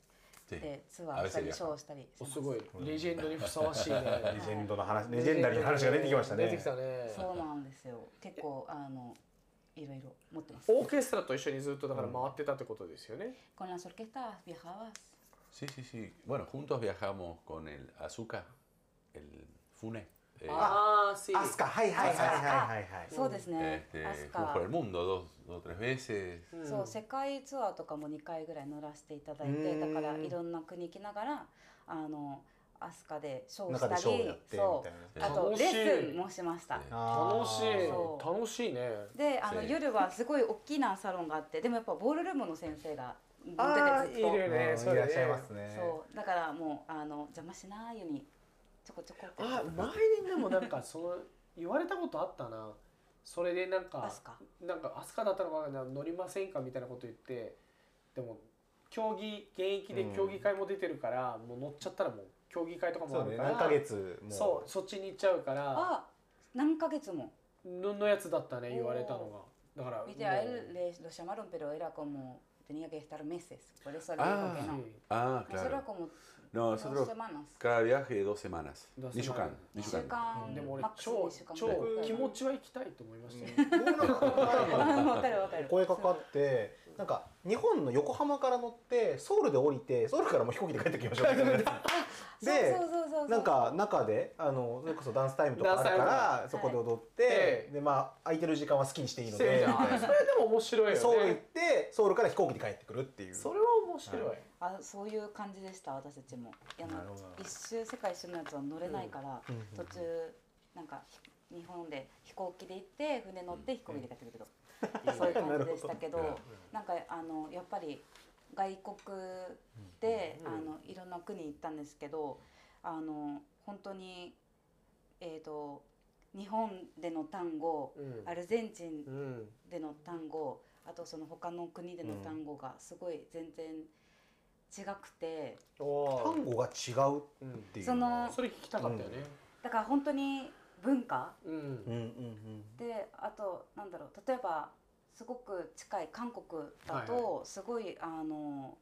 Speaker 3: Sí.
Speaker 2: でツアーした
Speaker 3: あれ
Speaker 2: りショーしたりして
Speaker 1: お
Speaker 2: ます
Speaker 1: すごいレジェンドにふさわしいね
Speaker 4: レジェンドの話レジェンダリーの話が出てきましたね
Speaker 1: 出てきたね
Speaker 2: そうなんですよ結構あのいろいろ持ってます
Speaker 1: オーケストラと一緒にずっとだから回ってたってことですよね。
Speaker 2: con las orquestas viajabas
Speaker 3: Sí, sí, sí. Bueno, juntos viajamos con el Azúcar, el Fune. eh,
Speaker 2: Ah,
Speaker 1: ああ、そう
Speaker 4: アスカはいはいはいはいはいはい
Speaker 2: そうですね、
Speaker 3: este,
Speaker 2: アス
Speaker 3: fuimos
Speaker 2: カ
Speaker 3: por el mundo dos dos o tres veces.
Speaker 2: そう世界ツアーとかも2回ぐらい乗らせていただいうてだ
Speaker 4: ーん
Speaker 2: からいろんな国行きながらあのアスカでショーし
Speaker 4: 中で
Speaker 2: た
Speaker 4: ショーを
Speaker 2: り
Speaker 4: やってみ
Speaker 2: そ
Speaker 4: たいうな
Speaker 2: あと
Speaker 1: 楽しい
Speaker 2: レッスンもしました
Speaker 3: ね
Speaker 1: 楽しい
Speaker 2: そ。う
Speaker 1: 楽しいね。
Speaker 2: であの
Speaker 3: せー
Speaker 2: 夜はすごい大きなサロンがあってでもやっぱボールルームの先生が出
Speaker 1: あ
Speaker 2: て
Speaker 1: ー
Speaker 2: てずっ
Speaker 1: い
Speaker 2: と
Speaker 1: るね。そ
Speaker 4: い
Speaker 1: れ
Speaker 4: らっ
Speaker 1: ね
Speaker 4: しゃいますね
Speaker 2: そうだからもうあの邪魔しないようにちょこちょこって
Speaker 1: あ、前にでもなんかその言われたことあったな。それでなん
Speaker 2: ア
Speaker 1: か
Speaker 2: スカ
Speaker 1: なんかアスカだったのかな乗りませんかみたいなこと言って、でも競技現役で競技会も出てるから、もう乗っちゃったらもう競技会とかも
Speaker 4: そ
Speaker 1: あ
Speaker 4: う
Speaker 1: る
Speaker 4: ね
Speaker 1: から。
Speaker 4: 何ヶ月も
Speaker 1: そうそっちに行っちゃうから
Speaker 2: あ何ヶ月も
Speaker 1: ののやつだったね言われたのがだから
Speaker 2: 見てあ
Speaker 1: もう
Speaker 2: れ lo llamaron pero era como tenía que estar meses por eso le
Speaker 3: Ah,
Speaker 2: dijo que no
Speaker 1: sí.
Speaker 3: Ah,
Speaker 2: nosotros
Speaker 3: claro.
Speaker 2: como
Speaker 3: No,
Speaker 2: dos
Speaker 3: nosotros
Speaker 2: semanas
Speaker 3: cada viaje dos semanas.
Speaker 1: Dos
Speaker 3: Nishukan.
Speaker 1: semanas.
Speaker 2: 2週
Speaker 3: Nishukan.
Speaker 2: 間
Speaker 1: でも俺
Speaker 2: マックス
Speaker 1: 超
Speaker 2: 2週間
Speaker 1: 超
Speaker 2: ぐらい
Speaker 1: 気持ちは行きたいと思いましたよ。
Speaker 2: わかるわかる
Speaker 4: 声かかってなんか日本の横浜から乗ってソウルで降りてソウルからもう飛行機で帰ってきましょうみたいなで
Speaker 2: そうそうそうそう
Speaker 4: なんか中であのそれこそダンスタイムとかあるか
Speaker 1: ダ
Speaker 4: らそこで踊って、
Speaker 1: ええ
Speaker 4: でまあ空いてる時間は好きにしていいの
Speaker 1: せや
Speaker 4: で
Speaker 1: なそれでも面白いよね。
Speaker 4: ソウル行ってソウルから飛行機で帰ってくるっていう
Speaker 1: それは面白い、
Speaker 2: あそういう感じでした私たちもいや
Speaker 4: なるほど
Speaker 2: 一周世界一周のやつは乗れないから、
Speaker 4: うんうんうん
Speaker 2: 途中なんかひ日本で飛行機で行って船乗って飛行機で帰ってくると、そういう感じでしたけど
Speaker 3: なるほ
Speaker 2: なんかあのやっぱり外国で、あのいろんな国行ったんですけどあの本当にえっ、と日本での単語
Speaker 1: うん
Speaker 2: アルゼンチン
Speaker 1: うん
Speaker 2: での単語あとその他の国での単語がすごい全然違くて、
Speaker 1: お
Speaker 4: 単
Speaker 1: ー
Speaker 4: 語が違うっ
Speaker 1: うん
Speaker 4: ていう
Speaker 2: その
Speaker 1: それ聞きたかったよね
Speaker 2: だから本当に文化
Speaker 1: うん、
Speaker 4: うんうんうん
Speaker 2: であとなんだろう例えばすごく近い韓国だ
Speaker 1: はい
Speaker 2: とすごい、あの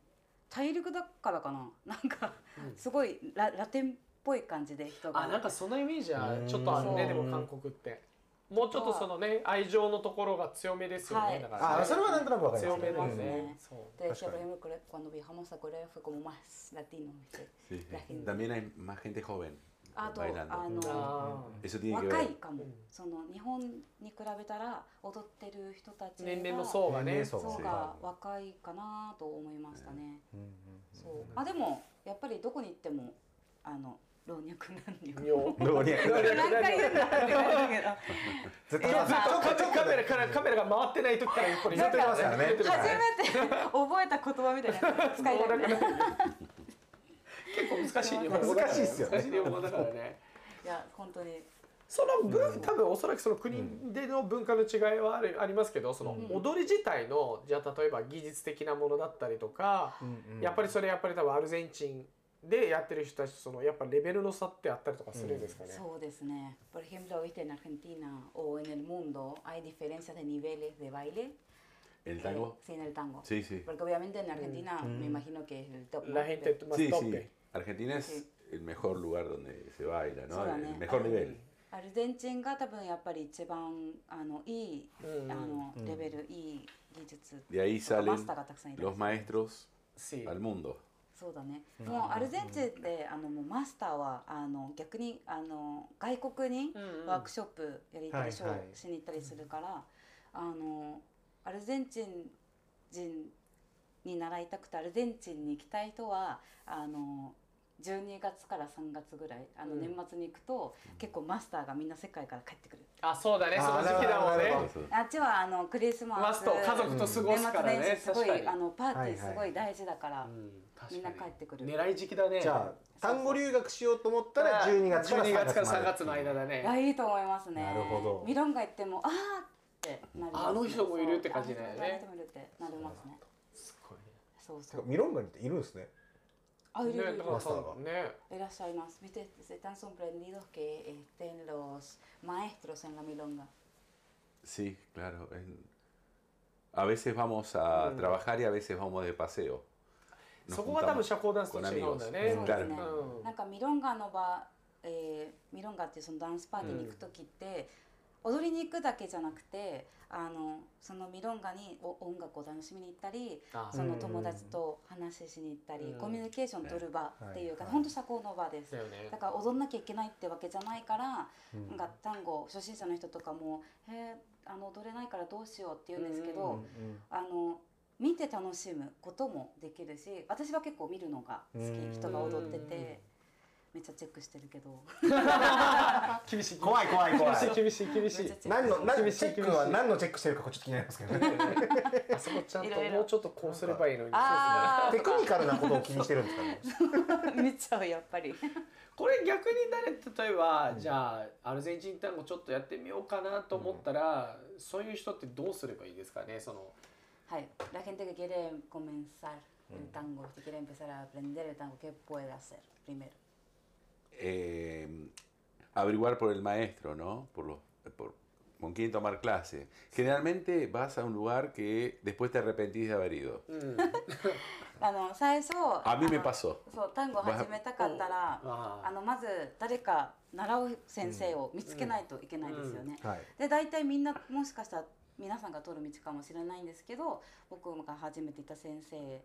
Speaker 2: 大陸だからかな *laughs* なんか
Speaker 1: うん
Speaker 2: すごいララテンっぽい感じで人が
Speaker 1: あなんかそんなイメージはちょっとある
Speaker 2: う
Speaker 1: ね
Speaker 2: ん
Speaker 1: でも韓国ってもうちょっとそのね愛情のところが強めですよね、
Speaker 2: はい
Speaker 1: だから、ね、
Speaker 4: あそれはなんとなくわかりま
Speaker 1: 強
Speaker 4: す
Speaker 1: めです
Speaker 2: う
Speaker 1: ね
Speaker 2: ん、
Speaker 1: そう
Speaker 2: De
Speaker 4: Pues
Speaker 2: hecho, por
Speaker 4: claro.
Speaker 2: ejemplo, cre- cuando viajamos a Corea fue como más latino. ¿viste?
Speaker 3: Sí, sí.
Speaker 2: La gente.
Speaker 3: También hay más gente joven
Speaker 2: Ah, todo,
Speaker 3: bailando.
Speaker 2: ah, no.
Speaker 1: あー
Speaker 3: Eso tiene que
Speaker 2: 若い
Speaker 3: ver.
Speaker 2: かも、
Speaker 1: うん
Speaker 2: その日本に比べたら踊ってる人たちが
Speaker 1: 年齢の層が
Speaker 4: 年
Speaker 1: ね
Speaker 4: 齢層
Speaker 2: 層
Speaker 3: そう
Speaker 2: が若いかなと思いましたね。
Speaker 4: うんうん
Speaker 2: そうまあでもやっぱりどこに行ってもあの老若男女。
Speaker 1: よ
Speaker 4: うんどうに
Speaker 2: 何回言うんだって言われる
Speaker 4: 絶
Speaker 1: 今
Speaker 4: 対
Speaker 1: ずっとカメカメラからカメラが回ってない時からこれ
Speaker 2: ず
Speaker 1: 言
Speaker 2: っ
Speaker 1: っ
Speaker 2: と
Speaker 1: て
Speaker 2: 言
Speaker 1: ま
Speaker 2: っ
Speaker 1: す
Speaker 2: て
Speaker 1: よ
Speaker 2: ま
Speaker 1: ね
Speaker 2: す。
Speaker 4: よ
Speaker 2: け
Speaker 4: ね
Speaker 2: ど、初めて覚えた言葉みたいなやつ使いたくない。
Speaker 1: 結構難しい日本語だから
Speaker 4: 難しいっすよね
Speaker 1: 難しい日本語だからね
Speaker 2: いや本当に
Speaker 1: その分多分おそらくその国での文化の違いはあるありますけどその
Speaker 2: うん
Speaker 1: 踊り自体のじゃあ例えば技術的なものだったりとか、やっぱりそれやっぱり多分アルゼンチンでやってる人たちとそのやっぱレベルの差ってあったりとかするんですかね。
Speaker 2: そうですね。Por ejemplo, viste en Argentina o en el mundo hay diferencias de niveles de baile.
Speaker 3: ¿El
Speaker 2: Eh,
Speaker 3: tango?
Speaker 2: sí, en el tango.
Speaker 3: Sí, sí.
Speaker 2: Porque obviamente en Argentina me imagino que es el top. ¿no?
Speaker 1: ラヘンテ
Speaker 2: Pero-
Speaker 1: マ
Speaker 3: Sí,
Speaker 1: ストッ
Speaker 3: sí.
Speaker 1: ペ
Speaker 3: Argentina es
Speaker 2: Sí.
Speaker 3: el mejor lugar donde se baila, ¿no?
Speaker 2: Sola,
Speaker 3: El
Speaker 2: ¿no?
Speaker 3: mejor
Speaker 2: Ah,
Speaker 3: nivel.
Speaker 2: アルゼンチンが多分やっぱり一番あのいい、
Speaker 1: うん
Speaker 2: あのレベル、いい技術
Speaker 3: De ahí
Speaker 2: とかマ
Speaker 3: salen
Speaker 2: スターがたくさんいる
Speaker 3: los maestros
Speaker 1: シ
Speaker 3: al mundo.
Speaker 2: そうだね、もうアルゼンチンであのもうマスターはあの逆にあの外国に
Speaker 1: うんうん
Speaker 2: ワークショップやりた
Speaker 4: はい
Speaker 2: りショー
Speaker 4: はい
Speaker 2: しに行ったりするから、あのアルゼンチン人に習いたくてアルゼンチンに行きたい人はあの12月から3月ぐらいあの
Speaker 1: うん
Speaker 2: 年末に行くと、結構マスターがみんな世界から帰ってくる。
Speaker 1: あそうだね
Speaker 4: あ
Speaker 1: その
Speaker 4: ー
Speaker 1: 時期だもん
Speaker 4: なるほどなるほ
Speaker 1: ね
Speaker 4: ど。
Speaker 3: Eso.
Speaker 2: あっちはあのクリスマス
Speaker 1: マスト家族と過ごすから
Speaker 2: 年末年
Speaker 1: ね
Speaker 2: 始す
Speaker 1: 確
Speaker 2: ご
Speaker 1: か
Speaker 2: い
Speaker 1: に
Speaker 2: あ。のパーティー
Speaker 4: はい
Speaker 2: す
Speaker 4: は
Speaker 2: ご
Speaker 4: い
Speaker 2: い大事だから、
Speaker 1: うん確か
Speaker 2: みん
Speaker 1: に
Speaker 2: な帰ってくる
Speaker 1: 狙い時期だね。
Speaker 4: じゃあ単語留学しようと思ったら12月から
Speaker 1: 12
Speaker 4: 3
Speaker 1: 月
Speaker 4: 月
Speaker 1: から
Speaker 4: まで
Speaker 1: 3月の間だね。
Speaker 2: いやいいと思いますね
Speaker 4: なるほど
Speaker 2: ミロンが行ってもあーってなりますね
Speaker 1: あの人もいるって感じだよね
Speaker 2: そうあの人もいるってなりますね
Speaker 1: すごいね
Speaker 2: そうそ
Speaker 4: てか
Speaker 2: う
Speaker 4: ミロンガにっているんですね
Speaker 2: あいるいるい
Speaker 1: ね、
Speaker 2: る
Speaker 1: だからさ
Speaker 4: マスター、
Speaker 1: ね、
Speaker 2: いらっしゃいます viste están sorprendidos que estén los maestros en la milonga
Speaker 3: Sí, claro. en- A veces vamos a
Speaker 1: Mm.
Speaker 3: trabajar y a veces vamos de paseo. Nos
Speaker 1: そこが多分
Speaker 3: juntamos
Speaker 1: 社交ダンスと
Speaker 3: con
Speaker 1: 違うん
Speaker 3: amigos.
Speaker 1: だよね。
Speaker 2: そうで
Speaker 3: Mm,
Speaker 2: す
Speaker 3: claro.
Speaker 2: ね、
Speaker 1: うん
Speaker 2: なんかミロンガの場、えーミロンガっていうそのダンスパーティーに行く時って、踊りに行くだけじゃなくてあのそのミロンガにお音楽を楽しみに行ったり
Speaker 1: あ
Speaker 2: その友達と話ししに行ったり、
Speaker 1: うん
Speaker 2: コミュニケーション取る場っていうか、
Speaker 4: はい
Speaker 2: ほんと社交の場です
Speaker 1: だ。よね
Speaker 2: だ。から踊んなきゃいけないってわけじゃないから、なんか単語初心者の人とかも「へえあの踊れないからどうしよう」って言うんですけど、
Speaker 1: う
Speaker 2: あの見て楽しむこともできるし私は結構見るのが好
Speaker 4: うん
Speaker 2: き人が踊っててめっちゃチェックしてるけど
Speaker 1: 厳しい。
Speaker 4: 怖い怖い怖い
Speaker 1: 厳しい厳しい厳し
Speaker 2: めっち
Speaker 1: い
Speaker 2: ゃ。チェック
Speaker 4: 何の何
Speaker 1: 厳
Speaker 4: の
Speaker 1: しい
Speaker 4: チェックは何のチェックしてるかこれちょっと気になりますけどね
Speaker 1: あそこちゃん
Speaker 2: い
Speaker 1: と
Speaker 2: ろいろ
Speaker 1: もうちょっとこうすればいいのに。
Speaker 2: あ
Speaker 4: テクニカルなことを気にしてるんですかね
Speaker 2: あ見ちゃうやっぱり
Speaker 1: これ逆に誰例えば、じゃあアルゼンチン単語ちょっとやってみようかなと思ったら、そういう人ってどうすればいいですかねその
Speaker 2: はい La gente que quiere comenzar el tango que quiere empezar a aprender el tango ¿qué puede hacer primero?
Speaker 3: eh, averiguar por el maestro, ¿no? Por los, eh, por- con quién tomar clase. Generalmente vas a un lugar que después te arrepentís de haber ido.
Speaker 1: うん、
Speaker 2: *laughs* あの最初あ
Speaker 3: A mí me
Speaker 2: の
Speaker 3: pasó.
Speaker 2: そう単語始めたかったら
Speaker 1: あ
Speaker 2: あのまず誰か習う先生を見つけないといけないですよね、
Speaker 4: はい
Speaker 2: で大体みんなもしかしたら皆さんが通る道かもしれないんですけど僕が初めて行った先生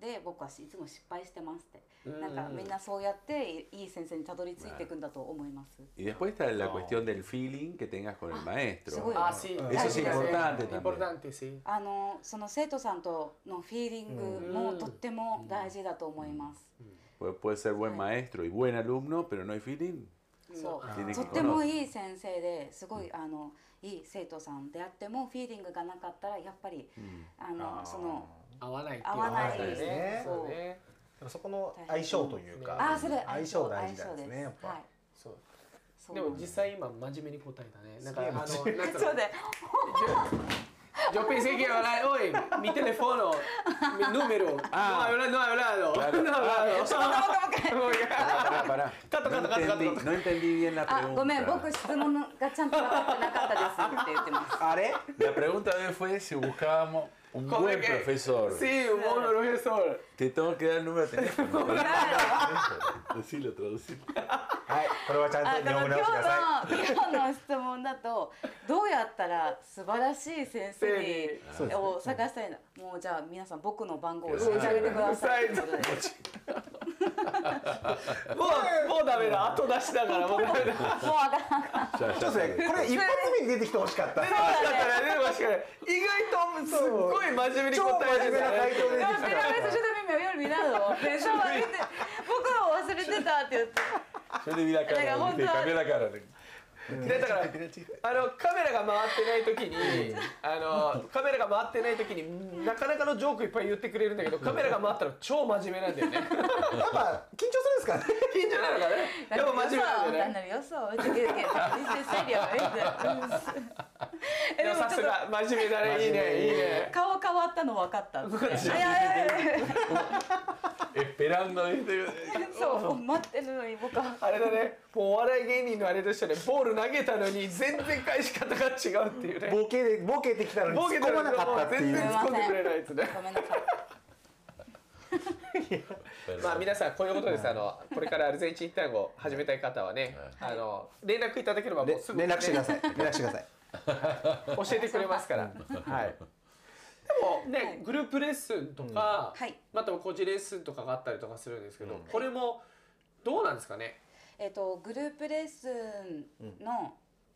Speaker 2: で僕はいつも失敗してますって、なんかみんなそうやっていい先生にたどり着いていくんだと思います。
Speaker 3: Y después está la cuestión del feeling que tengas con el maestro.
Speaker 2: seguro.
Speaker 1: Ah, sí.
Speaker 4: Eso
Speaker 3: es importante también.
Speaker 1: Importante, sí.
Speaker 2: あのその生徒さんとのフィーリングも
Speaker 1: うん
Speaker 2: とっても大事だと思います。
Speaker 3: Pu- Puede ser buen
Speaker 2: Sí. Ah.
Speaker 3: maestro y buen alumno, pero no hay feeling.
Speaker 2: そ
Speaker 1: あ
Speaker 3: ー
Speaker 2: う、とってもいい先生ですごいあのいい生徒さんであってもフィーリングがなかったらやっぱり
Speaker 3: Mm.
Speaker 2: あのその
Speaker 1: 合わないっていう
Speaker 2: 合わない
Speaker 1: ことだよね
Speaker 2: そう
Speaker 1: そうね。
Speaker 4: そこの相性というか
Speaker 2: あーそれ
Speaker 4: 相性大事なんですねやっぱ、
Speaker 2: はい、
Speaker 1: そう
Speaker 2: そう
Speaker 1: でも実際今真面目に答えたね。なんかあ
Speaker 4: す
Speaker 1: の
Speaker 4: げ
Speaker 1: なん
Speaker 2: そ
Speaker 1: か
Speaker 2: う
Speaker 1: *laughs*
Speaker 2: で
Speaker 1: Yo pensé que iba a hablar, oye, mi teléfono, mi número.
Speaker 3: Ah.
Speaker 1: no, he hablado, no he hablado.
Speaker 3: Claro.
Speaker 1: No he hablado. *laughs*
Speaker 3: Pará, pará.
Speaker 1: Cato,
Speaker 3: No
Speaker 1: cato, cato,
Speaker 3: entendí,
Speaker 1: cato.
Speaker 3: no entendí bien la
Speaker 2: あごめん僕
Speaker 3: pregunta.
Speaker 2: 質問がちゃんと分かってなかったですって言ってます。
Speaker 4: *laughs* あれ
Speaker 3: La pregunta de hoy fue si buscábamos un
Speaker 1: Joder,
Speaker 3: buen
Speaker 1: que-
Speaker 3: profesor.
Speaker 1: Sí, un buen profesor.
Speaker 3: Te tengo que dar el número de teléfono. Decilo, traducilo.
Speaker 4: はいこれはちゃん
Speaker 2: あ
Speaker 4: と
Speaker 2: だ
Speaker 4: 日
Speaker 2: か
Speaker 4: 本語
Speaker 2: ら
Speaker 4: 直してください
Speaker 2: 今日の今日の質問だとどうやったら素晴らしい先生
Speaker 4: そうで
Speaker 2: に
Speaker 4: すね
Speaker 2: を探したいんだもうじゃあ皆さん僕の番号を
Speaker 3: いや
Speaker 2: 教えてあげてくださいと
Speaker 1: はい
Speaker 2: いうことで
Speaker 1: Vos, vos dame la, tú das la cara, vos dame la.
Speaker 2: もうあかん
Speaker 3: Ya, ya.
Speaker 4: ちょっとねこれ一発目に出てきてほしかった
Speaker 1: Más que atrás, ¿eh? Más que atrás. Y Gaito, su- uy, más bien
Speaker 4: 超
Speaker 1: contaba
Speaker 4: 真面目な
Speaker 1: esa,
Speaker 4: 回
Speaker 1: ¿eh?
Speaker 4: 答出てき
Speaker 2: No, pero a veces
Speaker 4: た
Speaker 2: yo también me había
Speaker 4: *laughs*
Speaker 2: olvidado. De yo a veces- Poco se le teta, tío.
Speaker 3: Yo le vi la
Speaker 2: Venga,
Speaker 3: cara, te
Speaker 2: vos,
Speaker 3: cambió la cara.
Speaker 1: でだからあのカメラが回ってない時にあのカメラが回ってない時になかなかのジョークいっぱい言ってくれるんだけどカメラが回ったら超真面目なんだよ *laughs* ね
Speaker 4: やっぱ緊張するんですかね
Speaker 1: 緊張なのかねでも真面目なんだよ
Speaker 2: Tan nervioso.
Speaker 1: ね
Speaker 2: ¿viste? Que- que- dice serio, ¿viste?
Speaker 1: でもさすが真面目だねいいねいいね
Speaker 2: 顔変わったの分かったって。いやいやいや
Speaker 3: Esperando, ¿viste?
Speaker 2: そう待ってるのに僕は。
Speaker 1: あれだねもうお笑い芸人のあれとしてねボール投げたのに全然返し方が違うっていうね
Speaker 4: ボケでボケてきたのに
Speaker 1: ボ
Speaker 4: 突
Speaker 1: ケ
Speaker 4: った込
Speaker 1: の
Speaker 4: まな
Speaker 1: に
Speaker 4: かったってい
Speaker 1: 全
Speaker 4: う
Speaker 1: 然
Speaker 2: も
Speaker 1: 突っ込んでくれないやつね
Speaker 2: ごめんなさい。
Speaker 1: まあ皆さんこういうことですあのこれからアルゼンチン単語始めたい方はねあの連絡いただければもうすぐ
Speaker 4: 連絡してください連絡してください
Speaker 1: 教えてくれますから。はい。でもね、グループレッスンとか、
Speaker 2: うんはい
Speaker 1: または個人レッスンとかがあったりとかするんですけど、これもどうなんですかね。
Speaker 2: えっとグループレッスンの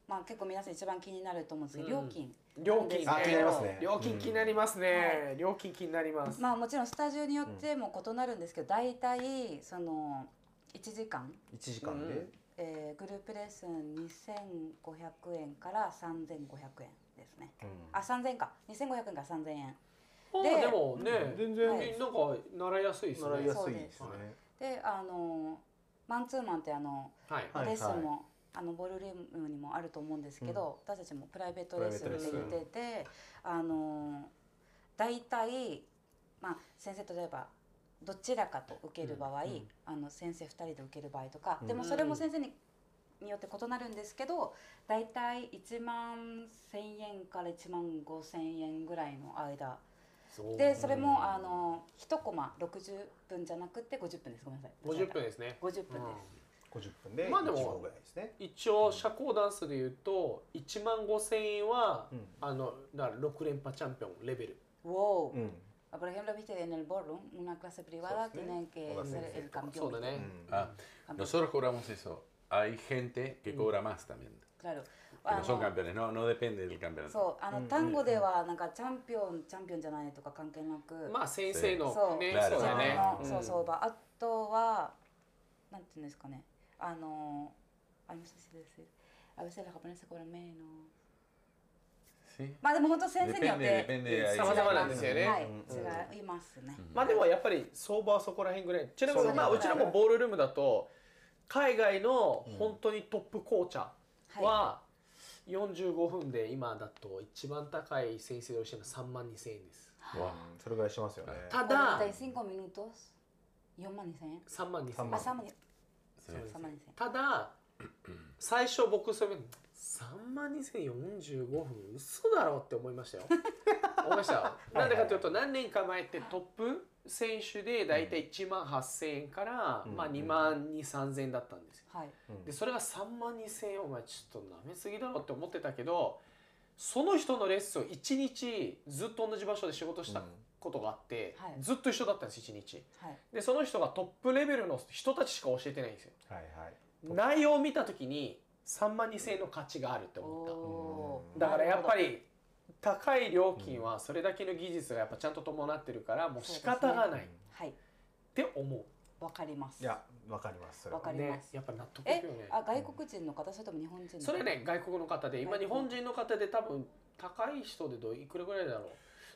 Speaker 2: まあ結構皆さん一番気になると思うんですけど料金。
Speaker 1: 料金ね
Speaker 4: あ気になりますね
Speaker 1: 料金気になりますね。料金気になります。
Speaker 2: まあもちろんスタジオによっても異なるんですけど、大体その1時間、
Speaker 4: 1時間で、
Speaker 1: うん
Speaker 2: えーグループレッスン2500円から3500円ですね。あ3000円か2500円から3000円。
Speaker 1: あー
Speaker 2: で
Speaker 1: でもね、
Speaker 4: 全
Speaker 2: 然
Speaker 1: はいなんか習いやすいですね。
Speaker 4: 習いやすいです
Speaker 1: そうで
Speaker 4: ね
Speaker 2: であのマンツーマンってあの
Speaker 1: はい。
Speaker 4: はい
Speaker 2: レッスンも、あのボールルームにもあると思うんですけど、私たちもプライベートレッスンで
Speaker 1: プライベートレ
Speaker 2: 出てて、あの大体、まあ、先生と例えばどちらかと受ける場合、
Speaker 1: うん
Speaker 2: あの先生2人で受ける場合とか、
Speaker 4: うん
Speaker 2: でもそれも先生にによって異なるんですけど大体1万1,000円から1万5,000円ぐらいの間
Speaker 1: そう
Speaker 2: でそれもあの1コマ60分じゃなくて50分ですごめんなさい
Speaker 1: 50分ですね。
Speaker 2: 50分です。
Speaker 4: 50分で1
Speaker 1: まあでも
Speaker 4: 万ぐらいですね、
Speaker 1: 一応社交ダンスで言うと1万5千円は、
Speaker 4: うん
Speaker 1: あのだから6連覇チャンピオンレベル。
Speaker 2: Wow.
Speaker 4: うん
Speaker 2: Por ejemplo, viste, en el ballroom, una clase privada
Speaker 4: Sí, sí.
Speaker 2: tiene que
Speaker 4: Hola,
Speaker 2: ser
Speaker 4: sí.
Speaker 2: el campeón.
Speaker 1: そうだね。
Speaker 3: Ah, nosotros cobramos eso. Hay gente que cobra más también.
Speaker 2: Claro.
Speaker 3: Que no
Speaker 2: あの
Speaker 3: son campeones, no, no depende del campeonato.
Speaker 2: そうあの単語ではなんかチャンピオンチャンピオンじゃないとか関係なく、
Speaker 1: まあ先生の
Speaker 2: そう
Speaker 1: ね、
Speaker 3: そう
Speaker 1: そ
Speaker 2: 自
Speaker 1: うだ
Speaker 2: 分
Speaker 1: ね
Speaker 2: の、。
Speaker 1: うん
Speaker 2: そう相場あとはなんていうんですかねあのありましたです A veces los japoneses cobran menos.
Speaker 3: Sí.
Speaker 2: まあでも本当先生によって
Speaker 3: Depende, depende. de ahí.
Speaker 1: 様々なんですよね
Speaker 2: はい、
Speaker 1: う
Speaker 2: 違いますね。
Speaker 1: まあでもやっぱり相場はそこら辺ぐらいちなみに
Speaker 4: そう
Speaker 1: まあ
Speaker 4: そう
Speaker 1: うちらもボールルームだと海外の本当にトップ紅茶は45分で今だと一番高い先生で教えるのは3万2000円です
Speaker 3: Wow.
Speaker 4: それぐらいしますよね
Speaker 1: ただ
Speaker 2: 45 minutos, 4万2千円。
Speaker 1: 3万2000
Speaker 4: 三
Speaker 2: あ、
Speaker 1: 円
Speaker 4: 万
Speaker 2: 3万2
Speaker 3: Sí.
Speaker 2: 3万2千円。
Speaker 1: ただ最初僕それ見て3万2045分嘘だろって思いましたよ思いましたよなんでかというと何年か前ってトップ選手で大体1万8000円から、
Speaker 4: うん
Speaker 1: まあ、2万2 3 0 0円だったんですよ
Speaker 2: はい。
Speaker 1: でそれが3万2000円お前ちょっと舐めすぎだろって思ってたけどその人のレッスンを1日ずっと同じ場所で仕事したことがあって、
Speaker 2: はい
Speaker 1: ずっと一緒だったんです1日
Speaker 2: はい
Speaker 1: でその人がトップレベルの人たちしか教えてないんですよ
Speaker 4: はいはい
Speaker 1: 内容を見た時に3万2000円の価値があるって思った
Speaker 2: おー
Speaker 1: だからやっぱ
Speaker 2: なる
Speaker 1: り高い料金はそれだけの技術がやっぱちゃんと伴ってるからもう仕方がないっ
Speaker 2: ほどはい
Speaker 1: て思
Speaker 2: わかります
Speaker 4: いやわかりますそれは
Speaker 1: う、
Speaker 2: わかりま
Speaker 1: ね
Speaker 2: す、
Speaker 1: やっぱ納得いくよね
Speaker 2: あ外国人の方それとも日本人の方
Speaker 1: それね外国の方で今
Speaker 2: 外
Speaker 1: 日
Speaker 2: 国
Speaker 1: 本人の方で多分高い人でどういくらぐらいだろう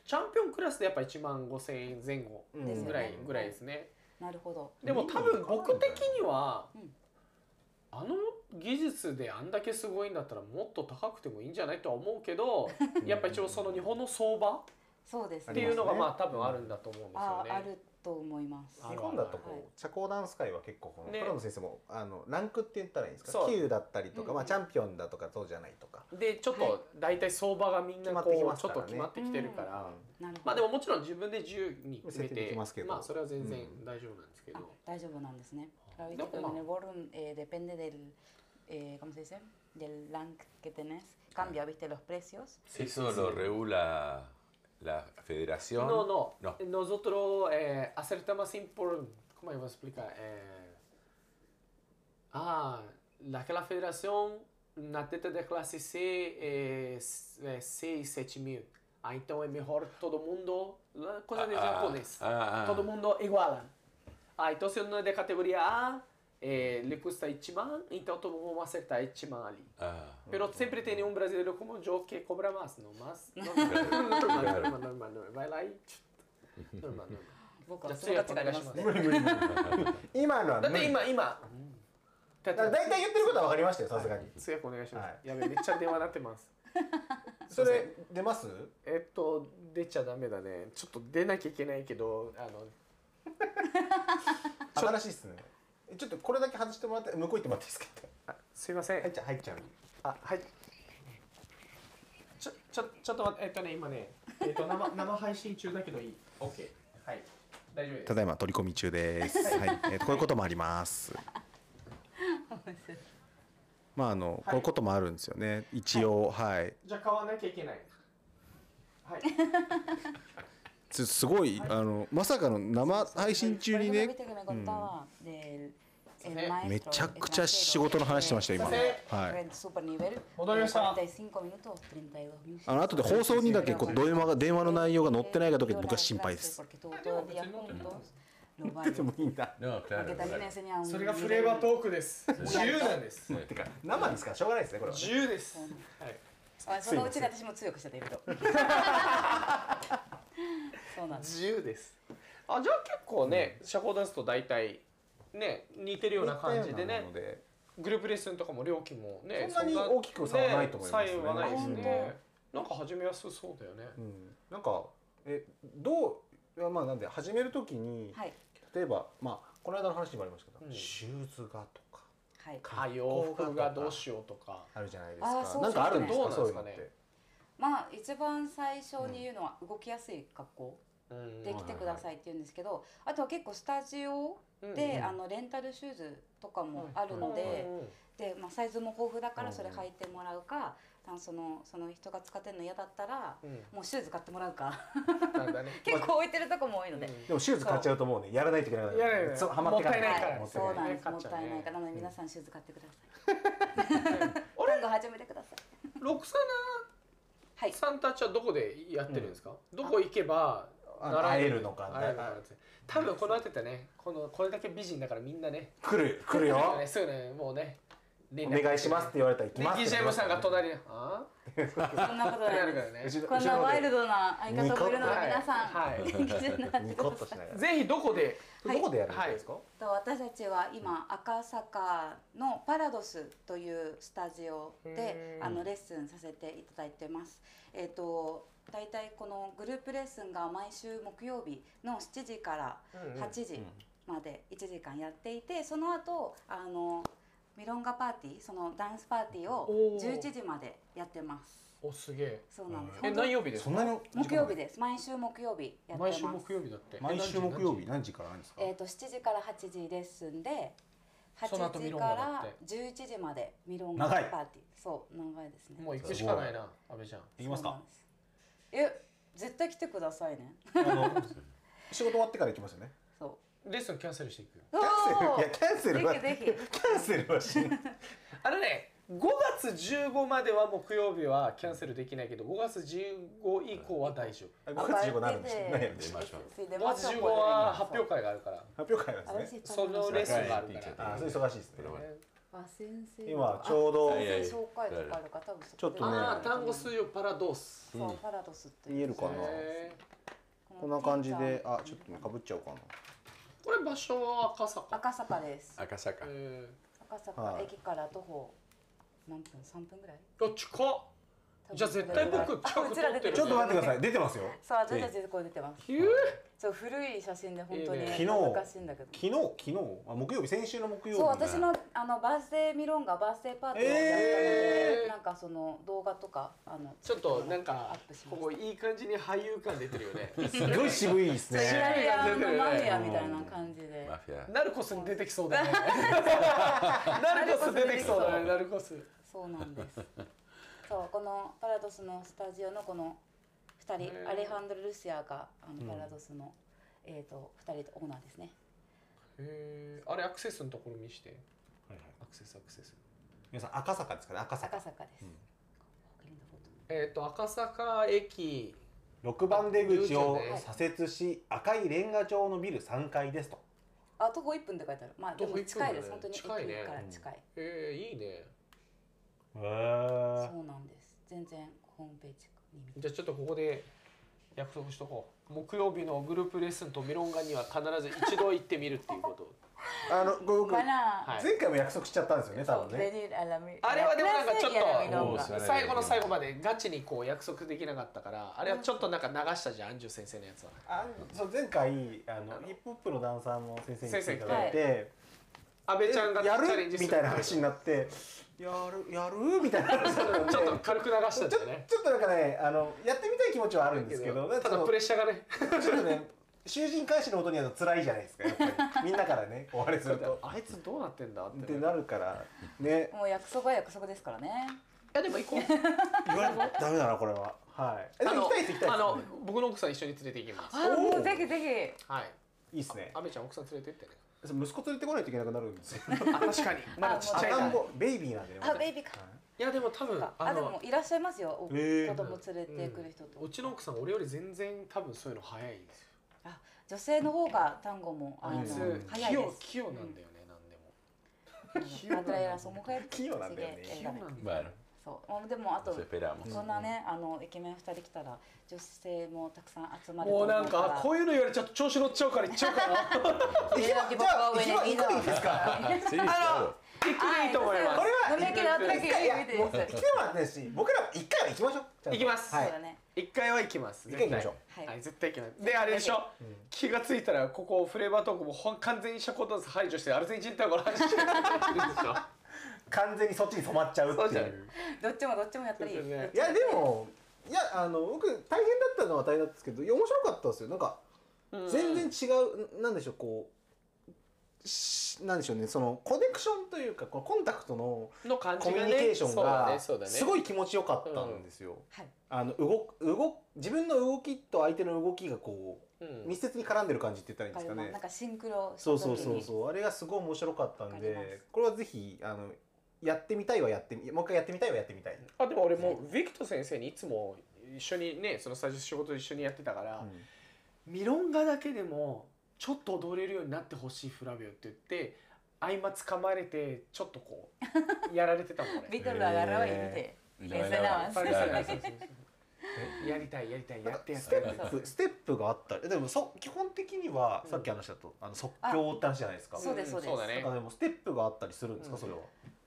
Speaker 1: チャンピオンクラスでやっぱ1万5000円前後
Speaker 4: うん
Speaker 2: ですよね
Speaker 1: ぐらいぐらいですね
Speaker 2: なるほど
Speaker 1: でも多分僕的には
Speaker 2: うん
Speaker 1: あの技術であんだけすごいんだったらもっと高くてもいいんじゃないとは思うけどやっぱ一応その日本の相場
Speaker 2: そうです
Speaker 1: っ
Speaker 2: ね
Speaker 1: ていうのが
Speaker 4: ありますね
Speaker 1: まあ多分あるんだと思うんですよ
Speaker 2: あ
Speaker 1: ね。
Speaker 2: あると思います
Speaker 1: あ
Speaker 4: 日本だとこう、
Speaker 2: はい
Speaker 4: 社交ダンス界は結構この、
Speaker 1: ね
Speaker 4: プロの先生もあのランクって言ったらいいんです
Speaker 1: そ
Speaker 4: か
Speaker 1: う
Speaker 4: 級だったりとか、
Speaker 2: うんうん
Speaker 4: まあ、チャンピオンだとかそうじゃないとか、
Speaker 1: でちょっ
Speaker 2: はい
Speaker 1: と大体相場がみんなこ
Speaker 4: 決ま
Speaker 1: う
Speaker 4: ってきます
Speaker 1: ちょ
Speaker 4: か
Speaker 1: っ
Speaker 4: ら
Speaker 1: と
Speaker 4: ね
Speaker 1: 決まってきてるから、
Speaker 2: なるほど
Speaker 1: まあでももちろん自分で自由に決め
Speaker 4: 設定で
Speaker 1: て
Speaker 4: きますけど
Speaker 1: まあそれは全然
Speaker 4: うん
Speaker 1: 大丈夫なんですけど、
Speaker 2: あ大丈夫なんですね。La
Speaker 1: No,
Speaker 2: verdad que
Speaker 1: ma-
Speaker 2: en el ballroom eh, depende del, eh, ¿cómo se dice? Del rank que tenés. Cambia, viste, los precios.
Speaker 3: Eso lo regula la federación.
Speaker 1: No, no.
Speaker 3: No.
Speaker 1: Nosotros eh, acertamos sin por... ¿Cómo iba a explicar? Eh, ah, la que la federación, na teta de clase C, eh, 6, 7 mil. Ah, então é melhor todo mundo... lá, Coisa de
Speaker 3: Ah,
Speaker 1: japonês.
Speaker 3: ah, ah.
Speaker 1: Todo mundo iguala. Ah, então se não é de categoria A, eh, le custa 1 man, então todo mundo vai acertar 1 man ali.
Speaker 3: Ah,
Speaker 1: Pero siempre tiene un brasileño como yo que cobra más, ¿no? Más. no, normal,
Speaker 3: Claro.
Speaker 1: normal, normal, normal. Baila ahí. Normal, normal.
Speaker 2: 僕
Speaker 1: じ
Speaker 2: は
Speaker 1: ゃあ
Speaker 2: それが違いますね。
Speaker 4: 今のは
Speaker 1: だ
Speaker 4: 無
Speaker 1: っ
Speaker 4: 理
Speaker 1: て今、今。だ
Speaker 4: だ
Speaker 1: って
Speaker 4: 大体言ってることは分かりましたよさすがに、
Speaker 1: 通訳お願いします。
Speaker 4: はい
Speaker 1: やべえ、めっちゃ電話なってます。
Speaker 4: それ出ます
Speaker 1: えっと、出ちゃダメだね。ちょっと出なきゃいけないけど、あの、
Speaker 4: 新しいっすねちょっとこれだけ外してもらって向こう行ってもらっていいですか
Speaker 1: あすいません。
Speaker 4: 入っちゃう入っちゃう
Speaker 1: あ、はい。ちょ、ちょ、ちょっと待って、えっとね、今ね、えっと、生、生配信中だけどいい。オッケー。はい。大丈夫です。
Speaker 4: だいま取り込み中です、はいえーとこういうこともありますまああの、こういうこともあるんですよね一応はい
Speaker 1: じゃあ買わなきゃいけない。はい。
Speaker 4: すすごい、あのまさかの生配信中に
Speaker 2: Viste
Speaker 4: ね
Speaker 2: que me contaba del- el
Speaker 1: Sí.
Speaker 2: maestro
Speaker 4: めちゃくちゃ仕事の話してました今
Speaker 2: extranjero,
Speaker 4: は
Speaker 2: eh,
Speaker 4: い
Speaker 2: red super nivel,
Speaker 1: 戻りました。
Speaker 2: 45 minutos, 32 minutos.
Speaker 4: あの後で放送にだけこう電話が電話の内容が載ってないかどうか僕は心配です。
Speaker 2: Porque estuvo todo el día juntos, lo vale.
Speaker 4: いいんだ
Speaker 3: No, claro.
Speaker 2: Porque también
Speaker 3: claro.
Speaker 2: enseña un
Speaker 1: それがフレーバー
Speaker 2: nivel-
Speaker 1: トークです。自由なんです。
Speaker 4: てか生ですからしょうがないですねこれはね
Speaker 1: 自由です。はい。
Speaker 2: あそのうちで私も強くしちゃっていると。そうなんです。
Speaker 1: 自由です。あ、じゃあ結構ね、社交ダンスと大体ね、似てるような感じで
Speaker 4: 似たような
Speaker 1: ね
Speaker 4: もの、で
Speaker 1: グループレッスンとかも料金もね、
Speaker 4: そんなに大きく差はないと思います
Speaker 1: ね。
Speaker 4: ね
Speaker 1: 差異はないです
Speaker 2: 本
Speaker 1: ね。なんか始めやすそうだよね。
Speaker 4: うんなんかえどういやまあなんで始めるときに
Speaker 2: はい
Speaker 4: 例えばまあこの間の話にもありましたけ
Speaker 1: うん
Speaker 4: どシューズがとか
Speaker 2: はい。
Speaker 1: あ、洋服がどうしようとか。
Speaker 4: あるじゃないです
Speaker 2: あーそ
Speaker 4: か
Speaker 2: う
Speaker 4: なんかあるんです
Speaker 1: そうね
Speaker 4: かそういうのって
Speaker 2: まあ一番最初に言うのは動きやすい格好
Speaker 1: うん
Speaker 2: で来てくださいって言うんですけど、あとは結構スタジオで、あのレンタルシューズとかもあるので、でまあサイズも豊富だからそれ履いてもらうか、あのそのその人が使ってるの嫌だったら
Speaker 1: うんうん
Speaker 2: もうシューズ買ってもらうか。
Speaker 1: なんだね。
Speaker 2: 結構置いてるとこも多いので。
Speaker 4: でもシューズ買っちゃうともうねやらないといけない
Speaker 1: やらない
Speaker 4: そうハマってか
Speaker 1: もった
Speaker 2: はい
Speaker 1: ないから
Speaker 2: い
Speaker 4: もったい
Speaker 2: そう
Speaker 4: ない
Speaker 2: なんです。
Speaker 1: 買
Speaker 2: も
Speaker 1: っ
Speaker 2: っ
Speaker 1: ちゃうね
Speaker 2: たいないからなので皆さんシューズ買ってください。 *laughs* 今
Speaker 1: あれ、
Speaker 2: 度始めてください。
Speaker 1: ロクサ
Speaker 2: はい
Speaker 1: ナ。さんたちはどこでやってるんですか。どこ行けば
Speaker 4: あ会えるのか
Speaker 1: 会えるのかって多分この後ってねこのこれだけ美人だからみんなね
Speaker 4: 来る来る
Speaker 1: そう
Speaker 4: よ
Speaker 1: ねそうねもうね連
Speaker 4: お
Speaker 1: 絡
Speaker 4: 願いしますって言われたら行き
Speaker 1: で
Speaker 4: ますって
Speaker 1: DJM さんが隣に「あ
Speaker 2: そんなこと
Speaker 1: あ?」って
Speaker 2: な
Speaker 1: ないる
Speaker 2: で
Speaker 1: か
Speaker 2: す
Speaker 1: ら。ね
Speaker 4: 後ろ
Speaker 2: こんな
Speaker 4: 後ろ
Speaker 2: ワ
Speaker 4: で
Speaker 2: イルドな相方をいるので皆さん、
Speaker 1: はいはい
Speaker 2: *laughs* 元気じゃない
Speaker 4: ニコッとしながら
Speaker 1: ぜひどこで
Speaker 4: どこでやるんですか
Speaker 2: と私たちは今赤坂のパラドスというスタジオで
Speaker 1: へー
Speaker 2: あのレッスンさせていただいてます。えっ、とだいたいこのグループレッスンが毎週木曜日の7時から8時まで1時間やっていて、その後あのミロンガパーティーそのダンスパーティーを
Speaker 1: おー
Speaker 2: 11時までやってます。
Speaker 1: おすげえ
Speaker 2: そうなんです。
Speaker 1: え
Speaker 2: 本当
Speaker 1: 何曜日です
Speaker 4: そんな
Speaker 1: か
Speaker 4: に
Speaker 2: 木曜日です。毎週木曜日やってま
Speaker 1: 毎
Speaker 2: す。
Speaker 1: 週木曜日だって
Speaker 4: 毎週木曜日何時からなんですか
Speaker 2: えっ、と7時から8時レッスンで、
Speaker 1: その後
Speaker 2: 8時
Speaker 1: ミロン
Speaker 2: か
Speaker 1: ガだっ
Speaker 2: ら
Speaker 1: て
Speaker 2: 11時までミロンガ
Speaker 9: 長い
Speaker 2: パーティーそう長いですね
Speaker 1: もう行くしかないな阿部ちゃん
Speaker 9: で
Speaker 4: *laughs*
Speaker 9: きます
Speaker 2: そう
Speaker 9: か
Speaker 2: なんですえ絶対来てくださいね
Speaker 9: あの
Speaker 4: *laughs* 仕事終わってから行きますよね
Speaker 2: そ
Speaker 1: レッスンキャンセルしていくよ
Speaker 2: うキ
Speaker 4: キャンセルいやキャンセルは
Speaker 2: ぜひぜひ
Speaker 4: キャンセルは
Speaker 2: *laughs*
Speaker 4: しない
Speaker 1: あのね5月15までは木曜日はキャンセルできないけど5月15以降は大丈夫
Speaker 4: 5月15なるんでしょ何やるんで
Speaker 2: 出
Speaker 4: しょ
Speaker 2: ま
Speaker 3: ま
Speaker 2: し
Speaker 3: し
Speaker 2: ょ
Speaker 3: ょ
Speaker 2: う
Speaker 3: う
Speaker 1: 5月15は発表会があるから
Speaker 4: 発表会なんですね
Speaker 2: 私
Speaker 1: そのレッスンがあるから
Speaker 4: ああそれ忙しいですね
Speaker 2: あ先生
Speaker 4: 今ちょうど
Speaker 2: あ
Speaker 3: いやいや
Speaker 2: 先生紹介とかあるから多分そこで
Speaker 4: ちょっとね
Speaker 1: ああ単語水曜パラドース
Speaker 2: そうパラドスっていう
Speaker 4: 言えるかな
Speaker 1: へえ
Speaker 4: こんな感じであちょっとねかぶっちゃおうかな
Speaker 1: これ場所は赤坂
Speaker 2: 赤坂です
Speaker 3: 赤坂。
Speaker 1: え
Speaker 2: 赤坂
Speaker 4: はい
Speaker 2: 駅から徒歩何分三分ぐらい
Speaker 1: えどっちか
Speaker 2: 多分
Speaker 1: じゃあ絶対僕
Speaker 2: あ
Speaker 1: 近く
Speaker 2: う
Speaker 1: 通
Speaker 2: ちら
Speaker 1: っ
Speaker 2: 出て
Speaker 1: てる
Speaker 2: る
Speaker 4: ちょっと待ってください出てますよ
Speaker 2: そう私たちこれ出てます
Speaker 1: ひゅー
Speaker 2: そう古い写真で本当
Speaker 1: いい
Speaker 2: に
Speaker 1: ね
Speaker 2: 恥
Speaker 4: 昨日
Speaker 2: ずかしいんだけど
Speaker 4: 昨日昨日あ木曜日先週の木曜
Speaker 2: そ
Speaker 4: 日
Speaker 2: う
Speaker 4: に
Speaker 2: 私のあのバースデーミロンがバースデーパーティーをやったので、
Speaker 1: えー
Speaker 2: なんかその動画とかあの
Speaker 1: ちょっとなん
Speaker 2: ア
Speaker 1: か
Speaker 2: ップしま
Speaker 1: こ
Speaker 2: した
Speaker 1: こいい感じに俳優感出てるよね
Speaker 4: すごい渋いです
Speaker 2: シナ
Speaker 4: ね
Speaker 2: リアのマフィアみたいな感じで、
Speaker 3: マフィ
Speaker 1: *laughs*
Speaker 3: ア。
Speaker 1: ナルコスに出てきそうだよね *laughs* ナルコス出てきそうだねナルコス
Speaker 2: そうなんですそうこのパラドスのスタジオのこの2人、
Speaker 1: へー
Speaker 2: アレハンドロ・ルシアがあのパラドスの、えー、と2人オーナーですね
Speaker 1: へえあれアクセスのところ見してアクセスアクセス
Speaker 4: *laughs* 皆さん赤坂ですかね赤
Speaker 2: 赤
Speaker 4: 坂
Speaker 2: 坂です、
Speaker 4: うん
Speaker 1: えっ、と赤坂駅
Speaker 4: 6番出口を左折し赤いレンガ調のビル3階ですと
Speaker 2: あ徒歩1分って書いてあるまあでも
Speaker 1: 徒歩一分
Speaker 2: 近いです、
Speaker 1: だね
Speaker 2: 本当に駅
Speaker 1: 近いね
Speaker 2: から近い、
Speaker 1: えー、いいね
Speaker 4: へえ
Speaker 2: そうなんです全然ホームページに見て
Speaker 1: じゃあちょっとここで約束しとこう木曜日のグループレッスンとミロンガには必ず一度行ってみるっていうこと
Speaker 4: あのご僕
Speaker 2: マナー
Speaker 1: はい
Speaker 4: 前回も約束しちゃったんですよね多
Speaker 2: そう
Speaker 4: 分ね
Speaker 2: ベリーアラミ
Speaker 1: *laughs* あれはでもなんかちょっ
Speaker 2: ベ
Speaker 1: と
Speaker 2: リーアラミロン
Speaker 3: おー
Speaker 2: が
Speaker 3: それ
Speaker 1: 最後の最後までガチにこう約束できなかったからあれはちょっとなんか流したじゃん安住先生のやつは
Speaker 4: あそう前回あのヒップホップのダンサーの先生に来ていただいて、
Speaker 1: 安倍ちゃんがチ
Speaker 4: や
Speaker 1: ャレン
Speaker 4: る
Speaker 1: ジす
Speaker 4: み
Speaker 1: る
Speaker 4: たいな話になってやるやるみたいな話になっ
Speaker 1: *laughs*
Speaker 4: て
Speaker 1: ちょっと軽く流したんだよね
Speaker 4: ちょっとなんかねあのやってみたい気持ちはあるんですけど
Speaker 1: ただプレッシャーがね
Speaker 4: なんかそのちょっとね囚人監視の音には辛いじゃないですかやっぱりみんなからねおあれすると
Speaker 1: あいつどうなってんだっ
Speaker 4: っててなるからね
Speaker 2: もう約束は約束ですからね
Speaker 1: やでも行こう
Speaker 4: 言われダメだなこれははいえで
Speaker 1: あ
Speaker 4: も行
Speaker 1: の
Speaker 4: きたいです行きたい
Speaker 1: あ
Speaker 4: です
Speaker 1: の僕の奥さん一緒に連れて行きます
Speaker 2: あもうぜひぜ
Speaker 1: はい
Speaker 4: いいっすね
Speaker 1: 安倍ちゃん奥さん連れてってね
Speaker 4: そう息子連れてこないといけなくなるんですよ
Speaker 1: あ確かにまだちっちゃいか
Speaker 4: 赤
Speaker 1: ら
Speaker 4: ん坊ベイビーなんでね
Speaker 2: ひあベイビーか
Speaker 1: いやでも多分
Speaker 2: あ
Speaker 1: あ
Speaker 2: で
Speaker 1: の
Speaker 2: もいらっしゃいますよお子
Speaker 4: へー
Speaker 2: 供連れてくる人と、
Speaker 1: うちの奥さん俺より全然多分そういうの早いんですよ
Speaker 2: 女性の方が単語もあ
Speaker 1: あ
Speaker 2: の
Speaker 1: いつ
Speaker 2: 早
Speaker 1: 器
Speaker 2: い
Speaker 1: 用
Speaker 2: です
Speaker 1: 器用なんだよね何でも器用
Speaker 2: バトライラソモカエ
Speaker 4: 器用なんだよね
Speaker 1: 器用なんだよ
Speaker 3: Bueno,
Speaker 2: そうまあでもあと
Speaker 3: nos *laughs* esperamos.
Speaker 2: そんなねあのイケメン二人来たら女性もたくさん集まると思
Speaker 1: もう
Speaker 2: うから
Speaker 1: なんかこういうの言われちゃうと調子乗っちゃうから行っちゃうかな
Speaker 2: いやじゃあ行きま行くんですか
Speaker 3: Ah,
Speaker 1: 行
Speaker 3: Sí, claro.
Speaker 1: くでいいと思います
Speaker 4: これは
Speaker 2: 飲み会であったけ見
Speaker 4: いやい
Speaker 2: て
Speaker 4: やもう
Speaker 2: で
Speaker 4: 来て
Speaker 2: す
Speaker 4: もらってないし僕ら一回は行きましょうちゃんと
Speaker 1: 行きます
Speaker 2: そ
Speaker 4: は
Speaker 2: う
Speaker 4: い
Speaker 2: だね
Speaker 1: 一回は行きます
Speaker 4: 一回行きましょう
Speaker 1: 絶対
Speaker 2: は
Speaker 1: はいい絶対行きますであれでしょ
Speaker 4: うん
Speaker 1: 気がついたらここフレーバートークもほん完全に社交ダンス排除してアルゼンチンタンゴの話してるでしょ
Speaker 4: 完全にそっちに染まっちゃうって
Speaker 1: そうじ
Speaker 4: い
Speaker 1: ゃ
Speaker 4: う
Speaker 1: ない
Speaker 2: どっちもどっちもやったり
Speaker 1: そうですよね
Speaker 4: いやでもいやあの僕大変だったのは大変だったんですけどいや面白かったですよなんか全然違う、なんでしょうこうしなんでしょうねそのコネクションというかこうコンタクトの
Speaker 1: の感
Speaker 4: コ
Speaker 1: じ
Speaker 4: ミ
Speaker 1: が
Speaker 4: ュ
Speaker 1: ね
Speaker 4: ニケーションが
Speaker 1: そうだねそうだね
Speaker 4: すごい気持ちよかったんですよ。
Speaker 2: はい
Speaker 4: あの動く動く自分の動きと相手の動きがこ
Speaker 1: う
Speaker 4: うん密接に絡んでる感じって言ったらいいん
Speaker 2: わか
Speaker 4: で
Speaker 2: りますなんかシ
Speaker 4: すかね。
Speaker 2: ンクロした
Speaker 4: そう
Speaker 2: 時
Speaker 4: そうそう
Speaker 2: に
Speaker 4: そうあれがすごい面白かったん
Speaker 2: わかりま
Speaker 4: ですこれはぜひあのやってみたいはやってみもう一回やってみたいはやってみたい。
Speaker 1: あでも俺もビクト先生にいつも一緒にねその最初仕事一緒にやってたから、
Speaker 4: うん
Speaker 1: ミロンガだけでもちょっと踊れるようになってほしいフラビオって言って合間つかまれてちょっとこ
Speaker 2: *laughs*
Speaker 1: うやられてたもん
Speaker 2: ビ
Speaker 1: 俺
Speaker 2: トルが現れて
Speaker 3: No
Speaker 2: Ese
Speaker 3: bailaba.
Speaker 2: nada más.
Speaker 1: そうそうそう
Speaker 3: Claro.
Speaker 1: そうやりたいやりたいやってやっ
Speaker 4: ス
Speaker 1: て
Speaker 4: テ
Speaker 1: やっ
Speaker 2: *laughs*
Speaker 1: て
Speaker 4: ップステップがあったりでもそ基本的には
Speaker 1: うん
Speaker 4: さっき話だと、あの即興って話じゃないですか
Speaker 2: そうですそうです
Speaker 1: そうだね
Speaker 4: なんかでもステップがあったりするんですか、
Speaker 1: うん
Speaker 4: それは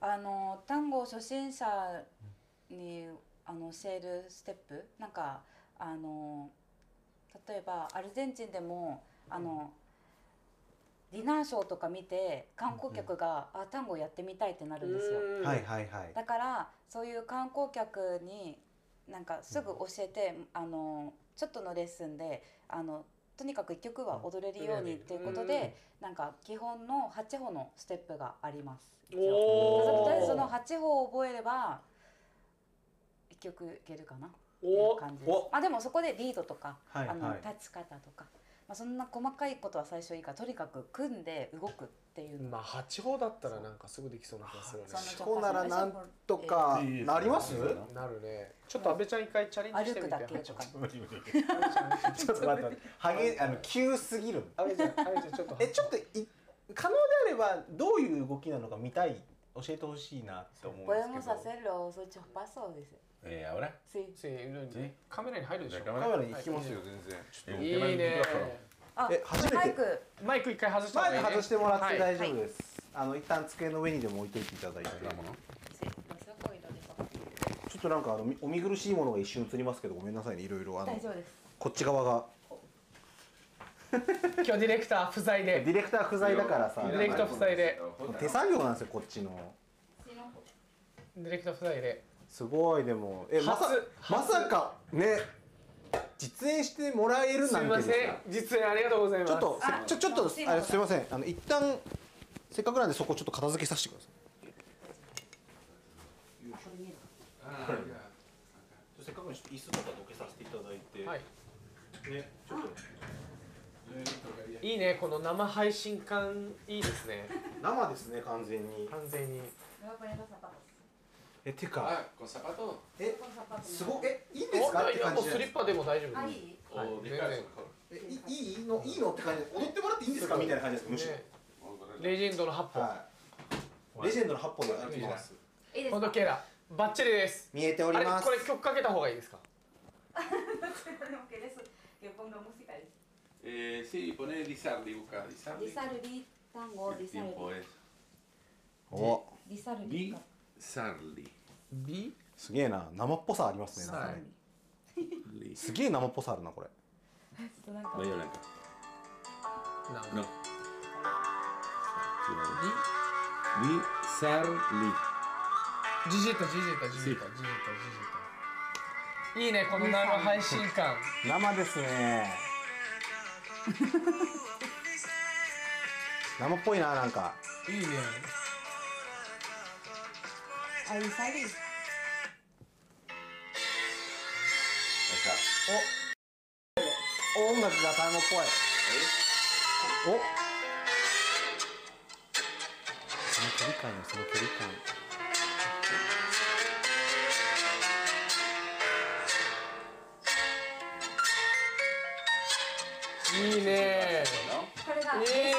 Speaker 2: あの単語初心者にあの教えるステップなんかあの例えばアルゼンチンでもあの、ディナーショーとか見て観光客が、あ単語やってみたいってなるんですよ。
Speaker 1: うん
Speaker 4: はいはいはい
Speaker 2: だからそういう観光客になんかすぐ教えて、あのちょっとのレッスンであのとにかく1曲は踊れるようにっていうことで、なんか基本の8歩のステップがあります一応
Speaker 1: お
Speaker 2: と
Speaker 1: お
Speaker 2: りあえずその8歩を覚えれば1曲いけるかなっていう
Speaker 1: お
Speaker 2: 感じです
Speaker 4: お
Speaker 2: まあでもそこでリードとか、
Speaker 4: はい
Speaker 2: あの
Speaker 4: はい
Speaker 2: 立ち方とか、まあ、そんな細かいことは最初いいからとにかく組んで動くっていうの
Speaker 1: まあ八方だったらなんかすぐできそうな気がする
Speaker 2: そんな
Speaker 1: ね
Speaker 2: ちょっ
Speaker 4: そうならなんとか
Speaker 9: いいです
Speaker 4: なります
Speaker 9: いいです
Speaker 4: *laughs*
Speaker 1: なるねちょっと安倍ちゃん一回チャレンジ
Speaker 2: 歩
Speaker 1: してみ
Speaker 2: く
Speaker 1: て
Speaker 2: だけとか
Speaker 4: ちょっと待って待
Speaker 1: *laughs*
Speaker 4: って激あの急すぎる
Speaker 1: 安倍ちゃん安倍ちゃんちょっと
Speaker 4: えちょっとい可能であればどういう動きなのか見たい教えてほしいなって思うんですけ
Speaker 2: Podemos
Speaker 4: ど
Speaker 2: hacerlo los ocho pasos, dice.
Speaker 3: Eh, ¿Ahora?
Speaker 2: Sí.
Speaker 1: せーのカメラに入るでし
Speaker 3: じゃあ
Speaker 1: ょ
Speaker 4: カメラに行きますよ
Speaker 3: 全
Speaker 1: いいね
Speaker 2: あ
Speaker 4: え初めて
Speaker 2: マイク
Speaker 1: マイク一回外した方
Speaker 4: マ
Speaker 1: がい
Speaker 4: イ
Speaker 1: い
Speaker 4: ク
Speaker 1: ね
Speaker 4: 外してもらって
Speaker 1: はい
Speaker 4: 大丈夫です、あの一旦机の上にでも置いといていただいて
Speaker 3: Vámonos.
Speaker 2: Sí, los ojos y los ojos.
Speaker 4: ちょっとなんかあのみお見苦しいものが一瞬映りますけどごめんなさいねいろいろあの
Speaker 2: 大丈夫です。
Speaker 4: こっち側が
Speaker 1: 今日ディレクター不在
Speaker 4: デ
Speaker 1: で
Speaker 4: ィレクター不在だからさ
Speaker 1: ディレクター不在で
Speaker 4: 手作業なんですよこっちの
Speaker 1: ディレクター不在です
Speaker 4: ごいでもえまさ
Speaker 1: 初
Speaker 4: まさかね実演してもらえる
Speaker 1: す
Speaker 4: ないんて
Speaker 1: ま
Speaker 4: です
Speaker 1: せん
Speaker 4: ね
Speaker 1: 実演ありがとうございます
Speaker 4: ちょっとせちょちょっと
Speaker 2: すいま
Speaker 4: あ
Speaker 2: せん
Speaker 4: れすいませんあの一旦せっかくなんでそこちょっと片付けさせてください
Speaker 9: せっかくの椅子とかどけさせていただいて、
Speaker 1: はい
Speaker 9: ね、ちょっと。
Speaker 1: いいねこの生配信感いいですね
Speaker 4: 生ですね完全に
Speaker 1: 完全に
Speaker 2: Me voy a poner los zapatos.
Speaker 4: えてか
Speaker 3: Ah, ¿con zapatos?
Speaker 2: Con zapatos.
Speaker 4: すごえいいんです
Speaker 1: お
Speaker 4: かっ
Speaker 1: い
Speaker 4: て
Speaker 1: や
Speaker 4: 感
Speaker 1: もう
Speaker 4: じ
Speaker 1: ス
Speaker 4: で
Speaker 1: リッパでも大丈夫
Speaker 2: Ahí.
Speaker 3: お
Speaker 1: はい
Speaker 3: でかいやつ買う
Speaker 4: えいいいのいいのって感じで踊ってもらっていいんですかみたいな感じですむしろ
Speaker 1: ねレジェンドの八本
Speaker 4: はいレジェンドの八本で歩きます
Speaker 2: いいです
Speaker 1: こ
Speaker 2: か
Speaker 1: のケラバッチリです
Speaker 4: 見えてお
Speaker 1: あ
Speaker 4: り
Speaker 1: れ
Speaker 4: ます
Speaker 1: これ曲かけた方がいいですか
Speaker 2: *laughs* Tenemos que eso, que ponga música.
Speaker 3: Eh, sí, poné Lizardi, busca Lizardi.
Speaker 2: Disardi, tango,
Speaker 3: El tiempo es.
Speaker 4: お
Speaker 2: Disardi.
Speaker 3: Lizardi.
Speaker 1: ビ
Speaker 4: すげえな生っぽさありますねなんかねすげえ生っぽさあるなこれ
Speaker 3: Bahía Blanca.
Speaker 1: なんか
Speaker 3: No. Lizardi.
Speaker 1: ジジータジジータジジータジジータジジータいいねこの生配信感
Speaker 4: 生ですね生っぽいななんか
Speaker 1: いいね
Speaker 2: Ahí salí.
Speaker 3: Ahí está.
Speaker 4: 音楽が生っぽいおこの距離感よその距離感
Speaker 1: いいね
Speaker 3: ¿No?
Speaker 1: いいね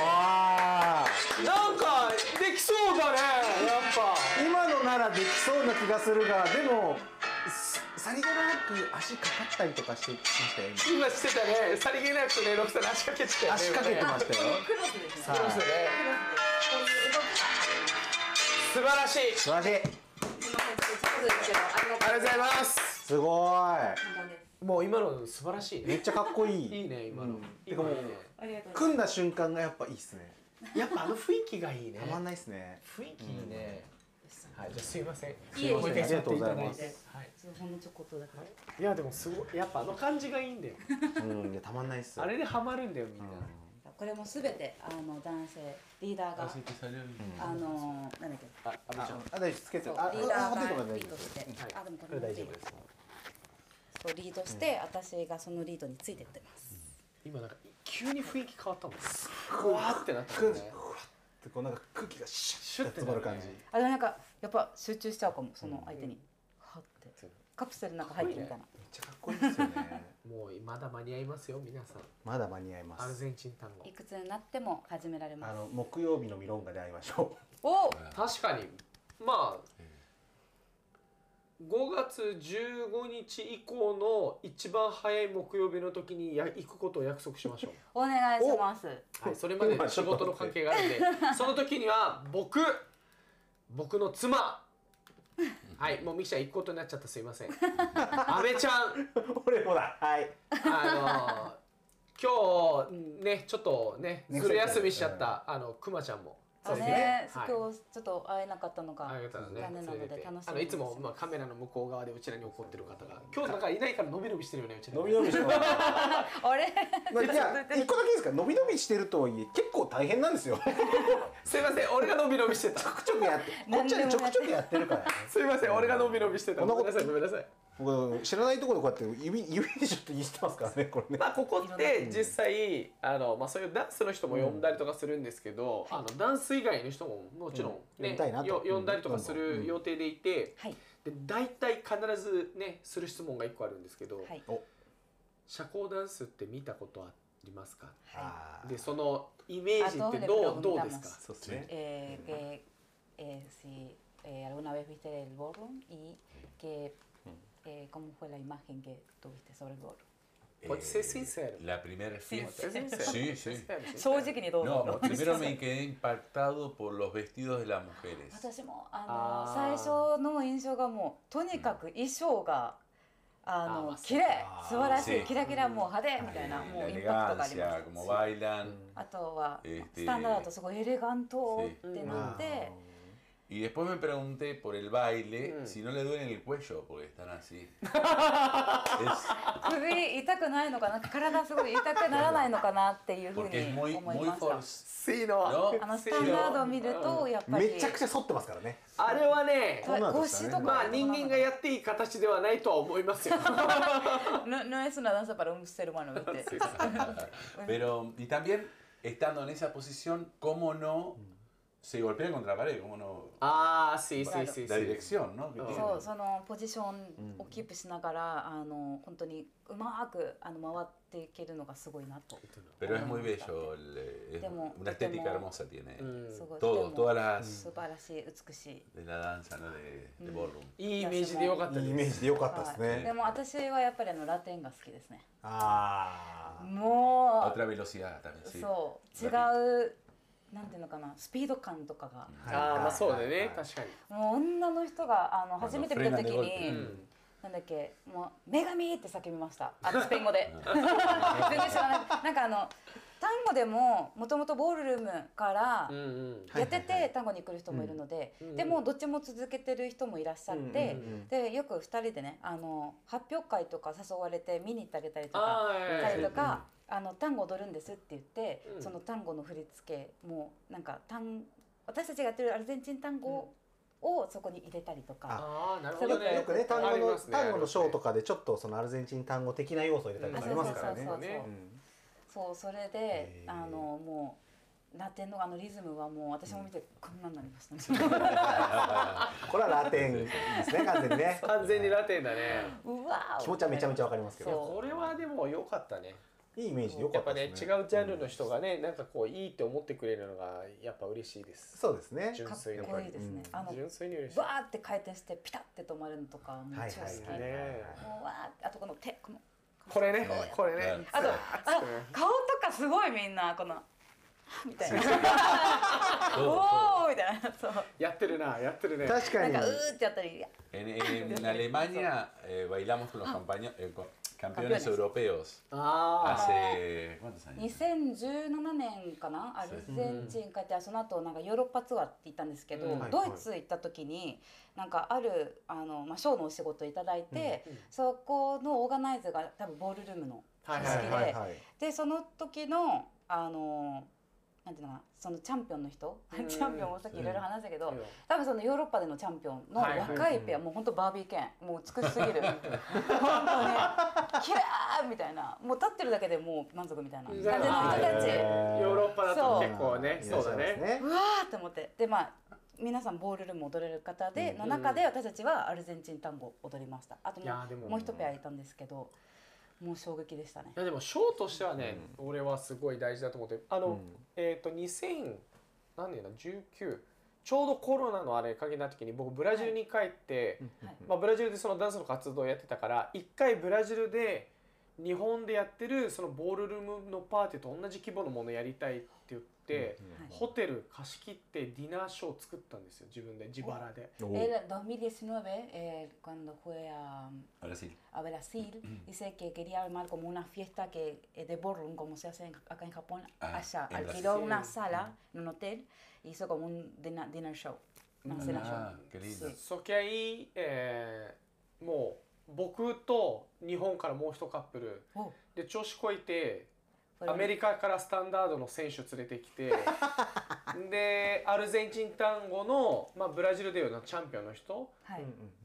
Speaker 4: ああ
Speaker 1: なんかできそうだねやっぱ
Speaker 4: 今のならできそうな気がするがでもすさりげなく足かかったりとかしてましたよ今
Speaker 1: 今してたねさりげなくねロクさん足かけてたよね
Speaker 4: 足かけてました
Speaker 2: Creo
Speaker 4: よ
Speaker 2: que
Speaker 4: さ
Speaker 1: そう
Speaker 4: あ
Speaker 1: ですよね素晴らしい
Speaker 4: 素晴らしい
Speaker 2: Algo
Speaker 1: ありがとうございます
Speaker 4: すごー
Speaker 2: grande.
Speaker 1: もう今の素晴らしい
Speaker 4: いめっ
Speaker 1: ね
Speaker 4: ちゃかっこいい
Speaker 1: いいね今
Speaker 4: う
Speaker 1: の
Speaker 4: ん
Speaker 1: い
Speaker 4: てかもう
Speaker 1: いいね
Speaker 4: 組んだ瞬間がやっぱいいっすね
Speaker 1: やっぱあの雰囲気がいいね
Speaker 4: たまんないっすね
Speaker 1: 雰囲気いいねはいじゃあすいません
Speaker 2: いえいえ
Speaker 1: もう一回
Speaker 4: あり
Speaker 1: や
Speaker 4: が
Speaker 1: っ
Speaker 4: とう
Speaker 1: てい
Speaker 4: ご
Speaker 1: た
Speaker 4: ざい
Speaker 1: だい
Speaker 4: ます
Speaker 1: てはい
Speaker 2: ほんのちょこっとだから。
Speaker 1: いやでもすごいやっぱあの感じがいいんだよ
Speaker 4: うんいやたまんないっす
Speaker 1: あれでハマるんだよみん
Speaker 4: う
Speaker 1: なん
Speaker 2: これもすべてあの男性リーダーが
Speaker 3: Así Ah, que salió el-
Speaker 2: あのなんだっけ
Speaker 1: あ阿部ちゃん
Speaker 4: ああ大丈夫つけて
Speaker 2: そ
Speaker 4: る
Speaker 2: う
Speaker 4: あ
Speaker 2: リーダー
Speaker 4: あ
Speaker 2: が
Speaker 4: 持ってても
Speaker 2: リー
Speaker 4: 大丈
Speaker 2: ドし
Speaker 4: 夫
Speaker 2: て、
Speaker 1: はい
Speaker 2: あでもこれ
Speaker 1: これ
Speaker 2: も
Speaker 1: 大
Speaker 2: いい
Speaker 1: 丈夫です
Speaker 2: そうリードして、私がそのリードについてってます。
Speaker 1: 今なんか急に雰囲気変わったもんすふわーってなったもんね
Speaker 4: ふわってこうなんか空気がシュッ
Speaker 1: シュッて
Speaker 4: 集まる感じ
Speaker 2: あでもなんかやっぱ集中しちゃうかもその相手に。はってカプセルの中入ってみたいな。
Speaker 4: めっちゃかっこいいですよね
Speaker 1: もうまだ間に合いますよ皆さん
Speaker 4: まだ間に合いま
Speaker 1: アル
Speaker 4: す
Speaker 1: ゼンチン単語
Speaker 2: いくつになっても始められ
Speaker 4: あ
Speaker 2: ます。
Speaker 4: の木曜日のミロンガで会いましょ
Speaker 2: お
Speaker 1: 確かにまあ5月15日以降の一番早い木曜日の時にや行くことを約束しましょ
Speaker 2: お願いします。
Speaker 1: う、はい、それまで仕事の関係があるんでその時には僕僕の妻はいもうミキちゃん行くことになっちゃったすいません阿部ちゃん
Speaker 4: う *laughs* 俺もだはい
Speaker 1: あのー今日ねちょっとね
Speaker 4: ね
Speaker 1: ずる休みしちゃったあのくまちゃんもそうですね
Speaker 2: ね
Speaker 1: はい
Speaker 2: 今日ちょっと会えなかったのが、
Speaker 1: ありがたいね
Speaker 2: 残念なので
Speaker 1: 連れて
Speaker 2: 楽しみに
Speaker 1: あのいつも
Speaker 2: してます
Speaker 1: まあカメラの向こう側でうちらに怒ってる方が今日なんかいないから伸び伸びしてるよねうちら
Speaker 4: 伸び伸びして *laughs* ます。
Speaker 2: あれ
Speaker 4: まあ、いや、一個だけいいですか、伸び伸びしてるとはいえ、結構大変なんですよ。ち
Speaker 1: すいません俺が伸び伸びしてた
Speaker 4: *laughs* ょくちょく
Speaker 2: *laughs*
Speaker 4: やって、こっちはちょくちょくやってるから、ね。
Speaker 1: すいません俺が伸び伸びしてた
Speaker 4: こんな
Speaker 1: ご
Speaker 4: こ
Speaker 1: めん
Speaker 4: と
Speaker 1: なさいごめんなさい
Speaker 4: 僕、知らないところでこうやって、指、指でちょっと言ってますからね、これね。
Speaker 1: まあここって実際あの、まあ、そういうダンスの人も呼んだりとかするんですけど、あのダンス以外の人ももちろん、
Speaker 4: うん
Speaker 1: ね
Speaker 4: 呼びたいなと
Speaker 1: よ呼んだりとかす
Speaker 4: う
Speaker 1: る
Speaker 4: ん
Speaker 1: 予定でいて、
Speaker 2: はい
Speaker 1: で大体必ずねする質問が一個あるんですけど、
Speaker 2: はい
Speaker 1: 社交ダンスって見たことありますか
Speaker 4: あー
Speaker 1: でそのイメージって
Speaker 2: あど
Speaker 1: ど
Speaker 2: う
Speaker 1: うどう
Speaker 2: 見た
Speaker 1: です
Speaker 2: の
Speaker 1: か
Speaker 4: そうですね。
Speaker 2: eh, que eh, si eh, alguna vez viste el ballroom y que eh, cómo fue la imagen que tuviste sobre el ballroom.
Speaker 3: Eh,
Speaker 1: Por ser sincero.
Speaker 3: La primera fiesta.
Speaker 2: Sí,
Speaker 3: Sí, sí.
Speaker 2: 正直にどう
Speaker 3: No,
Speaker 2: ぞ。 *laughs*
Speaker 3: primero me quedé impactado por los vestidos de las mujeres.
Speaker 2: 私もあの
Speaker 1: あー
Speaker 2: 最初の印象がもうとにかく衣装が、あ
Speaker 1: あーま
Speaker 2: の
Speaker 1: あ
Speaker 2: 綺麗
Speaker 4: あー
Speaker 2: 素晴らしい
Speaker 3: sí
Speaker 2: キラキラもう派手みたい
Speaker 3: Eh,
Speaker 2: な、も
Speaker 3: la
Speaker 2: うインパクトがありま
Speaker 3: elegancia,
Speaker 2: した
Speaker 3: cómo
Speaker 2: し
Speaker 3: bailan.
Speaker 2: あとは
Speaker 3: Este,
Speaker 2: スタンダードとすごいエレガント
Speaker 3: sí
Speaker 2: ってな
Speaker 4: ま
Speaker 2: っ
Speaker 4: あ
Speaker 2: て、
Speaker 3: Y después me pregunté por el baile
Speaker 1: Mm.
Speaker 3: si no le duele el cuello porque están así.
Speaker 2: 首
Speaker 3: Es-
Speaker 2: 痛くないのかな体すごい痛くならないのかなっていうふう
Speaker 3: porque es
Speaker 2: に
Speaker 3: muy,
Speaker 2: 思い
Speaker 3: muy
Speaker 2: ました。
Speaker 3: forz-
Speaker 1: C の
Speaker 3: の
Speaker 2: あのスタンダードを見るとやっぱり
Speaker 4: めちゃくちゃ反ってますからね。
Speaker 1: あれはね
Speaker 4: こんなので
Speaker 2: 腰
Speaker 4: したね
Speaker 2: とか
Speaker 1: まあ人間
Speaker 2: *laughs*
Speaker 1: がやっていい形ではないとは思いますよ
Speaker 2: No, no es una danza para un ser humano, ¿viste? *laughs*
Speaker 3: Pero, y también estando en esa posición, ¿cómo no se golpea contra la pared? ¿Cómo no?
Speaker 1: ああ C C C
Speaker 3: La dirección, ¿no? Que
Speaker 1: Ah.
Speaker 2: そう
Speaker 3: tiene.
Speaker 2: そのポジションをキープしながら、あの本当にうまくあの回っていけるのがすごいなと。
Speaker 3: Pero es muy bello, el- eh, es
Speaker 2: Demo-
Speaker 3: una estética
Speaker 2: demo-
Speaker 3: hermosa tiene.
Speaker 2: すごいと
Speaker 3: Todo,
Speaker 2: ても
Speaker 3: todas las
Speaker 2: 素晴らしい美しい。
Speaker 3: de la danza, ¿no? De, de ballroom.
Speaker 1: いいイメージでよかった
Speaker 4: いいイ
Speaker 1: で
Speaker 4: メージで良かったです
Speaker 2: はい、
Speaker 4: ね。
Speaker 2: でも私はやっぱりあのラテンが好きですね。
Speaker 4: ああ。
Speaker 3: A
Speaker 2: も
Speaker 3: otra velocidad también,
Speaker 2: う、
Speaker 3: sí.
Speaker 2: そう違うなんていうのかなスピード感とかが、
Speaker 1: すああまあそうだよね確かに
Speaker 2: もう女の人があの初めて見た時
Speaker 3: フレ
Speaker 2: に。
Speaker 3: ナデゴルテ
Speaker 1: うん
Speaker 2: なんだっけ、もう女神って叫びました。あのスペイン語で。全然知らない。なんかあの単語でももともとボールルームから
Speaker 1: うんうん
Speaker 2: やってて単語に来る人もいるので、
Speaker 1: うん
Speaker 2: でもどっちも続けてる人もいらっしゃっ
Speaker 4: う
Speaker 2: て
Speaker 4: んうんうん、
Speaker 2: でよく二人でね、あの発表会とか誘われて見に行ってあげたりとか。
Speaker 1: ああ
Speaker 2: 行った
Speaker 1: え
Speaker 2: り
Speaker 1: え
Speaker 2: とか、あの単語踊るんですって言って、
Speaker 1: うん
Speaker 2: その単語の振り付けもなんか単私たちがやってるアルゼンチン単語をそこに入れたりとか、
Speaker 1: ああなるほ
Speaker 4: よ
Speaker 1: ど
Speaker 4: く
Speaker 1: ね
Speaker 4: よくね単語
Speaker 1: あり
Speaker 4: の、
Speaker 1: ますね
Speaker 4: 単語のショーとかでちょっとそのアルゼンチン単語的な要素を入れたりとかありますからね
Speaker 2: そうそうそうそう。
Speaker 4: うん
Speaker 2: そうそれで
Speaker 4: へー
Speaker 2: あのもうラテンのあのリズムはもう私も見てこんなんなりましたね。
Speaker 4: これはラテンです
Speaker 1: *laughs*
Speaker 4: ね完全にね。
Speaker 1: 完全にラテンだね
Speaker 2: うわー
Speaker 4: 気持ちはめちゃめちゃわかりますけど。
Speaker 2: そ
Speaker 1: これはでも良かったね
Speaker 4: いいイメージで良か
Speaker 1: やっ
Speaker 4: った
Speaker 1: ぱ
Speaker 4: で
Speaker 1: ね違う
Speaker 4: すね。
Speaker 1: ジャンルの人がねなんかこういいって思ってくれるのがやっぱ嬉しいです
Speaker 4: そうですね。
Speaker 1: 純
Speaker 2: かっ
Speaker 1: 粋に
Speaker 2: こいいですね。
Speaker 4: うん
Speaker 2: あの
Speaker 1: 純粋に嬉しい
Speaker 2: わーって回転してピタって止まるのとかもう超
Speaker 4: は
Speaker 2: 好
Speaker 4: い
Speaker 2: き。
Speaker 4: はいはい
Speaker 1: ね
Speaker 2: もうわーってあとこの手この
Speaker 1: これねこれね
Speaker 2: あとあ顔とかすごいみんなこのあみたいな。 *laughs* おーみたいなそう。
Speaker 1: やってるなやってるね
Speaker 4: 確か
Speaker 2: なん
Speaker 4: に。
Speaker 2: かうーってやったりいや
Speaker 3: En, en Alemania eh, bailamos con los campaña- eh, con campeones,
Speaker 2: Campeones.
Speaker 3: europeos.
Speaker 1: あ
Speaker 3: Hace. ¿Cuántos años?
Speaker 2: 2017年かなアルゼンチン帰ってその後なんかヨーロッパツアーって行ったんですけど、
Speaker 1: うん
Speaker 2: ドイツ行った時になんかあるあの、まあ、ショーのお仕事いただいて、
Speaker 1: うん
Speaker 2: そこのオーガナイズが多分ボールルームの
Speaker 1: あはい
Speaker 2: 好
Speaker 1: は
Speaker 2: き
Speaker 1: い
Speaker 2: で、
Speaker 1: はい
Speaker 4: はいはい。
Speaker 2: でその時のあのなんていうのかなそのチャンピオンの人、
Speaker 1: うん
Speaker 2: チャンピオンもさっきいろいろ話したけど、
Speaker 1: うん
Speaker 2: 多分そのヨーロッパでのチャンピオンの
Speaker 1: はいはい
Speaker 2: 若いペア、もう本当バービー犬もう美しす
Speaker 1: *laughs*
Speaker 2: ぎる本当にキラーみたいなもう立ってるだけでもう満足みたいな感じの人たち。
Speaker 4: へー
Speaker 1: ヨーロッパだと結構ね
Speaker 4: いら
Speaker 1: そ
Speaker 4: っ
Speaker 1: う
Speaker 4: しゃ
Speaker 1: だ
Speaker 4: います
Speaker 1: ね。
Speaker 2: うわーって思ってでまあ皆さんボールルーム踊れる方で、の中で私たちはアルゼンチン単語踊りましたあと
Speaker 1: い
Speaker 2: も
Speaker 1: やーでも
Speaker 2: うもう一ペアいたんですけどもう衝撃でしたね
Speaker 1: いやでもショーとしてはね、俺はすごい大事だと思ってあの、
Speaker 4: うん
Speaker 1: えっ、と2000何年だ19ちょうどコロナのあれ限りな時に僕ブラジルに帰って、
Speaker 2: はい
Speaker 1: まあ、ブラジルでそのダンスの活動をやってたから一回ブラジルで日本でやってるそのボールルームのパーティーと同じ規模のものやりたいって言って、ホテル貸し切ってディナーショーを作ったんですよ自分で自腹で。
Speaker 2: Él, 2019, eh, cuando fue a,
Speaker 3: Ahora sí.
Speaker 2: a Brasil, dice que quería armar como una fiesta que, eh, de ballroom, como se hace en- acá en Japón,
Speaker 3: Ah,
Speaker 2: allá.
Speaker 3: en
Speaker 2: Alquiló
Speaker 1: Brasil.
Speaker 2: una sala en un hotel e hizo como un dinner, dinner show. Una cena
Speaker 3: Ah,
Speaker 2: show.
Speaker 3: qué lindo.
Speaker 1: そきゃい、えーもう僕と日本からもう一カップル
Speaker 2: お
Speaker 1: で調子こいて
Speaker 2: Fueron-
Speaker 1: アメリカからスタンダードの選手連れてきてでアルゼンチン単語の、まあ、ブラジルでいうのチャンピオンの人
Speaker 2: Hi.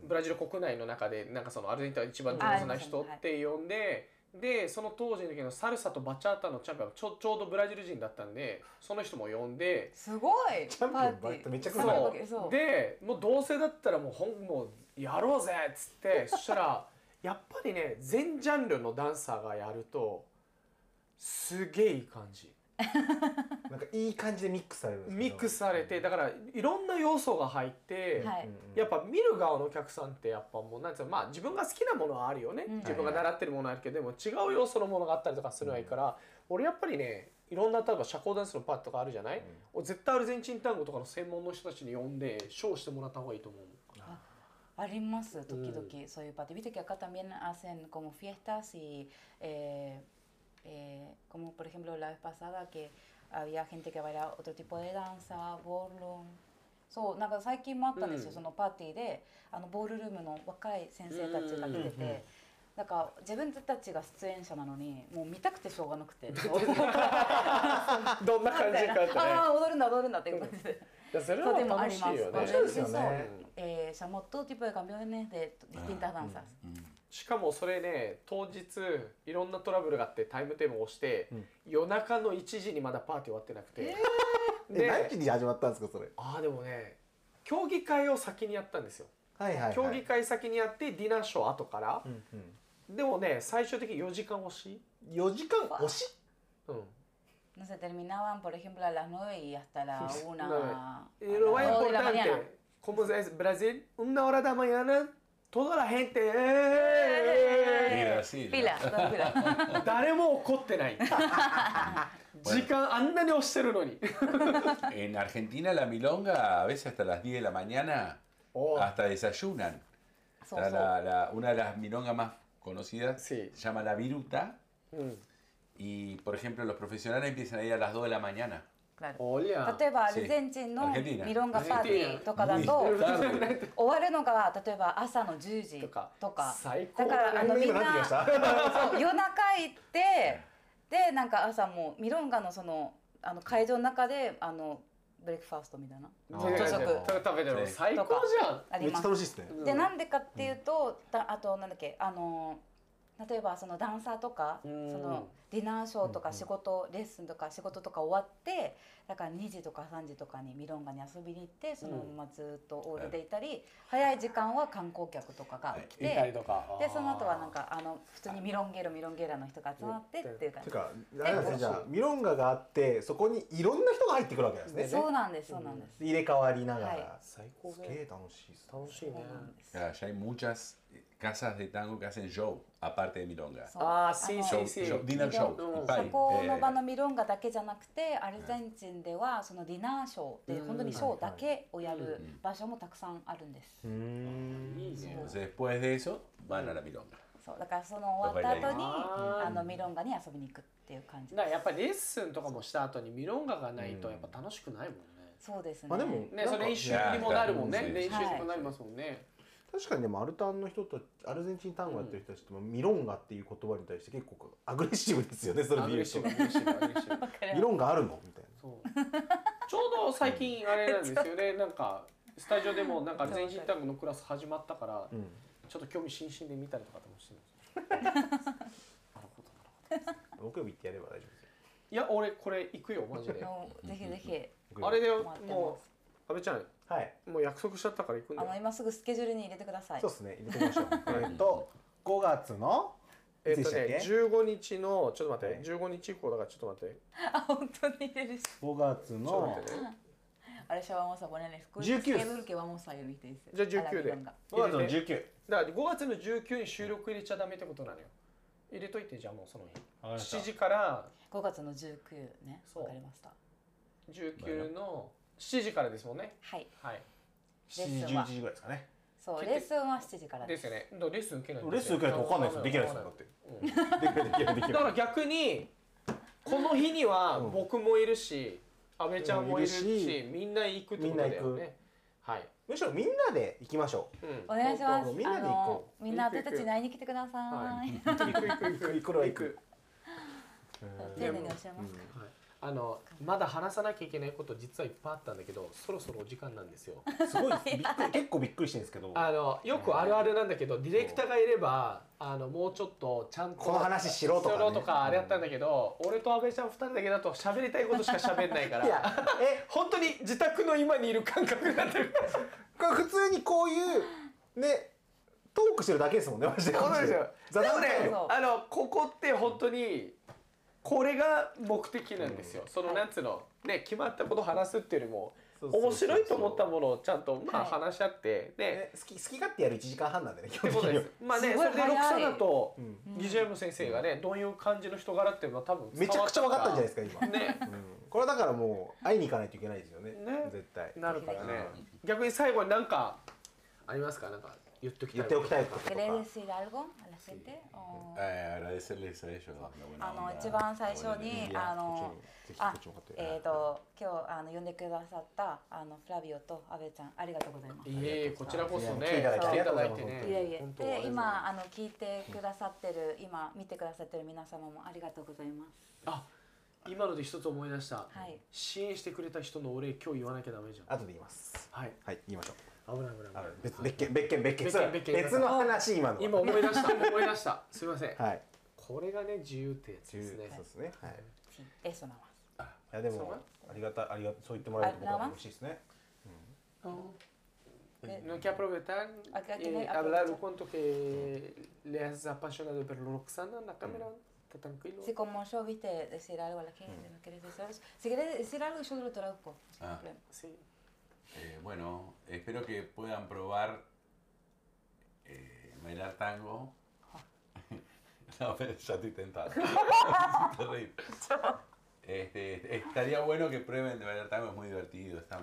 Speaker 1: ブラジル国内の中でなんかそのアルゼンチンは一番上手な人って呼んで、でその当時の時のサルサとバチャータのチャンピオンはちょちょうどブラジル人だったんでその人も呼んで。
Speaker 2: すごい
Speaker 4: チャンピオン
Speaker 2: パーティー
Speaker 4: バイトめっちゃ来
Speaker 1: そ
Speaker 4: る
Speaker 2: そう
Speaker 4: な
Speaker 2: わ
Speaker 1: う
Speaker 2: けそう
Speaker 1: でもうどうせだったらもうほんもうやろうぜっつって
Speaker 4: *laughs*
Speaker 1: そしたらやっぱりね全ジャンルのダンサーがやるとすげえいい感じ
Speaker 4: なんかいい感じでミックスされるんですけ
Speaker 1: ミ
Speaker 4: ど
Speaker 1: ックスされてだからいろんな要素が入って、
Speaker 2: は
Speaker 4: う
Speaker 2: い
Speaker 4: んうん
Speaker 1: やっぱ見る側のお客さんってやっぱもうなんていうのまあ自分が好きなものはあるよね、
Speaker 2: うん
Speaker 1: 自分が習ってるものはあるけどでも違う要素のものがあったりとかするのはいいから、俺やっぱりねいろんな例えば社交ダンスのパッドとかあるじゃない、俺絶対アルゼンチン単語とかの専門の人たちに呼んでショーしてもらった方がいいと思う。
Speaker 2: あります時々そういうパーティー viste que acá también hacen como fiestas y eh, eh, como por ejemplo la vez pasada que había gente que bailaba otro tipo de danza ballroom そうなんか最近もあったんですよ、
Speaker 1: うん
Speaker 2: そのパーティーであのボールルームの若い先生たちが来てて、
Speaker 4: うんうんうん
Speaker 2: なんか自分たちが出演者なのにもう見たくてしょうがなくて
Speaker 1: どんな感じかってね。
Speaker 2: ああ踊るんだ踊るんだっていう感じで。
Speaker 1: いやそれは
Speaker 2: そうでもあ
Speaker 1: 楽
Speaker 2: り
Speaker 1: しい
Speaker 2: ます
Speaker 1: よ
Speaker 4: 面
Speaker 1: ね。
Speaker 4: 白いですよね
Speaker 2: えー、llamó todo tipo de campeones de distintas danzas.
Speaker 3: Mm.
Speaker 1: しかもそれね当日いろんなトラブルがあってタイムテーブを押して、
Speaker 4: うん
Speaker 1: 夜中の1時にまだパーティー終わってなくて、
Speaker 4: え
Speaker 1: で
Speaker 4: 何時に始まったんですかそれ
Speaker 1: ああでもね競技会を先にやったんですよ、
Speaker 4: はいはいはい
Speaker 1: 競技会先にやってディナーショー後から
Speaker 4: う、ん
Speaker 1: でもね最終的に4時間押し、
Speaker 4: うん4時間押し
Speaker 1: うん
Speaker 2: No se terminaban, por ejemplo, a las 9 y hasta la 1.
Speaker 1: Nueve.
Speaker 2: a
Speaker 1: Y lo más
Speaker 2: las dos de la
Speaker 1: importante,
Speaker 2: mañana.
Speaker 1: como es Brasil, una hora de la mañana, toda la gente,
Speaker 2: Eh,
Speaker 1: ¡eh!
Speaker 3: Y Brasil.
Speaker 2: Pila, dos
Speaker 1: *laughs*
Speaker 2: *laughs* pila.
Speaker 1: 誰も怒ってない。時間あんなに押してるのに。
Speaker 3: En Argentina la milonga a veces hasta las 10 de la mañana
Speaker 1: おう
Speaker 3: hasta desayunan.
Speaker 2: So,
Speaker 3: La-
Speaker 2: so.
Speaker 3: la- la- una de las milongas más conocidas
Speaker 1: Sí.
Speaker 3: se llama la viruta
Speaker 1: うん。
Speaker 3: y por ejemplo los profesionales empiezan a ir a las 2 de la mañana.
Speaker 2: Claro.
Speaker 1: おりゃ。
Speaker 2: 例えばア
Speaker 3: そう
Speaker 2: ルゼンチンの
Speaker 3: Argentina
Speaker 2: ミロンガパーティーとかだ
Speaker 3: Muy
Speaker 2: と
Speaker 3: tarde.
Speaker 2: 終わるのが例えば朝の10時
Speaker 1: と
Speaker 2: と
Speaker 1: か
Speaker 2: か
Speaker 1: 最高
Speaker 2: だ
Speaker 1: だ
Speaker 2: か
Speaker 1: ね
Speaker 2: らあのみん
Speaker 4: 今何時で
Speaker 2: な
Speaker 4: した
Speaker 2: *laughs* そう夜中行ってでなんか朝もミロンガのそのあの会場の中であのブレックファーストみたいな
Speaker 1: ね
Speaker 2: 朝食
Speaker 1: それ食べてるの
Speaker 3: ね
Speaker 1: 最高じゃん。
Speaker 2: あ
Speaker 4: めっ
Speaker 2: り
Speaker 4: ちゃ
Speaker 2: ます
Speaker 4: 楽しいですね
Speaker 1: うん
Speaker 2: でなんでかっていうと、だあとなんだっけあの例えばそのダンサーとか、
Speaker 1: うん
Speaker 2: そのディナーショーと
Speaker 4: う
Speaker 2: か
Speaker 4: ん
Speaker 2: 仕事、レッスンとか仕事とか終わってだから2時とか3時とかにミロンガに遊びに行ってそのままずっとオールでいたり、早い時間は観光客とかが来て、
Speaker 1: いたりとか。
Speaker 2: でその後はなんかあの普通にミロンゲロミロンゲラの人が集まってっていう感
Speaker 4: て
Speaker 2: じ
Speaker 4: いうかあれなんですね
Speaker 2: え
Speaker 4: じゃあミロンガがあってそこにいろんな人が入ってくるわけなんですね
Speaker 1: ね
Speaker 2: そうなんですそうなんです、
Speaker 4: 入れ替わりなが
Speaker 2: はい
Speaker 4: らす
Speaker 1: 最高だよ
Speaker 4: げえ楽しいです
Speaker 1: 楽しいね
Speaker 2: そう。なんです
Speaker 3: Claro, ya hay muchas eh, casas de tango que hacen show, aparte de milonga.
Speaker 2: そう
Speaker 1: ああ、
Speaker 2: あの
Speaker 1: CCC。
Speaker 3: Show, show, dinner show.
Speaker 1: No.
Speaker 3: いっぱ
Speaker 2: そ
Speaker 3: い
Speaker 2: この場の
Speaker 3: Eh,
Speaker 2: ミロンガだけじゃなくてアルゼンチンではそのディナーショーで本当にショーだけをやる場所もたくさんあるんです、
Speaker 4: うん
Speaker 1: いいね。
Speaker 3: entonces, después de eso van a la milonga.
Speaker 2: そうだからその終わった後に
Speaker 1: あー
Speaker 2: あのミロンガに遊びに行くっていう感じ
Speaker 1: だからやっぱりレッスンとかもした後にミロンガがないとやっぱ楽しくないもんね。
Speaker 2: そうですね、
Speaker 4: まあでも
Speaker 1: ね、それ練習にもなるもんね。練習にもなりますもんね。
Speaker 4: 確かにでもアルタンの人とアルゼンチン単語やってる人たちってミロンガっていう言葉に対して結構アグレッシブですよねそれ
Speaker 1: ア
Speaker 4: 見
Speaker 1: グレ
Speaker 4: る
Speaker 1: ッシ
Speaker 4: と
Speaker 1: ブ、アグレッシブ、アグレッシ
Speaker 2: *laughs*
Speaker 1: ブ。
Speaker 4: ミロンガあるのみたいな
Speaker 1: そうちょうど最近あれなんですよねなんかスタジオでもなんか全身タングのクラス始まったから、
Speaker 4: ん
Speaker 1: ちょっと興味津々で見たりとかもしてるんですよ *laughs* なるほどなるほ
Speaker 4: 木曜日ってやれば大丈夫ですよ
Speaker 1: どいや俺これ行くよマジで
Speaker 2: もうぜひぜひ
Speaker 4: 木曜
Speaker 1: あ
Speaker 4: 日
Speaker 1: れだよ
Speaker 2: 待ってま
Speaker 1: も
Speaker 2: す
Speaker 1: う阿部ちゃん
Speaker 4: はい
Speaker 1: もう約束しちゃったから行くんだ
Speaker 2: あ
Speaker 1: よ
Speaker 2: の今すぐスケジュールに入れてください
Speaker 4: そうですね入れてみましょうえっと5月の
Speaker 1: えっ
Speaker 4: いつ
Speaker 1: と
Speaker 4: で
Speaker 1: ね
Speaker 4: したっ
Speaker 1: 15日のちょっと待って
Speaker 4: はい
Speaker 1: 15日以降だからちょっと待って
Speaker 2: あ本当に入れるし
Speaker 4: 5月
Speaker 1: ちょっと
Speaker 4: の
Speaker 1: 待ってね
Speaker 2: あれじゃあ vamos a poner el
Speaker 4: Yo quiero-
Speaker 2: schedule que vamos a ir, ¿viste? Dice,
Speaker 1: じゃあ
Speaker 2: a la
Speaker 1: 19で
Speaker 2: milonga.
Speaker 4: 5月の19
Speaker 1: だから5月の19に収録入れちゃダメってことなのよ入れといてじゃあもうその
Speaker 10: わかりま
Speaker 1: 日7
Speaker 10: し
Speaker 1: 時から
Speaker 2: 5月の19ね
Speaker 1: そう
Speaker 2: わかりました
Speaker 1: 19の7時からですもんね
Speaker 2: はい
Speaker 1: はい
Speaker 2: レ
Speaker 10: 7
Speaker 2: ッス
Speaker 10: 時
Speaker 2: ンは
Speaker 10: 11時ぐらいですかね
Speaker 2: そう
Speaker 1: 決
Speaker 2: レ
Speaker 1: 定
Speaker 2: ッスンは7時から
Speaker 1: で
Speaker 2: です
Speaker 1: よねだからレッスン受けない
Speaker 10: レッスン受けないと分かんないですよできないですよだってできないできないできな
Speaker 1: だか
Speaker 10: い
Speaker 1: ら逆にこの日には
Speaker 4: うん
Speaker 1: 僕もいるし阿部ちゃんもいるし
Speaker 4: いるし
Speaker 1: みんな行くってことだよ
Speaker 4: みんな
Speaker 1: ねはい、
Speaker 4: むしろみんなで行きましょ
Speaker 1: うん
Speaker 2: お願いしま
Speaker 4: そ
Speaker 2: す
Speaker 4: うそうみんなで行こ
Speaker 2: あのみんな私たちに会いに来てくださ、
Speaker 1: はい行く行く行く
Speaker 4: 行く行く行く
Speaker 2: 丁寧におっしゃいますか、
Speaker 1: はい、あのまだ話さなきゃいけないこと実はいっぱいあったんだけどそろそろお時間なんですよ
Speaker 4: うすごいびっくり結構びっくりしてるんですけど
Speaker 1: あのよくあるあるなんだけどディレクターがいればあのもうちょっとちゃんと
Speaker 4: この話しろとかね
Speaker 1: しろとかあれやったんだけど、俺と阿部ちゃん2人だけだと喋りたいことしか喋んないか
Speaker 4: いや
Speaker 1: ら
Speaker 4: え
Speaker 1: 本当に自宅の今にいる感覚になって
Speaker 4: *laughs*
Speaker 1: る
Speaker 4: これ普通にこういうねトークしてるだけですもんねマジで
Speaker 1: そうなんですよ
Speaker 4: 座談
Speaker 1: でもね
Speaker 4: 会
Speaker 2: そう
Speaker 1: あのここって本当にこれが目的なんですよ、そのなんつうの、ね、決まったこと話すっていうよりも
Speaker 4: そうそうそう
Speaker 1: 面白いと思ったものをちゃんとまあ
Speaker 2: はい
Speaker 1: 話し合って、で、
Speaker 4: ね好き好き勝手やる1時間半なんでね基
Speaker 1: って
Speaker 4: 本
Speaker 1: こと
Speaker 4: 的に *laughs*
Speaker 1: で
Speaker 4: は
Speaker 1: す。まあね、
Speaker 2: す
Speaker 1: そ
Speaker 2: ごい
Speaker 1: れで
Speaker 2: 早い
Speaker 1: 六さだと
Speaker 4: う、ん
Speaker 1: ギジュアム先生がね、どういう感じの人柄っていうのは多分
Speaker 4: めちゃくちゃ分かったんじゃないですすか今
Speaker 1: か。ね、
Speaker 4: これはだからもう会いに行かないといけないですよね
Speaker 1: ね
Speaker 4: 絶対
Speaker 1: なるからね。逆に最後になんかありますか、なんか言っときた
Speaker 4: 言
Speaker 1: い
Speaker 4: っ
Speaker 1: こ
Speaker 4: て
Speaker 1: と。
Speaker 4: おきたいことと
Speaker 2: ¿Querés
Speaker 4: か
Speaker 2: decir algo a la gente? O-
Speaker 3: Eh, agradecerles a ellos. la buena
Speaker 2: あの
Speaker 3: onda,
Speaker 2: 一番最初
Speaker 3: la buena
Speaker 2: に
Speaker 3: energía.
Speaker 2: あの
Speaker 4: ぜひこ
Speaker 2: あ
Speaker 4: っちも買って
Speaker 2: えっ、と今日あの呼んでくださったあのフラビオと阿部ちゃんありがとうございます。
Speaker 1: いえいえ、こちらこそね、
Speaker 4: いや来
Speaker 1: 来て
Speaker 4: て
Speaker 1: い
Speaker 4: い
Speaker 1: ただ
Speaker 4: ただ
Speaker 1: い
Speaker 4: い
Speaker 1: て
Speaker 4: て
Speaker 1: ね。
Speaker 2: いやいや
Speaker 1: 本当
Speaker 2: で
Speaker 1: あ
Speaker 2: 今あの聞いてくださってる今見てくださってる皆様もありがとうございます。
Speaker 1: りがとうございます、今ので一つ思い出した。
Speaker 2: はい
Speaker 1: 支援してくれた人のお礼、今日言わなきゃダメじゃん。
Speaker 4: 後で言います
Speaker 1: はい、
Speaker 4: はい言いましょう
Speaker 1: 危ない危ない危な
Speaker 4: あ
Speaker 1: い。
Speaker 4: 別
Speaker 1: はい
Speaker 4: 別件別件別件
Speaker 1: 別件
Speaker 4: それ
Speaker 1: 別件
Speaker 4: 別の話今の
Speaker 1: 今思い出し
Speaker 4: *laughs*
Speaker 1: た、思い出した。すみません。
Speaker 4: はい
Speaker 1: これがね、自由ってやつ
Speaker 4: そう
Speaker 1: ですね
Speaker 4: で。すねはい
Speaker 2: Sí, eso nada más.
Speaker 4: いやで
Speaker 1: そう
Speaker 4: も
Speaker 1: ね
Speaker 4: ありがたありがそう言ってもらえると僕は嬉しいですね
Speaker 1: No hay que aprovechar
Speaker 2: Acá
Speaker 1: y
Speaker 2: tiene-
Speaker 1: hablar un
Speaker 2: aprovecha.
Speaker 1: cuanto que le has apasionado, pero Roxana en la cámara está tranquilo.
Speaker 2: Si como yo viste decir algo a la gente, no querés decir algo. Si querés decir algo yo lo traduzco. sin
Speaker 3: Ah.
Speaker 2: problema.
Speaker 1: Sí.
Speaker 3: Eh, bueno, espero que puedan probar eh, bailar tango. *laughs* No, pero ya estoy tentado. *laughs* Te reí. Este, estaría bueno que prueben de bailar tango, es muy divertido, está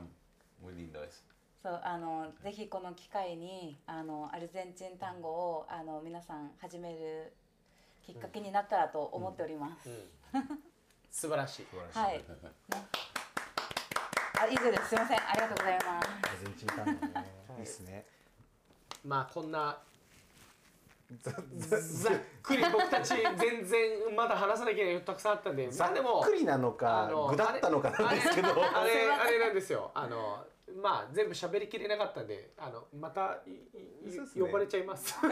Speaker 3: muy lindo eso.
Speaker 2: そうあのぜひこの機会にあのアルゼンチン単語をあの皆さん始めるきっかけになったらと思っております。
Speaker 1: 素晴らしい。
Speaker 2: はい。ねあ以上です。すみません。ありがとうございます。
Speaker 4: アルゼンチンタンゴねいいっすね
Speaker 1: まあこんな
Speaker 4: ざざ
Speaker 1: ざっくり僕たち *laughs* 全然まだ話さなきゃいけないことたくさんあったんで、
Speaker 4: ざ
Speaker 1: まあでも
Speaker 4: っくりなの
Speaker 1: あ
Speaker 4: か
Speaker 1: の
Speaker 4: ぐだったのかなんですけど
Speaker 2: *laughs*
Speaker 1: あれあれなんですよ。あのまあ全部喋りきれなかったんで、あのまたいい
Speaker 4: そうっすね
Speaker 1: 呼ばれちゃいます。
Speaker 4: *laughs*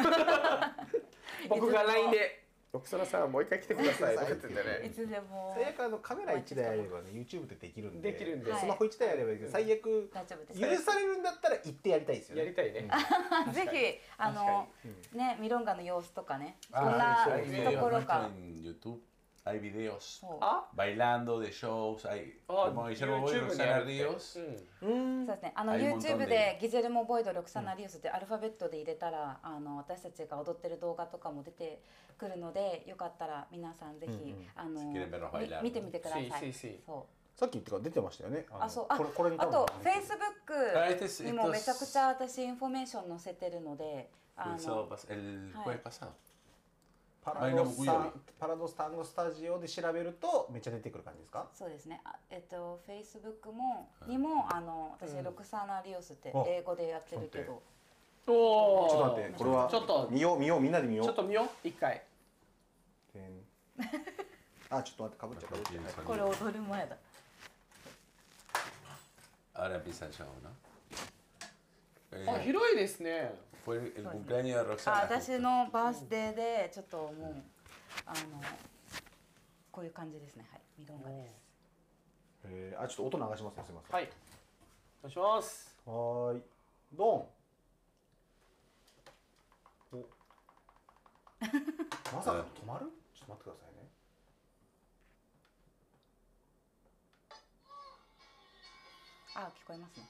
Speaker 1: 僕が LINE で。奥ささんもう一回来てくださいとか言っててね
Speaker 2: いつでも
Speaker 4: 最悪あのカメラ1台あればね YouTube でできるんで
Speaker 1: できるんで
Speaker 2: はい
Speaker 4: スマホ1台あればいいけど最悪
Speaker 2: 大丈夫です。
Speaker 4: 許されるんだったら行ってやりたいですよ
Speaker 1: やり
Speaker 4: ね
Speaker 1: たいね。
Speaker 2: ぜひあのねミロンガの様子とかね、そ
Speaker 4: あ
Speaker 2: んな
Speaker 4: そう
Speaker 3: Hay
Speaker 4: ですね
Speaker 2: と
Speaker 3: videos
Speaker 2: ころ
Speaker 3: nuestros
Speaker 2: か。
Speaker 3: en YouTube, hay videos
Speaker 2: そう
Speaker 1: あ、
Speaker 3: bailando de shows, hay
Speaker 1: Ah,
Speaker 3: como Guillermo Boy,
Speaker 1: YouTube に
Speaker 3: Roxana
Speaker 1: あるって。
Speaker 3: Ríos.
Speaker 1: うん。
Speaker 2: そうですね。あの
Speaker 3: ありもんとん
Speaker 2: YouTube
Speaker 3: で
Speaker 2: でギゼルモボイドロクサナリウスってアルファベットで入れたら、あの私たちが踊ってる動画とかも出てくるので、よかったら皆さんぜひ、あの
Speaker 3: quieren vernos
Speaker 2: み
Speaker 3: bailar
Speaker 2: 見てみてください。
Speaker 1: Sí, sí, sí.
Speaker 2: そう。
Speaker 4: さっき言ってから出てましたよねの
Speaker 2: あ、そう。あ、
Speaker 4: これこれに
Speaker 2: あ
Speaker 4: 多分
Speaker 2: と
Speaker 4: 出てる
Speaker 3: Ah, este es-
Speaker 2: Facebook にも
Speaker 3: estos-
Speaker 2: めちゃくちゃ私インフォメーション載せてるので、あ
Speaker 3: El, sábado
Speaker 2: の
Speaker 3: pas- el
Speaker 2: Ah.
Speaker 3: jueves pasado.
Speaker 4: パ
Speaker 3: バ
Speaker 4: ラ
Speaker 3: イナ
Speaker 4: ド
Speaker 3: ム
Speaker 4: ス
Speaker 3: クヨ
Speaker 4: タ
Speaker 3: リ
Speaker 4: ンパラドスタンゴスタジオで調べるとめっちゃ出てくる感じですか
Speaker 2: そうですね。あえっと Facebook もにもあの私ロクサナリウスって
Speaker 4: あ
Speaker 2: 英語でやってるけど、
Speaker 1: おお。
Speaker 4: ちょっと待ってこれは
Speaker 1: ちょっと
Speaker 4: 見よう見ようみんなで見よう
Speaker 1: ちょっと見よう一回。
Speaker 4: てん *laughs* あちょっと待ってかぶっちゃうかぶっちゃう
Speaker 3: Empieza el-
Speaker 2: これ踊る前だ。
Speaker 3: Ahora empieza el show, ¿no?
Speaker 1: あ
Speaker 3: Eh,
Speaker 1: 広いですね。
Speaker 3: fue el, el cumpleaños de
Speaker 2: あ
Speaker 3: Roxana.
Speaker 2: 私
Speaker 3: justo.
Speaker 2: のバースデーでちょっともうあのこういう感じですねはいミロンガです
Speaker 4: えーあちょっと音流しますねすみません
Speaker 1: はい。お願いします。
Speaker 4: はーいドン
Speaker 10: *laughs*
Speaker 4: おまさか止まるちょっと待ってくださいね
Speaker 2: あ聞こえますね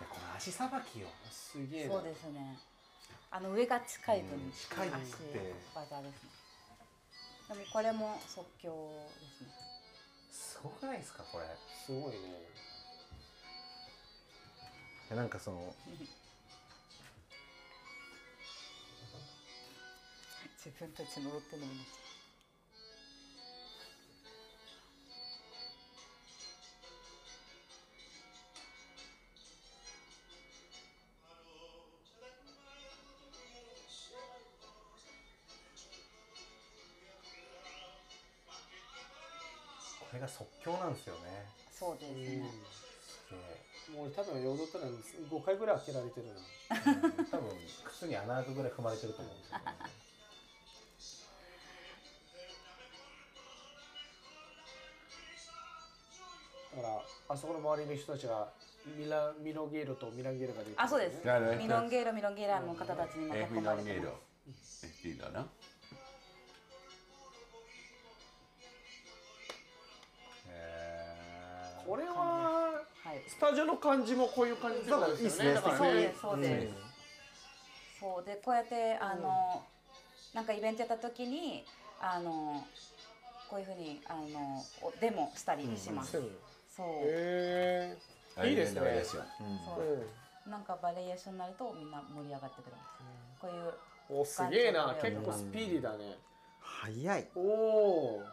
Speaker 4: いやこの足さばきよ
Speaker 1: すげえな。
Speaker 2: そうですねあの上が近い分
Speaker 10: 近いって
Speaker 2: 技ですねでもこれも即興ですね
Speaker 10: すごくないですかこれ
Speaker 1: すごいね
Speaker 4: やなんかその
Speaker 2: 自分たちの踊ってるのに
Speaker 10: これが即興なんですよね
Speaker 2: そうですね
Speaker 10: すげえ
Speaker 4: *laughs*
Speaker 1: もう俺多分踊ったら5回ぐらい開けられてるな
Speaker 10: うん多分靴に穴あくぐらい踏まれてると思うんですよ、ね、
Speaker 1: だからあそこの周りの人たちがミラミロゲーロとミランゲーロが出てる
Speaker 2: あそうです
Speaker 3: なるほど
Speaker 2: ミロンゲーロミロンゲーラーの方たちにまた
Speaker 3: Es
Speaker 2: 囲まれてます
Speaker 3: milonguero. Estilo, ¿no?
Speaker 10: えー
Speaker 1: これは
Speaker 2: はい
Speaker 1: スタジオの感じもこういう感じってことですよね
Speaker 4: だからいいっ
Speaker 1: だ
Speaker 4: すね
Speaker 1: から
Speaker 2: そうですそう
Speaker 1: ね
Speaker 2: です、そうでこうやってあの、なんかイベントやった時にあのこういうふうにあのおデモしたりします、そう、
Speaker 1: へえいい
Speaker 3: Ahí
Speaker 1: で
Speaker 3: viene
Speaker 1: す
Speaker 3: la
Speaker 1: ね
Speaker 3: variación.
Speaker 2: そうなんかバリエーションになるとみんな盛り上がってくれます、こういう
Speaker 1: うんおすげえな
Speaker 2: 感じ
Speaker 1: 結
Speaker 2: の
Speaker 1: 構スピーディーだね
Speaker 4: 早い
Speaker 1: おおー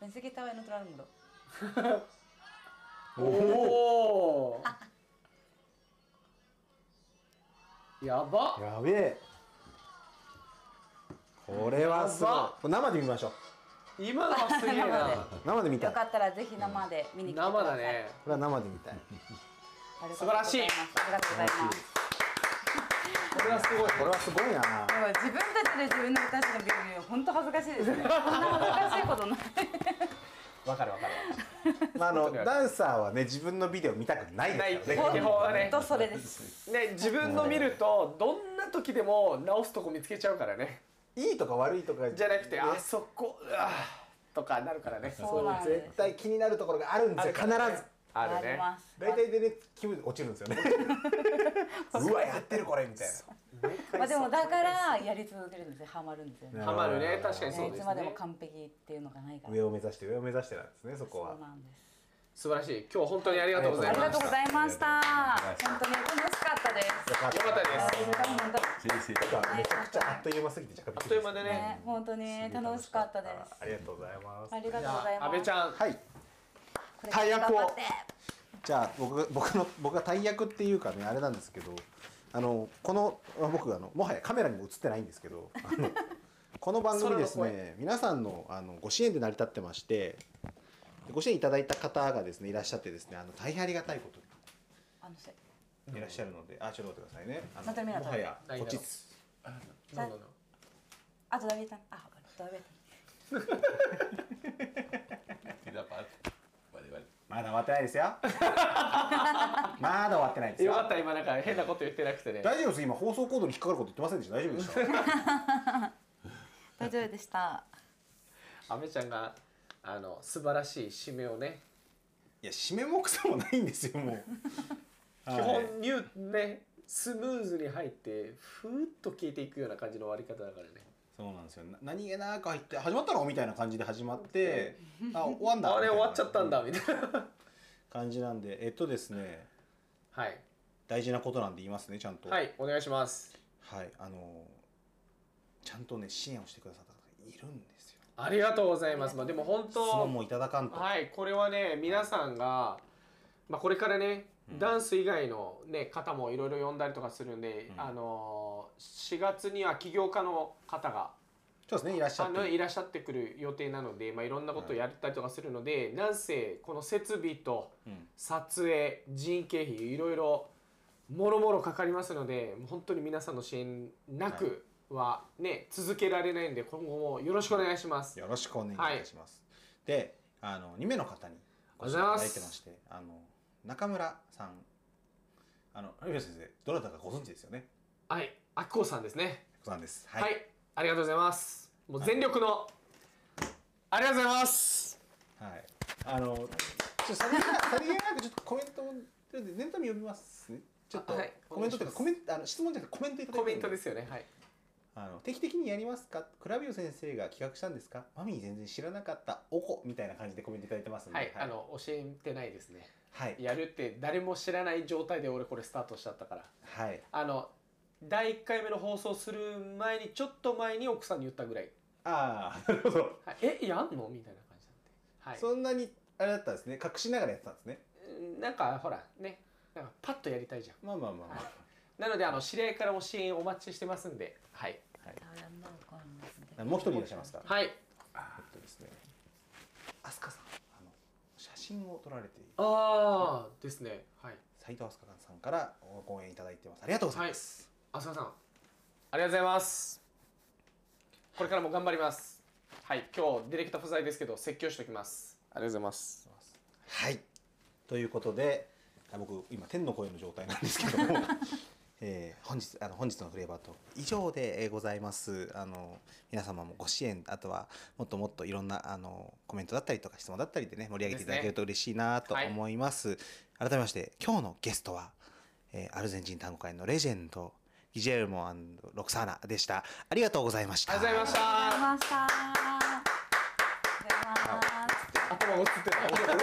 Speaker 2: pensé que estaba en otro ángulo
Speaker 1: おおーやば
Speaker 4: やべえこれはすごい
Speaker 1: やば
Speaker 4: これ生で見ましょう
Speaker 1: 今のは
Speaker 2: *laughs*
Speaker 1: すげえな
Speaker 4: 生で見た
Speaker 2: よ
Speaker 4: い
Speaker 2: かったらぜひ生で見に来てください
Speaker 1: 生だね
Speaker 4: これは生で見たい
Speaker 2: ありがと
Speaker 1: 素
Speaker 2: うご
Speaker 1: 晴
Speaker 2: ざい
Speaker 1: ら
Speaker 2: ます
Speaker 1: しい
Speaker 2: ありがとうございます
Speaker 1: これはすごい
Speaker 4: これはすごいな
Speaker 2: すごい自分たちで自分の歌詞のビデオ本当恥ずかしいです *laughs* ねこんな恥ずかしいことない
Speaker 10: わかるわかる
Speaker 4: まああのダンサーはね自分のビデオ見たくない
Speaker 1: ない
Speaker 4: です
Speaker 1: 基
Speaker 4: からね
Speaker 1: 本はね
Speaker 2: 本 *laughs* 当それです
Speaker 1: ね自分の見るとどんな時でも直すとこ見つけちゃうからね
Speaker 4: いいとか悪いとか
Speaker 1: じゃなくてあそこうわーとかなるからね
Speaker 2: そうなんです
Speaker 4: 絶対気になるところがあるんですよ必ず
Speaker 1: ある
Speaker 2: あり
Speaker 1: ね
Speaker 2: ます
Speaker 4: 大体でね気分落ちるんですよねうわやってるこれみたい
Speaker 2: まあでもだからやり続けるんですよハマるんですよね
Speaker 4: な
Speaker 1: ハマるね確かにそう
Speaker 2: ねい
Speaker 1: で
Speaker 2: つ
Speaker 1: す
Speaker 2: までも
Speaker 1: ね
Speaker 2: 完璧っていうのがないから
Speaker 4: 上を目指して上を目指してなんですねそこは
Speaker 2: そうなんです
Speaker 1: 素晴らしい今日本当にありがとうござ
Speaker 2: あ
Speaker 1: い
Speaker 2: りが
Speaker 1: ま
Speaker 2: と
Speaker 1: し
Speaker 2: うございました
Speaker 3: ありが
Speaker 2: 本当に楽しかったです
Speaker 4: よかった
Speaker 1: よかったです
Speaker 2: ありがとう本当
Speaker 3: Sí, sí.
Speaker 4: なんかめちゃくちゃあっという間すぎて若
Speaker 1: あ
Speaker 4: 干
Speaker 1: っという間
Speaker 4: で
Speaker 1: でね
Speaker 2: ね本当に楽しかったです
Speaker 4: ありがとうございます
Speaker 2: ありが
Speaker 1: じ
Speaker 2: とうご
Speaker 1: ゃ
Speaker 2: ざい
Speaker 1: あ阿
Speaker 2: ま
Speaker 1: 部
Speaker 2: す
Speaker 1: ちゃん
Speaker 4: はい
Speaker 2: これ
Speaker 4: 大役を
Speaker 2: 頑張って
Speaker 4: じゃあ僕が僕の僕が大役っていうかねあれなんですけどあのこのあ僕あのもはやカメラにも映ってないんですけどあのこの番組です
Speaker 1: 空の
Speaker 4: ね皆さんのあのご支援で成り立ってましてご支援いただいた方がですねいらっしゃってですねあの大変ありがたいことに
Speaker 2: あのせ
Speaker 4: いらっしゃるので、あ、ちょっと待ってくださいね。あ
Speaker 2: また見な
Speaker 4: もはや、
Speaker 1: ないだろ
Speaker 4: こっ
Speaker 1: う
Speaker 4: ちです。
Speaker 1: どうぞどうぞ
Speaker 2: あとダビエタンあわかるダビエタン
Speaker 3: Y la pata. Vale, vale.
Speaker 10: まだ終わってないです
Speaker 4: *laughs*
Speaker 10: よまだ終わってないです
Speaker 1: よ
Speaker 10: よ
Speaker 1: かった今なんか変なこと言ってなくてね
Speaker 4: 大丈夫です。今放送コードに引っかかること言ってませんでした。大丈夫でした。
Speaker 2: 大丈夫でした
Speaker 1: 阿部ちゃんがあの素晴らしい締めをね
Speaker 4: いや、締めもくさもないんですよ。もう。
Speaker 1: 基本ニューねスムーズに入ってふーっと消えていくような感じの終わり方だからね
Speaker 4: そうなんですよ。な何気なく入って、始まったのみたいな感じで始まって。あ、終わんだ。
Speaker 1: あれ終わっちゃったんだ
Speaker 4: み
Speaker 1: みたいな
Speaker 4: たいな感じなんで、えっとですね。
Speaker 1: はい
Speaker 4: 大事なことなんで言いますね、ちゃんと。。
Speaker 1: はいいお願いします
Speaker 4: はい、あのー。ちゃんとね、支援をしてくださった方がいるんですよ。
Speaker 1: ありがとうございますまあでも本
Speaker 4: 質問
Speaker 1: 当
Speaker 4: もいただかんと。
Speaker 1: はいこれはね皆さんが、まあ、これからね、ダンス以外の、ね、方もいろいろ呼んだりとかするんで、あのー4月には起業家の方が
Speaker 4: そうですね、いらっしゃ
Speaker 1: あ
Speaker 4: っ
Speaker 1: の
Speaker 4: て。
Speaker 1: いらっしゃってくる予定なので、まあ、いろんなことをやったりとかするので、なんせこの設備と
Speaker 4: ん
Speaker 1: 撮影、人件費いろいろもろもろかかりますのでもう本当に皆さんの支援なくは、ね続けられないんで今後もよろしくお願いします。
Speaker 4: よろしくお願いいたします。で、あの2名の方に
Speaker 1: ありがとうございます
Speaker 4: いただいてまして、あの中村さん、あの有吉先生、どなたかご存知ですよね。
Speaker 1: はい、あきこさんですね、
Speaker 4: さんです。
Speaker 1: はい。ありがとうございます。もう全力の、ありがとうございます。
Speaker 4: はい。あの、ちょっとさりげなさりげなくちょっとコメントを、念のため読みますね。ちょっと、
Speaker 1: あはい
Speaker 4: コメントというか、コ
Speaker 1: お
Speaker 4: メ
Speaker 1: 願
Speaker 4: ント、あの質問じゃなくてコメントいただい
Speaker 1: コメ
Speaker 4: てる
Speaker 1: ン
Speaker 4: ん
Speaker 1: トですよねはい
Speaker 4: あの定期的にやりますかクラビオ先生が企画したんですかマミー全然知らなかったおこみたいな感じでコメントいただいてますんで、
Speaker 1: はい、あの教えてないですね
Speaker 4: はい、
Speaker 1: やるって誰も知らない状態で俺これスタートしちゃったから
Speaker 4: はい、
Speaker 1: あの第1回目の放送する前にちょっと前に奥さんに言ったぐらい
Speaker 4: ああなるほど、
Speaker 1: 「はい、えやんの?」みたいな感じなんで、はい、
Speaker 4: そんなにあれだったんですね隠しながらやってたんですね
Speaker 1: うんなんかほらねなんかパッとやりたいじゃん
Speaker 4: まあまあまあまあ、
Speaker 1: なのであの知り合いからも支援お待ちしてますんではい
Speaker 4: もう一人いらっしゃいますから
Speaker 1: はい
Speaker 3: Ah.
Speaker 4: えっとですね飛鳥さんあの写真を撮られている
Speaker 1: ああですねはい
Speaker 4: 斉藤飛鳥さんからご応援いただいてますありがとうございます、
Speaker 1: あすみませんありがとうございますこれからも頑張りますはい今日ディレクター不在ですけど説教しておきますありがとうございます
Speaker 4: はい。ということで、あ僕今天の声の状態なんですけど
Speaker 1: *laughs*
Speaker 4: も、えー本日あの本日のフレーバートーク以上でえーございます。あの皆様もご支援あとはもっともっといろんなあのコメントだったりとか質問だったりでね盛り上げていただけると嬉しいなと
Speaker 1: ですね
Speaker 4: 思います。改めまして今日のゲストは、えーアルゼンチン単語会のレジェンドギジェルモロクサーナでした。ありがとうございました。
Speaker 1: ありがとうございま
Speaker 2: ま
Speaker 1: した
Speaker 2: した。ありがとうございます。
Speaker 1: 頭が映ってない *laughs*
Speaker 2: ありがとうござ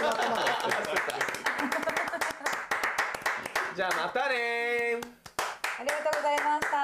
Speaker 2: いました。